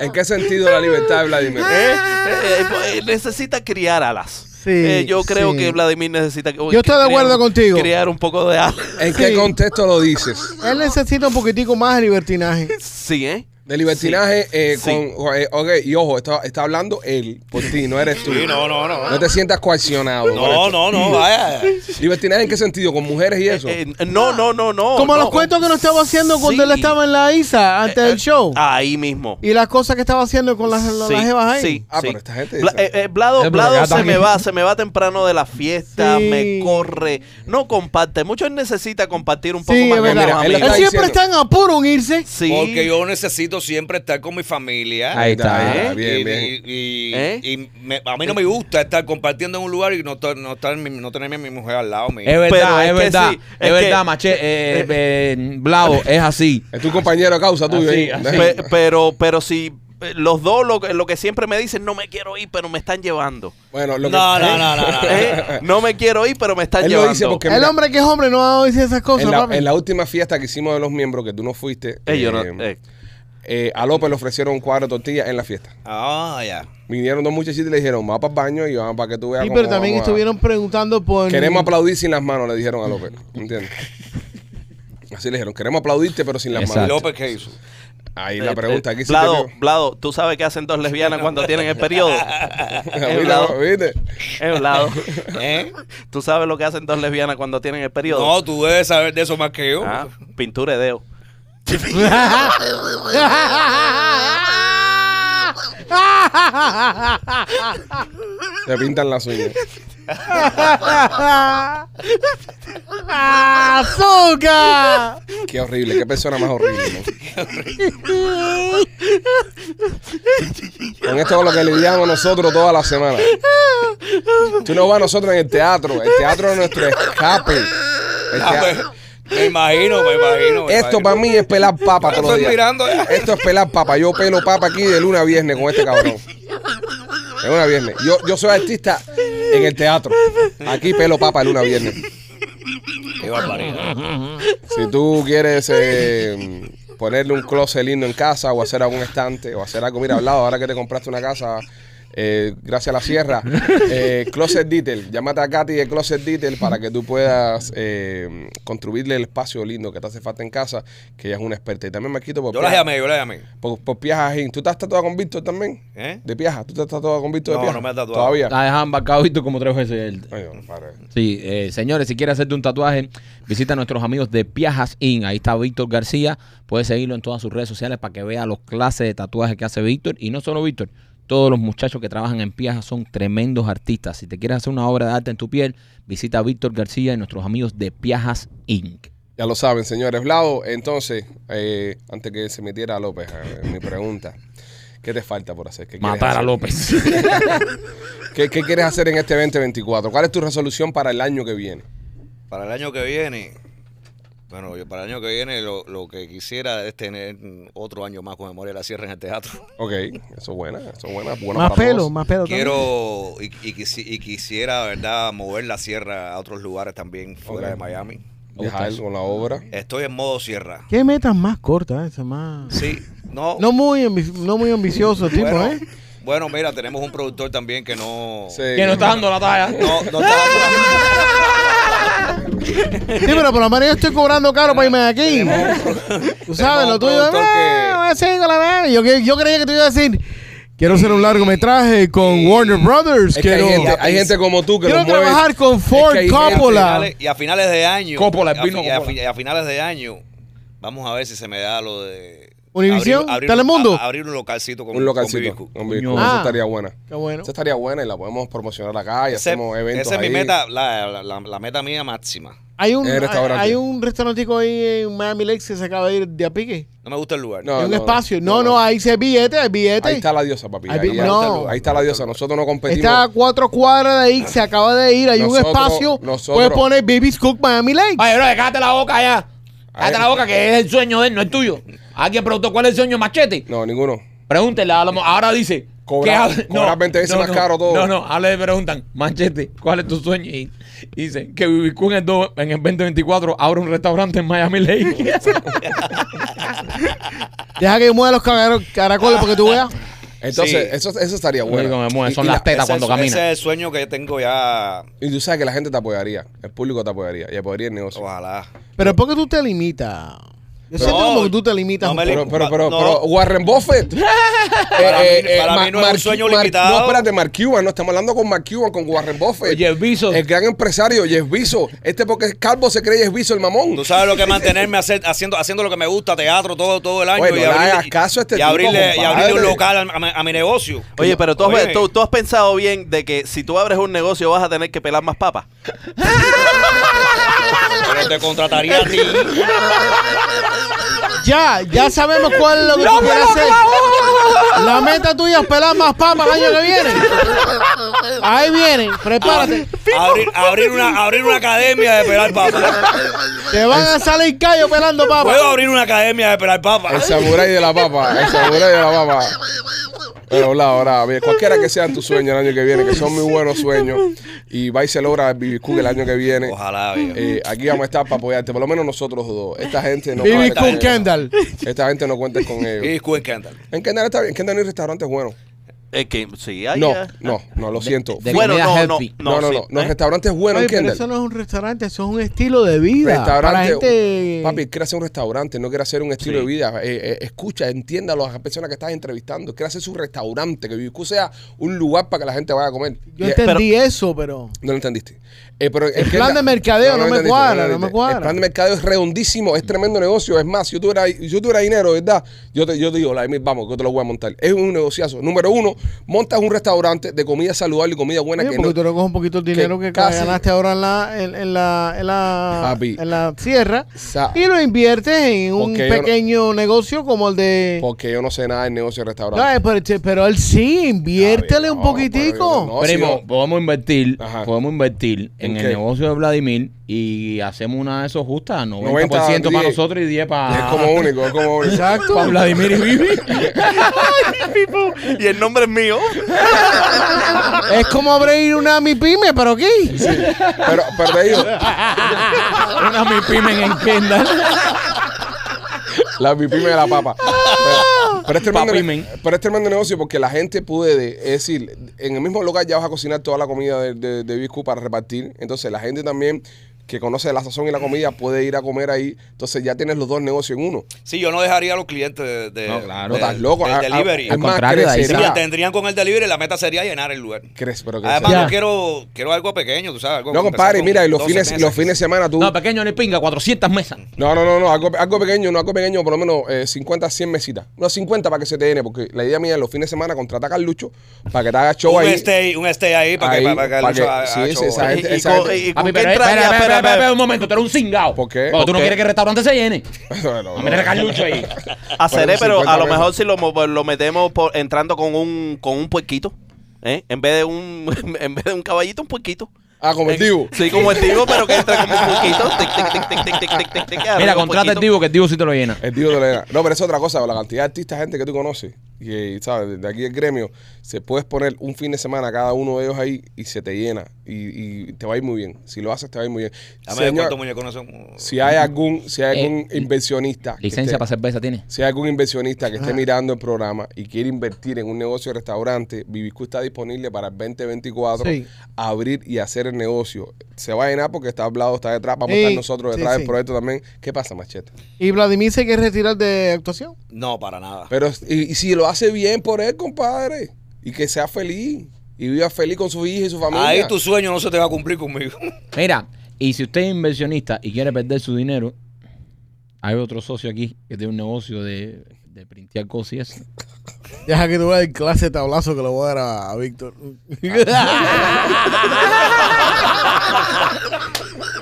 Speaker 1: ¿En qué sentido la libertad de Vladimir?
Speaker 3: Eh, eh, eh, necesita criar alas.
Speaker 4: Sí,
Speaker 3: Eh, yo creo
Speaker 4: sí.
Speaker 3: que Vladimir necesita. Yo
Speaker 4: estoy de acuerdo contigo.
Speaker 3: Criar un poco de alas. <laughs>
Speaker 1: ¿En qué
Speaker 4: Sí.
Speaker 1: contexto lo dices?
Speaker 4: Él necesita un poquitico más de libertinaje.
Speaker 3: Sí, ¿eh?
Speaker 1: De libertinaje eh,
Speaker 3: Sí.
Speaker 1: con... eh, ok, y ojo, está, está hablando él por ti, no eres tú.
Speaker 5: Sí, no, no, no.
Speaker 1: No te sientas coaccionado. por
Speaker 5: No,
Speaker 1: esto.
Speaker 5: no, no, vaya.
Speaker 1: ¿Libertinaje en qué sentido? ¿Con mujeres y eso?
Speaker 3: Eh, eh,
Speaker 1: Ah.
Speaker 3: no, no, no, no.
Speaker 4: Como
Speaker 3: no.
Speaker 4: los cuentos que nos estaba haciendo cuando
Speaker 3: Sí. Eh,
Speaker 4: él estaba en la ISA, antes
Speaker 1: Eh,
Speaker 4: del show.
Speaker 1: ah.
Speaker 3: Ahí mismo.
Speaker 4: Y las cosas que estaba haciendo con las, las
Speaker 3: Sí,
Speaker 4: jevas ahí.
Speaker 3: sí,
Speaker 1: Ah,
Speaker 3: sí.
Speaker 1: pero esta gente
Speaker 3: Bla-
Speaker 1: dice-
Speaker 3: eh, eh, Blado,
Speaker 2: Eh, pero
Speaker 3: Blado
Speaker 2: acá
Speaker 3: se me
Speaker 2: también.
Speaker 3: va, se me va temprano de la fiesta,
Speaker 4: Sí.
Speaker 3: me corre, no comparte. Mucho él necesita compartir un poco
Speaker 4: Sí,
Speaker 3: más
Speaker 4: es
Speaker 3: con
Speaker 4: verdad.
Speaker 3: los
Speaker 1: Mira, él
Speaker 4: él
Speaker 1: está
Speaker 3: amigos.
Speaker 4: siempre
Speaker 1: diciendo-
Speaker 4: está en apuro en irse.
Speaker 3: Sí.
Speaker 5: Porque yo necesito siempre estar con mi familia.
Speaker 2: Ahí está.
Speaker 1: Ahí
Speaker 3: ¿Eh?
Speaker 1: Bien,
Speaker 5: y,
Speaker 1: bien.
Speaker 5: y- y-
Speaker 3: ¿Eh?
Speaker 5: y me- a mí no me gusta estar compartiendo en un lugar y no, estar- no, estar mi- no tener a mi mujer al lado. mi-
Speaker 2: Es
Speaker 3: Pero
Speaker 2: verdad,
Speaker 3: es
Speaker 2: es
Speaker 3: que
Speaker 2: verdad.
Speaker 3: sí,
Speaker 2: Es,
Speaker 3: es que-
Speaker 2: verdad, Maché.
Speaker 3: <laughs>
Speaker 2: Eh, eh, Blado, es así.
Speaker 1: Es tu compañero de causa tuyo.
Speaker 2: Así,
Speaker 1: ¿eh? <laughs>
Speaker 2: así.
Speaker 3: Pe- pero, pero si eh, los dos lo, que- lo que siempre me dicen, no me quiero ir, pero me
Speaker 1: <laughs>
Speaker 3: están llevando.
Speaker 1: Bueno, lo que...
Speaker 5: No, no, no, no,
Speaker 1: <laughs>
Speaker 5: no.
Speaker 3: ¿Eh? No me quiero ir, pero me están
Speaker 1: Él lo
Speaker 3: llevando.
Speaker 1: dice porque-
Speaker 4: El
Speaker 1: mira-
Speaker 4: hombre que es hombre no dice esas cosas,
Speaker 1: en, la,
Speaker 4: papi.
Speaker 1: en la última fiesta que hicimos de los miembros, que tú no fuiste,
Speaker 3: Eh, yo no-
Speaker 1: eh,
Speaker 3: eh.
Speaker 1: eh, a López le ofrecieron un cuadro de tortilla en la fiesta.
Speaker 5: Ah, ya.
Speaker 1: Vinieron dos muchachitos y le dijeron, vamos para el baño y vamos para que tú veas
Speaker 4: Sí,
Speaker 1: cómo
Speaker 4: pero también
Speaker 1: vamos a-
Speaker 4: estuvieron preguntando por... <laughs>
Speaker 1: Queremos aplaudir sin las manos, le dijeron a López. ¿Entiendes? Así le dijeron, queremos aplaudirte, pero sin las
Speaker 5: ¿Y
Speaker 2: Exacto.
Speaker 1: manos.
Speaker 5: López qué hizo?
Speaker 1: Ahí
Speaker 3: Eh,
Speaker 1: la pregunta,
Speaker 3: eh,
Speaker 1: aquí sí
Speaker 3: Blado,
Speaker 1: <laughs> te-
Speaker 3: Blado, tú sabes qué hacen dos lesbianas cuando tienen el periodo. Eh,
Speaker 1: Mira,
Speaker 3: Blado,
Speaker 1: ¿viste?
Speaker 3: <laughs> eh, Blado.
Speaker 5: <laughs> ¿Eh?
Speaker 3: Tú sabes lo que hacen dos lesbianas cuando tienen el periodo.
Speaker 5: No, tú debes saber de eso más que yo.
Speaker 3: Ah, pintura de dedo.
Speaker 1: Se pintan las uñas.
Speaker 4: ¡Azúcar!
Speaker 1: Qué horrible, qué persona más horrible. ¿no? Con esto es lo que lidiamos nosotros toda la semana. Tú no vas a nosotros en el teatro. El teatro es nuestro escape. El
Speaker 5: Ah,
Speaker 1: tea-
Speaker 5: pues, me imagino, me imagino. me
Speaker 1: Esto
Speaker 5: imagino.
Speaker 1: para mí es pelar papa todos los
Speaker 5: Estoy
Speaker 1: días.
Speaker 5: mirando ya.
Speaker 1: Esto es pelar papa. Yo pelo papa aquí de lunes a viernes con este cabrón. De lunes a viernes. Yo, yo soy artista en el teatro. Aquí pelo papa el luna viernes.
Speaker 5: Qué barbaridad.
Speaker 1: Si tú quieres eh, ponerle un closet lindo en casa o hacer algún estante o hacer algo, mira, hablado, ahora que te compraste una casa, eh, gracias a la sierra, eh, Closet Detail, llámate a Katy de Closet Detail para que tú puedas eh, construirle el espacio lindo que te hace falta en casa, que ella es una experta. Y también me quito por,
Speaker 5: Yo la llamé, yo la llamé.
Speaker 1: por, por Piaja Gin. ¿Tú estás tatuada con Víctor también?
Speaker 5: ¿Eh?
Speaker 1: ¿De Piaja? ¿Tú estás tatuada con Víctor de
Speaker 5: No,
Speaker 1: Piaja?
Speaker 5: no me he tatuado.
Speaker 1: ¿Todavía?
Speaker 2: La dejan embarcado visto como tres veces. él.
Speaker 1: Ay, no, padre.
Speaker 2: Sí, eh, señores, si quieres hacerte un tatuaje, visita a nuestros amigos de Piajas In. Ahí está Víctor García. Puedes seguirlo en todas sus redes sociales para que vea los clases de tatuajes que hace Víctor. Y no solo Víctor, todos los muchachos que trabajan en Piajas son tremendos artistas. Si te quieres hacer una obra de arte en tu piel, visita a Víctor García y nuestros amigos de Piajas Inc.
Speaker 1: Ya lo saben, señores. Vlado, entonces, eh, antes que se metiera a López, eh, mi pregunta. ¿Qué te falta por hacer? ¿Qué quieres
Speaker 2: Matar a
Speaker 1: hacer?
Speaker 2: López.
Speaker 1: ¿Qué, qué quieres hacer en este 2024? ¿Cuál es tu resolución para el año que viene?
Speaker 5: Para el año que viene, bueno, yo para el año que viene lo, lo que quisiera es tener otro año más con Memoria de la Sierra en el teatro.
Speaker 1: Ok, eso es buena, eso es buena. buena
Speaker 4: Más
Speaker 1: para
Speaker 4: pelo,
Speaker 1: todos.
Speaker 4: más pelo. también.
Speaker 5: <laughs> Quiero y, y quisi- y quisiera, ¿verdad?, mover la sierra a otros lugares también fuera
Speaker 1: Ok.
Speaker 5: de Miami.
Speaker 1: Viajar con la obra.
Speaker 5: Estoy en modo sierra.
Speaker 4: ¿Qué metas más cortas? Esa más...
Speaker 5: Sí, no.
Speaker 4: No muy, ambi- no muy ambicioso el tipo,
Speaker 5: bueno,
Speaker 4: ¿eh?
Speaker 5: bueno, mira, tenemos un productor también que no.
Speaker 1: Sí.
Speaker 2: <laughs> que no está dando la talla.
Speaker 5: No,
Speaker 1: <laughs>
Speaker 5: no está
Speaker 4: Sí, pero por lo menos yo estoy cobrando caro para irme
Speaker 3: <laughs>
Speaker 4: de aquí. Tú sabes, lo
Speaker 5: un
Speaker 4: tuyo es...
Speaker 5: productor que-
Speaker 4: "Ah, sí, con la nave". Yo, que- yo creía que te iba a decir... Quiero hacer un largometraje con Warner Brothers.
Speaker 1: Es que hay
Speaker 4: quiero
Speaker 1: gente, hay gente como tú que
Speaker 4: quiero
Speaker 1: lo mueve.
Speaker 4: trabajar con Ford
Speaker 1: hay-
Speaker 5: Y a,
Speaker 4: Coppola.
Speaker 5: finales, y a finales de año.
Speaker 2: Coppola, el
Speaker 5: a,
Speaker 2: vino
Speaker 5: fi- y a,
Speaker 2: Coppola.
Speaker 5: fi- y a finales de año, vamos a ver si se me da lo de.
Speaker 4: Univisión,
Speaker 5: un-
Speaker 4: Telemundo.
Speaker 5: a- abrir un localcito con
Speaker 1: Un localcito.
Speaker 5: con BBQ.
Speaker 1: Un Bibicu.
Speaker 2: Coño.
Speaker 1: Eso
Speaker 4: Ah.
Speaker 1: estaría buena.
Speaker 4: Qué bueno.
Speaker 1: Eso estaría buena y la podemos promocionar acá y
Speaker 5: Ese-
Speaker 1: hacemos eventos.
Speaker 5: Esa es mi
Speaker 1: ahí.
Speaker 5: meta, la, la- la- la meta mía máxima.
Speaker 4: Hay un,
Speaker 1: En el restaurante.
Speaker 4: hay un restaurantico ahí en Miami Lakes que se acaba de ir de a pique.
Speaker 5: No me gusta el lugar.
Speaker 1: No,
Speaker 4: Hay un espacio. No, no, ahí se billete, hay billete.
Speaker 1: Ahí está la diosa, papi.
Speaker 4: Ahí
Speaker 1: Ahí,
Speaker 4: vi-
Speaker 1: ahí
Speaker 4: no.
Speaker 1: ahí está la diosa. Nosotros no competimos.
Speaker 4: Está a cuatro cuadras de ahí, se acaba de ir, hay un
Speaker 1: Pues Nosotros-
Speaker 4: espacio.
Speaker 1: nosotros-
Speaker 4: Puedes poner Baby's Cook Miami Lake.
Speaker 2: Oye, bro, cállate la boca ya. Cállate
Speaker 1: Ay.
Speaker 2: la boca, que es el sueño de él, no el tuyo. Alguien preguntó cuál es el sueño de Machete.
Speaker 1: No, ninguno.
Speaker 2: Pregúntele, a lo mo- ahora dice.
Speaker 1: Cobrar-
Speaker 2: ¿qué hable-
Speaker 1: cobrar 20 veces más caro todo.
Speaker 2: No, no, ahora le preguntan, Machete, ¿cuál es tu sueño? Y y dice que Vivicú en el, do- en el 2024 abra un restaurante en
Speaker 1: <laughs>
Speaker 2: Miami Lake.
Speaker 4: Deja que mueva los cara- caracoles porque tú veas.
Speaker 1: Entonces,
Speaker 5: Sí.
Speaker 1: eso, eso estaría
Speaker 2: Lo único
Speaker 1: bueno.
Speaker 2: que me mueve
Speaker 1: Y-
Speaker 2: son
Speaker 1: y
Speaker 2: las
Speaker 1: la-
Speaker 2: tetas
Speaker 5: Ese
Speaker 2: cuando
Speaker 5: es- Ese
Speaker 2: camina.
Speaker 5: es el sueño que yo tengo ya.
Speaker 1: Y tú sabes que la gente te apoyaría, el público te apoyaría y apoyaría el negocio.
Speaker 5: Ojalá.
Speaker 4: Pero ¿por qué tú te limitas? Yo siento
Speaker 5: No,
Speaker 4: como que tú te limitas.
Speaker 5: no
Speaker 4: un
Speaker 5: me
Speaker 4: poco.
Speaker 1: Pero, pero, pero,
Speaker 5: No.
Speaker 1: pero Warren
Speaker 5: <laughs>
Speaker 1: Buffett. eh,
Speaker 5: Para mí- para mí no es un sueño limitado.
Speaker 1: No, espérate, Mark Cuban. No, estamos hablando con Mark Cuban, con Warren Buffett.
Speaker 2: Jeff Bezos.
Speaker 1: El gran empresario, Jeff Bezos. Este porque es calvo se cree Jeff Bezos, el mamón.
Speaker 5: Tú sabes lo que es mantenerme hacer- haciendo, haciendo lo que me gusta, teatro todo, todo el año.
Speaker 1: Oye, no
Speaker 5: y
Speaker 1: le
Speaker 5: abrirle,
Speaker 1: hagas caso a este
Speaker 5: y
Speaker 1: tipo,
Speaker 5: abrirle, y abrirle un
Speaker 1: compadre.
Speaker 5: local a, a mi- a mi negocio.
Speaker 3: Oye, pero tú has,
Speaker 5: Oye.
Speaker 3: tú- tú has pensado bien de que si tú abres un negocio vas a tener que pelar más papas.
Speaker 5: Pero te contrataría a ti.
Speaker 4: Ya, ya sabemos cuál es
Speaker 5: <laughs>
Speaker 4: lo que tú quieres hacer. La meta tuya es pelar más papas el año que viene. Ahí viene, prepárate.
Speaker 5: abrir, abrir, una, abrir una academia de pelar
Speaker 1: <laughs>
Speaker 5: papas.
Speaker 4: Te van a salir callos pelando papas.
Speaker 5: Puedo abrir una academia de pelar
Speaker 1: El
Speaker 5: papas.
Speaker 1: samurái de la papa. El samurái de la papa. Pero hola, ahora, bien, cualquiera que sea tu sueño el año que viene, que son muy buenos sueños, y va y se logra el BBQ el año que viene.
Speaker 5: Ojalá, viejo.
Speaker 1: eh, aquí vamos a estar para apoyarte, por lo menos nosotros dos. Esta gente no
Speaker 4: Baby
Speaker 1: cuenta
Speaker 4: con
Speaker 1: con ellos.
Speaker 4: Kendall.
Speaker 1: Esta gente no cuenta con
Speaker 5: Y
Speaker 1: ellos.
Speaker 5: Cuen Kendall.
Speaker 1: En Kendall está bien, en Kendall no hay restaurantes buenos.
Speaker 3: Es que sí, hay.
Speaker 1: No,
Speaker 3: eh.
Speaker 1: no, no, lo siento.
Speaker 2: de-
Speaker 3: bueno,
Speaker 2: comida
Speaker 3: no, no,
Speaker 2: healthy.
Speaker 1: No, no, no.
Speaker 3: sí,
Speaker 1: Los
Speaker 3: ¿eh?
Speaker 1: restaurantes buenos
Speaker 4: Oye,
Speaker 1: en
Speaker 4: pero
Speaker 1: Kendall.
Speaker 4: eso no es un restaurante, eso es un estilo de vida. Para la
Speaker 1: Restaurante,
Speaker 4: gente...
Speaker 1: Papi, quiere hacer un restaurante, no quiere hacer un estilo
Speaker 3: Sí.
Speaker 1: de vida. Eh, eh, escucha, entienda a las personas que estás entrevistando. Quiere hacer su restaurante, que Vivicu sea un lugar para que la gente vaya a comer.
Speaker 4: Yo
Speaker 1: Y-
Speaker 4: entendí eso, pero...
Speaker 1: No lo entendiste. Eh, pero
Speaker 4: El plan de mercadeo no me
Speaker 1: entendiste, lo
Speaker 4: cuadra, no me
Speaker 1: entendiste.
Speaker 4: cuadra.
Speaker 1: El plan de mercadeo es redondísimo, es tremendo negocio. Es más, si yo tuviera, si yo tuviera dinero, ¿verdad? Yo te, yo te digo, Vladimir, vamos, que yo te lo voy a montar. Es un negociazo. Número uno, montas un restaurante de comida saludable y comida buena
Speaker 4: Oye,
Speaker 1: que
Speaker 4: porque
Speaker 1: no.
Speaker 4: tú recoges un poquito el dinero que,
Speaker 1: casi-
Speaker 4: ganaste ahora en la, en, en la, en la,
Speaker 1: Papi.
Speaker 4: en la sierra
Speaker 1: Sa-
Speaker 4: y lo inviertes en un
Speaker 1: Porque yo no-
Speaker 4: pequeño negocio como el de...
Speaker 1: Porque yo no sé nada del negocio de restaurante.
Speaker 4: No, eh, pero, che, pero él sí, inviértele
Speaker 1: Está
Speaker 4: un
Speaker 1: bien, no, pero yo
Speaker 4: poquitico.
Speaker 1: no- no,
Speaker 2: Primo,
Speaker 1: si yo-
Speaker 2: podemos invertir,
Speaker 1: Ajá.
Speaker 2: podemos invertir en
Speaker 1: ¿En
Speaker 2: el
Speaker 1: qué?
Speaker 2: negocio de Vladimir y hacemos una de esos justas, 90%,
Speaker 1: 90,
Speaker 2: para
Speaker 1: diez.
Speaker 2: nosotros y 10
Speaker 1: Es
Speaker 2: para,
Speaker 1: como único, es como único.
Speaker 4: Ah. Exacto.
Speaker 2: para Vladimir y Bibi.
Speaker 3: Y el nombre
Speaker 1: <laughs>
Speaker 3: es mío.
Speaker 4: Es como abrir una mi pyme, pero aquí.
Speaker 1: Pero, pero te digo,
Speaker 2: una mi pyme en Kendall.
Speaker 1: la pipime de la papa. Pero, pero es tremendo,
Speaker 2: Papimen.
Speaker 1: pero es tremendo negocio porque la gente puede, es decir, en el mismo lugar ya vas a cocinar toda la comida de, de, de Biscu para repartir. Entonces la gente también que conoce la sazón y la comida puede ir a comer ahí. Entonces ya tienes los dos negocios en uno.
Speaker 5: Sí, yo no dejaría a los clientes de, de-
Speaker 2: No, claro.
Speaker 1: No
Speaker 5: de-
Speaker 1: estás loco. Ah,
Speaker 5: del
Speaker 1: a- a-
Speaker 5: delivery.
Speaker 1: es
Speaker 2: Al
Speaker 1: más,
Speaker 2: contrario, de ahí
Speaker 5: Sí,
Speaker 1: crecerá.
Speaker 5: la tendrían con el delivery, la meta sería llenar el lugar.
Speaker 1: Crees, pero crecerá.
Speaker 5: Además,
Speaker 4: Ya.
Speaker 5: yo quiero, quiero algo pequeño, tú sabes. Algo
Speaker 1: No,
Speaker 5: que
Speaker 1: compadre,
Speaker 5: empezar con
Speaker 1: mira, y los
Speaker 5: 12
Speaker 1: fines,
Speaker 5: mesas.
Speaker 1: los fines de semana tú.
Speaker 2: No, pequeño ni pinga, 400 mesas.
Speaker 1: No, no, no, no, algo, algo pequeño, no, algo pequeño, por lo menos eh, 50, 100 mesitas. Unas 50 para que se te llene, porque la idea mía es los fines de semana contratar a Carlucho para que te haga show
Speaker 5: un
Speaker 1: ahí.
Speaker 5: stay, un stay ahí para
Speaker 1: Ahí,
Speaker 5: que para que
Speaker 1: para
Speaker 5: el
Speaker 1: que-
Speaker 5: show haga-
Speaker 1: sí,
Speaker 5: haga
Speaker 1: sí,
Speaker 5: show.
Speaker 1: esa gente-
Speaker 3: Y- y
Speaker 1: esa
Speaker 3: con-
Speaker 1: gente- <laughs>
Speaker 3: y con
Speaker 2: Papi,
Speaker 3: qué
Speaker 2: pero espera, espera,
Speaker 3: entraría,
Speaker 2: espera,
Speaker 3: espera, espera.
Speaker 2: espera, un momento, tú eres un cingao.
Speaker 1: ¿Por qué?
Speaker 2: Porque tú
Speaker 3: ¿Por
Speaker 2: no
Speaker 3: qué?
Speaker 2: quieres que el restaurante se llene.
Speaker 1: No, no,
Speaker 2: No, mira el
Speaker 1: no.
Speaker 2: Carlucho ahí.
Speaker 1: Pero
Speaker 3: Haceré, pero
Speaker 1: 50
Speaker 3: a lo
Speaker 1: pesos.
Speaker 3: mejor si lo, mo- pues, lo metemos por, entrando con un, con un puerquito. ¿eh? En vez de un <laughs> en vez de un caballito, un puerquito.
Speaker 1: Ah, como el
Speaker 5: <laughs>
Speaker 1: Dibu.
Speaker 3: Sí, como el divo, pero que entre como un puerquito. Tic, tic, tic, tic, tic, tic, tic, tic, tic, arriba
Speaker 2: Mira,
Speaker 3: un
Speaker 2: contrata el
Speaker 3: puerquito.
Speaker 2: Divo, que el Divo sí te lo llena.
Speaker 1: El Dibu de la era. No, pero es otra cosa, la cantidad de artistas, gente que tú conoces, y, eh, sabes, de aquí el gremio, se puedes poner un fin de semana cada uno de ellos ahí y se te llena. Y, y te va a ir muy bien. Si lo haces, te va a ir muy bien.
Speaker 5: Dame ver
Speaker 1: Señor,
Speaker 5: cuántos muñecos no son.
Speaker 1: si hay algún, si hay
Speaker 2: Eh,
Speaker 1: algún inversionista. que
Speaker 2: Licencia
Speaker 1: esté-
Speaker 2: para cerveza tiene.
Speaker 1: Si hay algún inversionista que esté mirando el programa y quiere invertir en un negocio de restaurante, Viviscu está disponible para el 2024
Speaker 4: Sí.
Speaker 1: abrir y hacer el negocio. Se va a llenar porque está hablado, está detrás, vamos a
Speaker 4: Sí,
Speaker 1: estar nosotros detrás
Speaker 4: sí,
Speaker 1: del
Speaker 4: sí.
Speaker 1: proyecto también. ¿Qué pasa, Machete?
Speaker 4: Y Vladimir se quiere retirar de actuación.
Speaker 5: No, para nada.
Speaker 1: Pero y, y si lo hace bien por él, compadre, y que sea feliz y viva feliz con su hija y su familia.
Speaker 5: Ahí tu sueño no se te va a cumplir conmigo.
Speaker 2: Mira, y si usted es inversionista y quiere perder su dinero, hay otro socio aquí que tiene un negocio de, de printear cosas y eso.
Speaker 4: Deja que te voy a dar clase de tablazo que le voy a dar a, a Víctor. <laughs>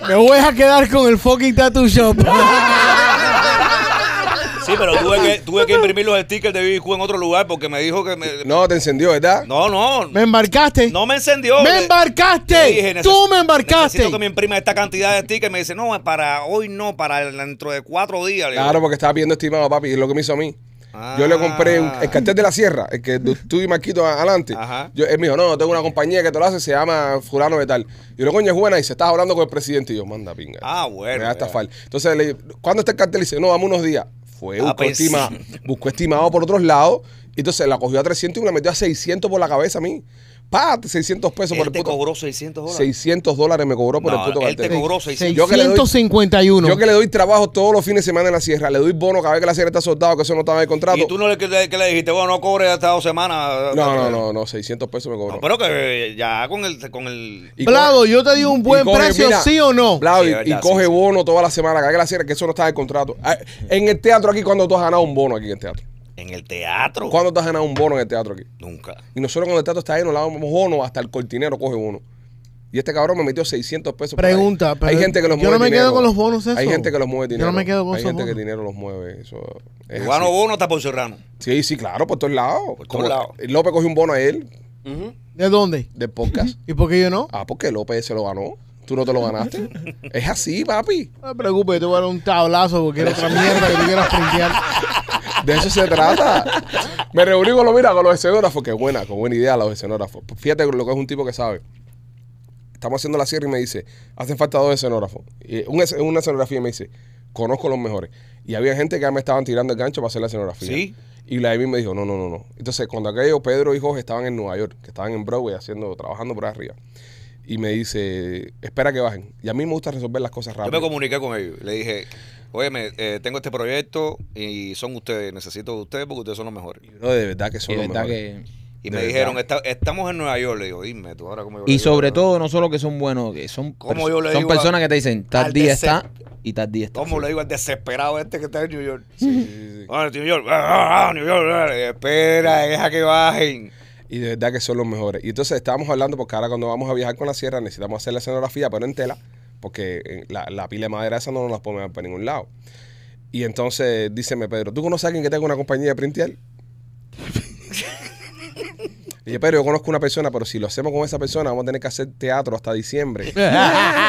Speaker 4: Me voy a quedar con el fucking tattoo shop.
Speaker 1: <laughs>
Speaker 5: Sí, pero tuve que, tuve que imprimir los stickers de BBQ en otro lugar porque me dijo que me.
Speaker 1: No, te encendió, ¿verdad?
Speaker 5: No, no.
Speaker 4: ¿Me embarcaste?
Speaker 5: No me encendió.
Speaker 4: ¡Me
Speaker 5: Le-
Speaker 4: embarcaste!
Speaker 5: le dije, "Neces-
Speaker 4: ¡Tú me embarcaste!
Speaker 5: Necesito que me imprima esta cantidad de stickers. Me dice, no, es para hoy no, para el- dentro de cuatro días. Le digo,
Speaker 1: Claro, porque estaba viendo estimado papi, y es lo que me hizo a mí.
Speaker 5: Ah.
Speaker 1: Yo le compré un- el cartel de la sierra, el que tú- tú y Marquito a- adelante.
Speaker 5: Ajá.
Speaker 1: Yo, él me dijo, no, tengo una compañía que te lo hace, se llama fulano de tal. Y yo, le coño, es buena, y se estás hablando con el presidente. Y yo, manda pinga.
Speaker 5: Ah, bueno,
Speaker 1: Me va a
Speaker 5: ya.
Speaker 1: estafar. Entonces, le digo, ¿cuándo está el cartel? Y dice, no, vamos unos días. Fue,
Speaker 5: Ah,
Speaker 1: buscó,
Speaker 5: pues.
Speaker 1: estima- <laughs> buscó estimado por otros lados. Y entonces la cogió a 300 y me la metió a 600 por la cabeza a mí. Pa, 600 pesos por
Speaker 5: Él
Speaker 1: el
Speaker 5: te
Speaker 1: puto.
Speaker 5: "Este cobró 600 dólares.
Speaker 1: 600 dólares me cobró por
Speaker 5: No,
Speaker 1: el puto
Speaker 5: él te
Speaker 1: cartel.
Speaker 5: cobró 600.
Speaker 1: Yo que le doy-
Speaker 4: 651.
Speaker 1: Yo que le doy trabajo todos los fines de semana en la sierra, le doy bono cada vez que la sierra está soldado, que eso no estaba en el contrato.
Speaker 5: Y tú no le, que le- que le dijiste, bueno, no cobres hasta dos semanas.
Speaker 1: No, no, no, no, 600 pesos me cobró.
Speaker 5: No, pero que ya con el. Con el
Speaker 1: Y
Speaker 4: Blado,
Speaker 1: coge-
Speaker 4: yo te digo un buen
Speaker 1: y coge,
Speaker 4: precio,
Speaker 1: mira,
Speaker 4: ¿sí o no?
Speaker 1: Blado,
Speaker 5: Sí,
Speaker 1: y,
Speaker 5: verdad,
Speaker 1: y
Speaker 5: sí,
Speaker 1: coge
Speaker 5: sí.
Speaker 1: bono toda la semana, cada que la sierra, que eso no está en el contrato. Ah, En el teatro aquí, cuando tú has ganado un bono aquí en el teatro?
Speaker 5: en el teatro.
Speaker 1: ¿Cuándo tú has ganado un bono en el teatro aquí?
Speaker 5: Nunca.
Speaker 1: Y nosotros cuando el teatro está lleno, le damos bono hasta el cortinero coge bono. Y este cabrón me metió 600 pesos. por ahí.
Speaker 4: Pregunta, pero
Speaker 1: Hay gente que los
Speaker 4: yo
Speaker 1: mueve
Speaker 4: no me quedo
Speaker 1: dinero.
Speaker 4: con los bonos
Speaker 1: Hay
Speaker 4: esos.
Speaker 1: gente que los mueve
Speaker 4: Yo no
Speaker 1: dinero.
Speaker 4: me quedo con
Speaker 1: Hay
Speaker 4: esos
Speaker 1: gente que
Speaker 4: bonos.
Speaker 1: dinero los mueve. Eso es
Speaker 5: Cubano
Speaker 1: así.
Speaker 5: bono hasta por Serrano.
Speaker 1: Sí, sí, claro, por todos lados.
Speaker 5: todos
Speaker 1: Como
Speaker 5: lados.
Speaker 1: López cogió un bono a él
Speaker 3: Ujú.
Speaker 4: ¿De dónde?
Speaker 1: de podcast.
Speaker 4: ¿Y por qué yo no?
Speaker 1: ah, porque López se lo ganó. Tú no te lo
Speaker 5: <laughs>
Speaker 1: ganaste. es así, papi.
Speaker 4: No te preocupes, yo te voy a dar un tablazo porque era otra mierda que tú quieras
Speaker 1: <laughs>
Speaker 4: printear.
Speaker 1: De eso se trata. Me reuní con, lo, mira, con los escenógrafos, que buena, con buena idea los escenógrafos. Fíjate lo que es un tipo que sabe. Estamos haciendo la sierra y me dice, hacen falta dos escenógrafos. Y un es- una escenografía y me dice, conozco los mejores. Y había gente que ya me estaban tirando el gancho para hacer la escenografía.
Speaker 5: Sí.
Speaker 1: Y la Amy me dijo, no, no, no, no. Entonces, cuando aquellos Pedro y Jorge estaban en Nueva York, que estaban en Broadway haciendo, trabajando por ahí arriba, y me dice, espera que bajen. Y a mí me gusta resolver las cosas
Speaker 5: Yo
Speaker 1: rápido.
Speaker 5: me comuniqué con ellos. Le dije, oye, tengo este proyecto y son ustedes. Necesito de ustedes porque ustedes son los mejores.
Speaker 1: No, de verdad que son
Speaker 2: Y
Speaker 1: los
Speaker 2: verdad
Speaker 1: mejores.
Speaker 2: que...
Speaker 1: De
Speaker 5: Y me
Speaker 1: verdad.
Speaker 5: dijeron, "Está- estamos en Nueva York. Le digo, dime tú ahora cómo yo le
Speaker 2: Y
Speaker 5: digo,
Speaker 2: sobre
Speaker 5: pero-
Speaker 2: todo, no solo que son buenos, que son,
Speaker 5: ¿Cómo
Speaker 2: perso-
Speaker 5: yo le
Speaker 2: son
Speaker 5: digo a-
Speaker 2: personas que te dicen, tal
Speaker 5: al
Speaker 2: día
Speaker 5: de
Speaker 2: está
Speaker 5: ser-
Speaker 2: y tal día está.
Speaker 5: ¿Cómo le digo al desesperado este que está en New York?
Speaker 1: Sí, sí, sí.
Speaker 5: Ah, New York, ah, ah, New York. ah". Le dije, Espera, deja que bajen.
Speaker 1: Y de verdad que son los mejores. Y entonces estábamos hablando, porque ahora cuando vamos a viajar con la sierra necesitamos hacer la escenografía, pero en tela, porque eh, la, la pila de madera esa no nos la podemos dar para ningún lado. Y entonces <laughs> díceme Pedro, ¿tú conoces a alguien que tenga una compañía de printial? Oye, pero yo conozco una persona, pero si lo hacemos con esa persona, vamos a tener que hacer teatro hasta <laughs> diciembre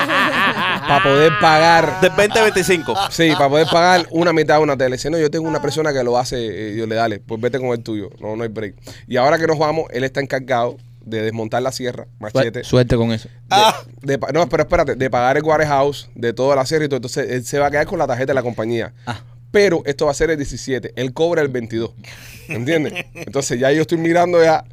Speaker 1: para poder pagar.
Speaker 3: Del 20 a 25.
Speaker 1: Sí, para poder pagar una mitad de una tele. Si no, yo tengo una persona que lo hace, eh, yo le dale, pues vete con el tuyo. No, no hay break. Y ahora que nos vamos, él está encargado de desmontar la sierra, machete.
Speaker 2: Suerte, suerte con eso.
Speaker 1: de pa- no, pero espérate, de pagar el warehouse, de toda la sierra y todo. Entonces, él se va a quedar con la tarjeta de la compañía.
Speaker 2: Ah.
Speaker 1: Pero esto va a ser el 17. Él cobra el 22. ¿Entiendes? Entonces, ya yo estoy mirando ya.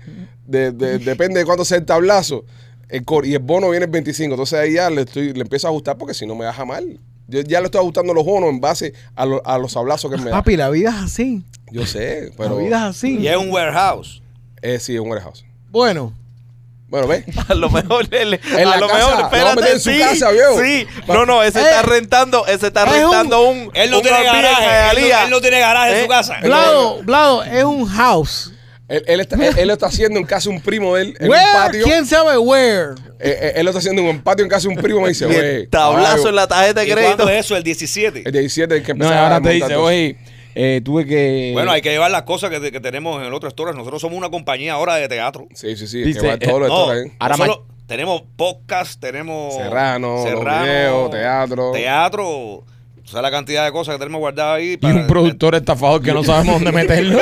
Speaker 1: de- de- depende de cuánto sea el tablazo. El cor- y el bono viene el 25. Entonces, ahí ya le, estoy, le empiezo a ajustar porque si no me deja mal. Yo ya le estoy ajustando los bonos en base a, lo- a los tablazos que él me da.
Speaker 4: Papi, la vida es así.
Speaker 1: Yo sé, pero.
Speaker 4: la vida es así.
Speaker 5: Y es un warehouse.
Speaker 1: Eh, sí, es un warehouse.
Speaker 4: Bueno,
Speaker 1: Bueno, ve.
Speaker 3: <laughs> A lo mejor él-
Speaker 1: <laughs> En
Speaker 3: a
Speaker 1: la
Speaker 3: lo
Speaker 1: casa,
Speaker 3: mejor,
Speaker 1: lo va a meter
Speaker 3: espérate,
Speaker 1: en su
Speaker 3: sí,
Speaker 1: casa, viejo.
Speaker 3: sí.
Speaker 1: Va-
Speaker 3: No, no, ese
Speaker 4: Eh,
Speaker 3: está rentando, ese está
Speaker 4: es un-
Speaker 3: rentando un
Speaker 5: Él no
Speaker 3: un
Speaker 5: tiene
Speaker 3: Airbnb en
Speaker 5: garaje. Él no,
Speaker 3: Hialeah.
Speaker 5: él no tiene garaje en
Speaker 3: Eh,
Speaker 5: su casa.
Speaker 4: Blado, Blado, es un house.
Speaker 1: Él, él está, él, él lo está haciendo en casa un primo de él, en
Speaker 4: Where?
Speaker 1: un patio.
Speaker 4: ¿Quién sabe where?
Speaker 1: Eh, eh, él lo está haciendo en un patio en casa de un primo me dice,
Speaker 3: <laughs> Y el
Speaker 1: "Oye,
Speaker 3: tablazo
Speaker 1: caballo,
Speaker 3: en la tarjeta de
Speaker 5: ¿Y
Speaker 3: crédito.
Speaker 5: cuándo es eso? El 17.
Speaker 1: El 17 el que
Speaker 2: No,
Speaker 1: empezó
Speaker 2: ahora te dice, oye, eh, tuve que.
Speaker 5: Bueno, hay que llevar las cosas que, que tenemos en el otro storage. Nosotros somos una compañía ahora de teatro.
Speaker 1: Sí, sí, sí.
Speaker 2: Dice,
Speaker 1: que va todo lo de
Speaker 5: No,
Speaker 1: todo, ¿eh?
Speaker 2: Ahora
Speaker 5: no solo- tenemos podcast, tenemos
Speaker 1: Serrano, los videos, teatro.
Speaker 5: Teatro. O sea, la cantidad de cosas que tenemos guardadas ahí.
Speaker 2: Y un productor estafador que no sabemos dónde
Speaker 5: <laughs>
Speaker 2: meterlo.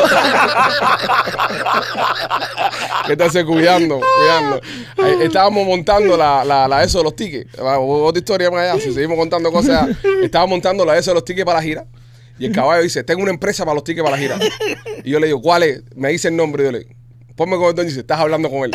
Speaker 1: ¿Qué te hace
Speaker 3: <laughs>
Speaker 1: cuidando? cuidando. Ahí estábamos montando la, la, la eso de los tickets. Va, Otra historia más allá, si seguimos contando cosas. Estábamos montando la eso de los tickets para la gira. Y el caballo dice, tengo una empresa para los tickets para la gira. Y yo le digo, ¿cuál es? Me dice el nombre. Y yo le digo, ponme con el don y dice, estás hablando con él.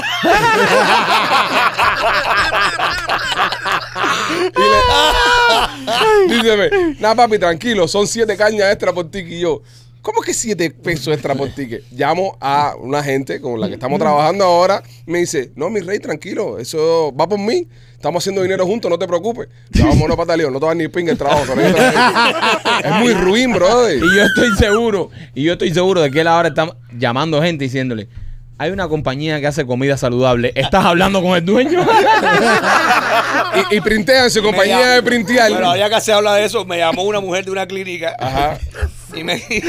Speaker 1: Y le- díceme, nada papi, tranquilo, son siete cañas extra por ticket. Y yo, ¿cómo que siete pesos extra por ticket? Llamo a una gente con la que estamos trabajando ahora. Me dice, no, mi rey, tranquilo, eso va por mí. Estamos haciendo dinero juntos, no te preocupes. Ya vámonos para Talío, no te vas ni ping el trabajo. con eso. es muy ruin, brother.
Speaker 2: Y yo estoy seguro, y yo estoy seguro de que él ahora está llamando gente diciéndole, hay una compañía que hace comida saludable, ¿estás hablando con el dueño? <laughs>
Speaker 1: Y, y printean su compañía de printear.
Speaker 5: Pero había que se habla de eso. Me llamó una mujer de una clínica
Speaker 1: Ajá.
Speaker 5: y me, <laughs>
Speaker 1: Eh,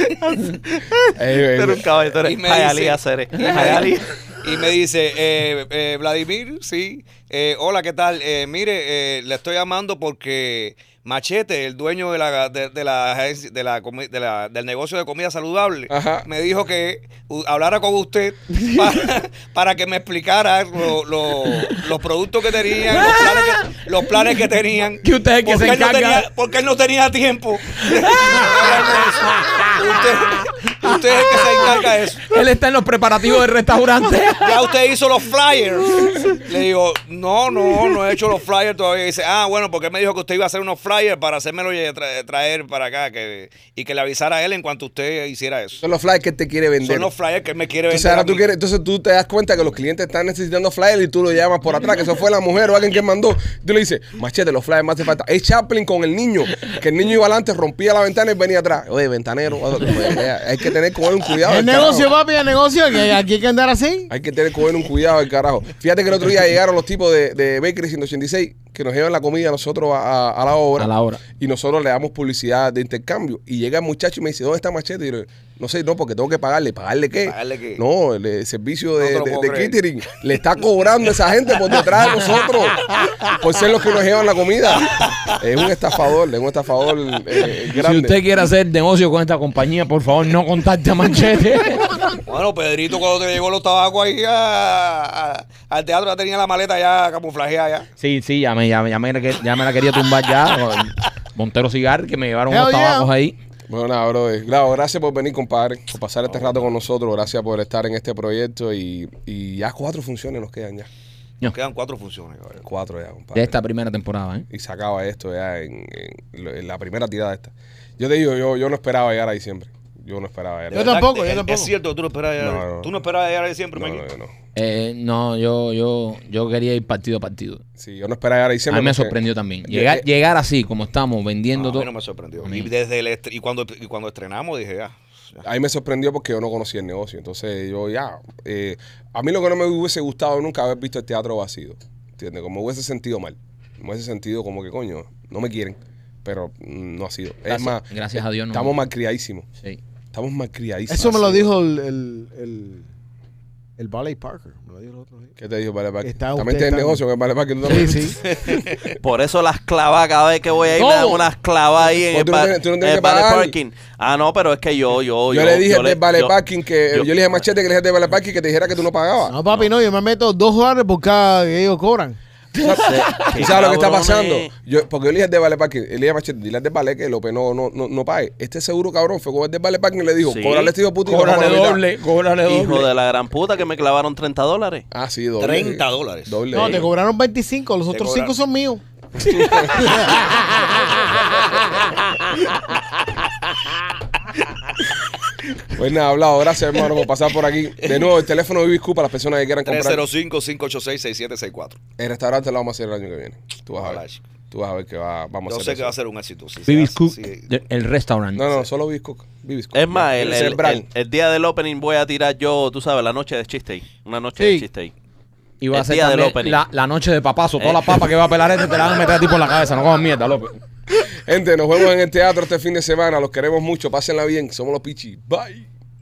Speaker 1: eh,
Speaker 3: Pero un caballo, <laughs> tú eres
Speaker 5: Y me
Speaker 3: Hialeah,
Speaker 5: dice-
Speaker 3: Cere. Hialeah.
Speaker 5: y me dice, eh, eh, Vladimir, sí, eh, hola, ¿qué tal? Eh, mire, eh, le estoy llamando porque Machete, el dueño de la, de, de la, agencia- de la comi- de la- del negocio de comida saludable,
Speaker 1: Ajá.
Speaker 5: me dijo que u- hablara con usted para, para que me explicara lo- lo- los productos que tenían, los planes que, los planes que tenían.
Speaker 2: Que usted es el que
Speaker 5: Porque
Speaker 2: se
Speaker 5: él no
Speaker 2: encarga.
Speaker 5: tenía- porque él no tenía tiempo.
Speaker 2: <laughs>
Speaker 5: de hablar de eso. Usted, usted es el que se encarga de eso
Speaker 2: él está en los preparativos del restaurante.
Speaker 5: ya usted hizo los flyers. Le digo, no, no, no he hecho los flyers todavía. Y dice, ah, bueno, porque él me dijo que usted iba a hacer unos flyers para hacérmelo y tra- traer para acá que, y que le avisara a él en cuanto usted hiciera eso.
Speaker 1: Son los flyers que él te quiere vender.
Speaker 5: Son los flyers que él me quiere vender.
Speaker 1: Entonces, ahora
Speaker 5: a
Speaker 1: tú
Speaker 5: mí.
Speaker 1: quieres, entonces tú te das cuenta que los clientes están necesitando flyers y tú lo llamas por atrás, que eso fue la mujer o alguien que mandó. Tú le dices, machete, los flyers más hace falta. Es Chaplin con el niño, que el niño iba adelante, rompía la ventana y venía atrás. Oye, ventanero, oye, eh, hay que tener con él un cuidado.
Speaker 4: El
Speaker 1: del
Speaker 4: negocio,
Speaker 1: carajo.
Speaker 4: papi, el negocio, que aquí hay que andar así.
Speaker 1: Hay que tener con él un cuidado del carajo. Fíjate que el otro día llegaron los tipos de, de Bakery 186 que nos llevan la comida a nosotros a, a- a la obra.
Speaker 2: A la obra.
Speaker 1: Y nosotros le damos publicidad de intercambio. Y llega el muchacho y me dice, ¿dónde está Machete? Y yo, no sé, no, porque tengo que pagarle. ¿Pagarle qué?
Speaker 5: ¿Pagarle qué?
Speaker 1: No, el, eh, servicio de,
Speaker 5: No te lo
Speaker 1: de-
Speaker 5: puedo
Speaker 1: de
Speaker 5: creer.
Speaker 1: catering. Le está cobrando a esa gente por detrás de nosotros. Por ser los que nos llevan la comida. Es un estafador, es un estafador eh, grande.
Speaker 2: Si usted quiere hacer negocio con esta compañía, por favor, no contacte a Manchete. <laughs>
Speaker 5: Bueno, Pedrito, cuando te llegó los tabacos ahí a- a- al teatro, ya tenía la maleta ya camuflajeada ya.
Speaker 2: Sí, sí, ya me, ya, me- ya me la que- ya me la quería tumbar ya. Montero Cigar, que me llevaron unos
Speaker 4: Hell yeah.
Speaker 2: tabacos ahí.
Speaker 1: Bueno, nada, brother. Claro, gracias por venir, compadre, por pasar este rato con nosotros. Gracias por estar en este proyecto. Y, y ya cuatro funciones nos quedan ya.
Speaker 5: Nos quedan cuatro funciones, cabrón.
Speaker 1: Cuatro ya,
Speaker 2: De
Speaker 1: compadre.
Speaker 2: esta primera temporada, ¿eh?
Speaker 1: Y se acaba esto ya en, en lo- en la primera tirada esta. Yo te digo, yo, yo no esperaba llegar a diciembre. Yo no esperaba llegar
Speaker 4: Yo tampoco, yo
Speaker 5: Es-
Speaker 4: tampoco.
Speaker 5: Es cierto, tú no esperabas llegar,
Speaker 1: No, no.
Speaker 5: tú no esperabas llegar siempre,
Speaker 1: No,
Speaker 5: Meño.
Speaker 1: no, yo no.
Speaker 2: Eh, no, yo, yo, yo quería ir partido a partido.
Speaker 1: Sí, yo no esperaba llegar a
Speaker 2: A
Speaker 1: diciembre.
Speaker 2: mí me
Speaker 1: porque-
Speaker 2: sorprendió también.
Speaker 1: Yo-
Speaker 2: Llegar,
Speaker 1: eh,
Speaker 2: llegar así, como estamos, vendiendo
Speaker 5: Ah, a
Speaker 2: todo.
Speaker 5: mí no me sorprendió.
Speaker 2: A mí.
Speaker 5: Y, desde el est- y, cuando, y cuando estrenamos dije, ah, ya.
Speaker 1: A mí me sorprendió porque yo no conocía el negocio. Entonces yo ya. eh, a mí lo que no me hubiese gustado nunca haber visto el teatro vacío. ¿Entiendes? Como hubiese sentido mal. Me hubiese sentido como que, coño, no me quieren. Pero mm, no ha sido. es
Speaker 2: Gracias-
Speaker 1: más,
Speaker 2: gracias a Dios no.
Speaker 1: Estamos malcriadísimos.
Speaker 2: Sí.
Speaker 1: Estamos malcriadísimos.
Speaker 4: Eso me lo dijo el, el, el, El Valley Parker, me lo dijo el otro día.
Speaker 1: ¿Qué te dijo Vale Parker?
Speaker 4: Está
Speaker 1: También
Speaker 4: usted,
Speaker 1: tienes
Speaker 4: está-
Speaker 1: negocio con el Vale Parker. ¿tú
Speaker 4: Sí,
Speaker 1: también?
Speaker 4: sí.
Speaker 3: Por eso las clavas cada vez que voy a ir me dan
Speaker 1: ¿Cómo?
Speaker 3: unas clavas ahí en
Speaker 1: Pues
Speaker 3: el,
Speaker 1: tú no
Speaker 3: bar-
Speaker 1: tienes- tú no
Speaker 3: en
Speaker 1: tienes
Speaker 3: el
Speaker 1: que
Speaker 3: valet
Speaker 1: pagar.
Speaker 3: parking. Ah, no, pero es que yo, yo,
Speaker 1: Yo le dije al de Vale
Speaker 3: yo-
Speaker 1: Parking que. Yo
Speaker 3: yo-
Speaker 1: le dije a
Speaker 3: <laughs>
Speaker 1: Machete que le dije al de Vale Parking que te dijera que tú no pagabas.
Speaker 4: No, papi, no, yo me meto dos dólares por cada que ellos cobran.
Speaker 1: ¿Y sabes lo que está
Speaker 3: cabrones.
Speaker 1: pasando? Yo, porque yo le dije al de Vale Parking, le dije a Machete, dile al de Vale que López no, no, no, no pague. Este seguro cabrón fue con el de Vale Parking y le dijo,
Speaker 3: Sí.
Speaker 1: cóbrale este hijo de puta y nos
Speaker 2: Cóbrale
Speaker 1: vamos a la mitad".
Speaker 2: doble, cóbrale
Speaker 3: Hijo
Speaker 2: doble.
Speaker 3: de la gran puta que me clavaron 30 dólares.
Speaker 1: Ah, sí, doble.
Speaker 5: 30 dólares.
Speaker 1: Doble.
Speaker 4: No, te cobraron 25, los
Speaker 5: Te
Speaker 4: otros 5
Speaker 5: cobraron.
Speaker 4: son míos.
Speaker 1: Pues nada, hablado. Gracias, hermano, por pasar por aquí. De nuevo, el teléfono de Viviscu para las personas que quieran comprar.
Speaker 5: 305-586-6764.
Speaker 1: El restaurante lo vamos a hacer el año que viene. Tú vas a
Speaker 5: Ojalá,
Speaker 1: ver.
Speaker 5: chico.
Speaker 1: Tú vas a ver que va, vamos
Speaker 5: Yo
Speaker 1: a hacer
Speaker 5: sé que
Speaker 1: eso.
Speaker 5: va a ser un éxito. sí, sí,
Speaker 2: Bibis
Speaker 5: sí,
Speaker 2: Cook,
Speaker 5: sí.
Speaker 2: de- el restaurante.
Speaker 1: No, no, solo Viviscu. Viviscu.
Speaker 3: Es más, el,
Speaker 1: Ese
Speaker 3: el-
Speaker 1: es brand.
Speaker 3: el- el día del opening voy a tirar yo, tú sabes, la noche de chiste. Una noche
Speaker 4: Sí.
Speaker 3: de chiste.
Speaker 2: Y va a
Speaker 3: el
Speaker 2: ser
Speaker 3: día del
Speaker 2: también
Speaker 3: opening.
Speaker 2: la, la noche de papazo.
Speaker 3: Eh.
Speaker 2: Todas las papas que va a pelar este te la van a meter a ti por la cabeza. No comas mierda, López.
Speaker 1: Gente, nos vemos en el teatro este fin de semana. Los queremos mucho. Pásenla bien. Somos los Pichi. Bye.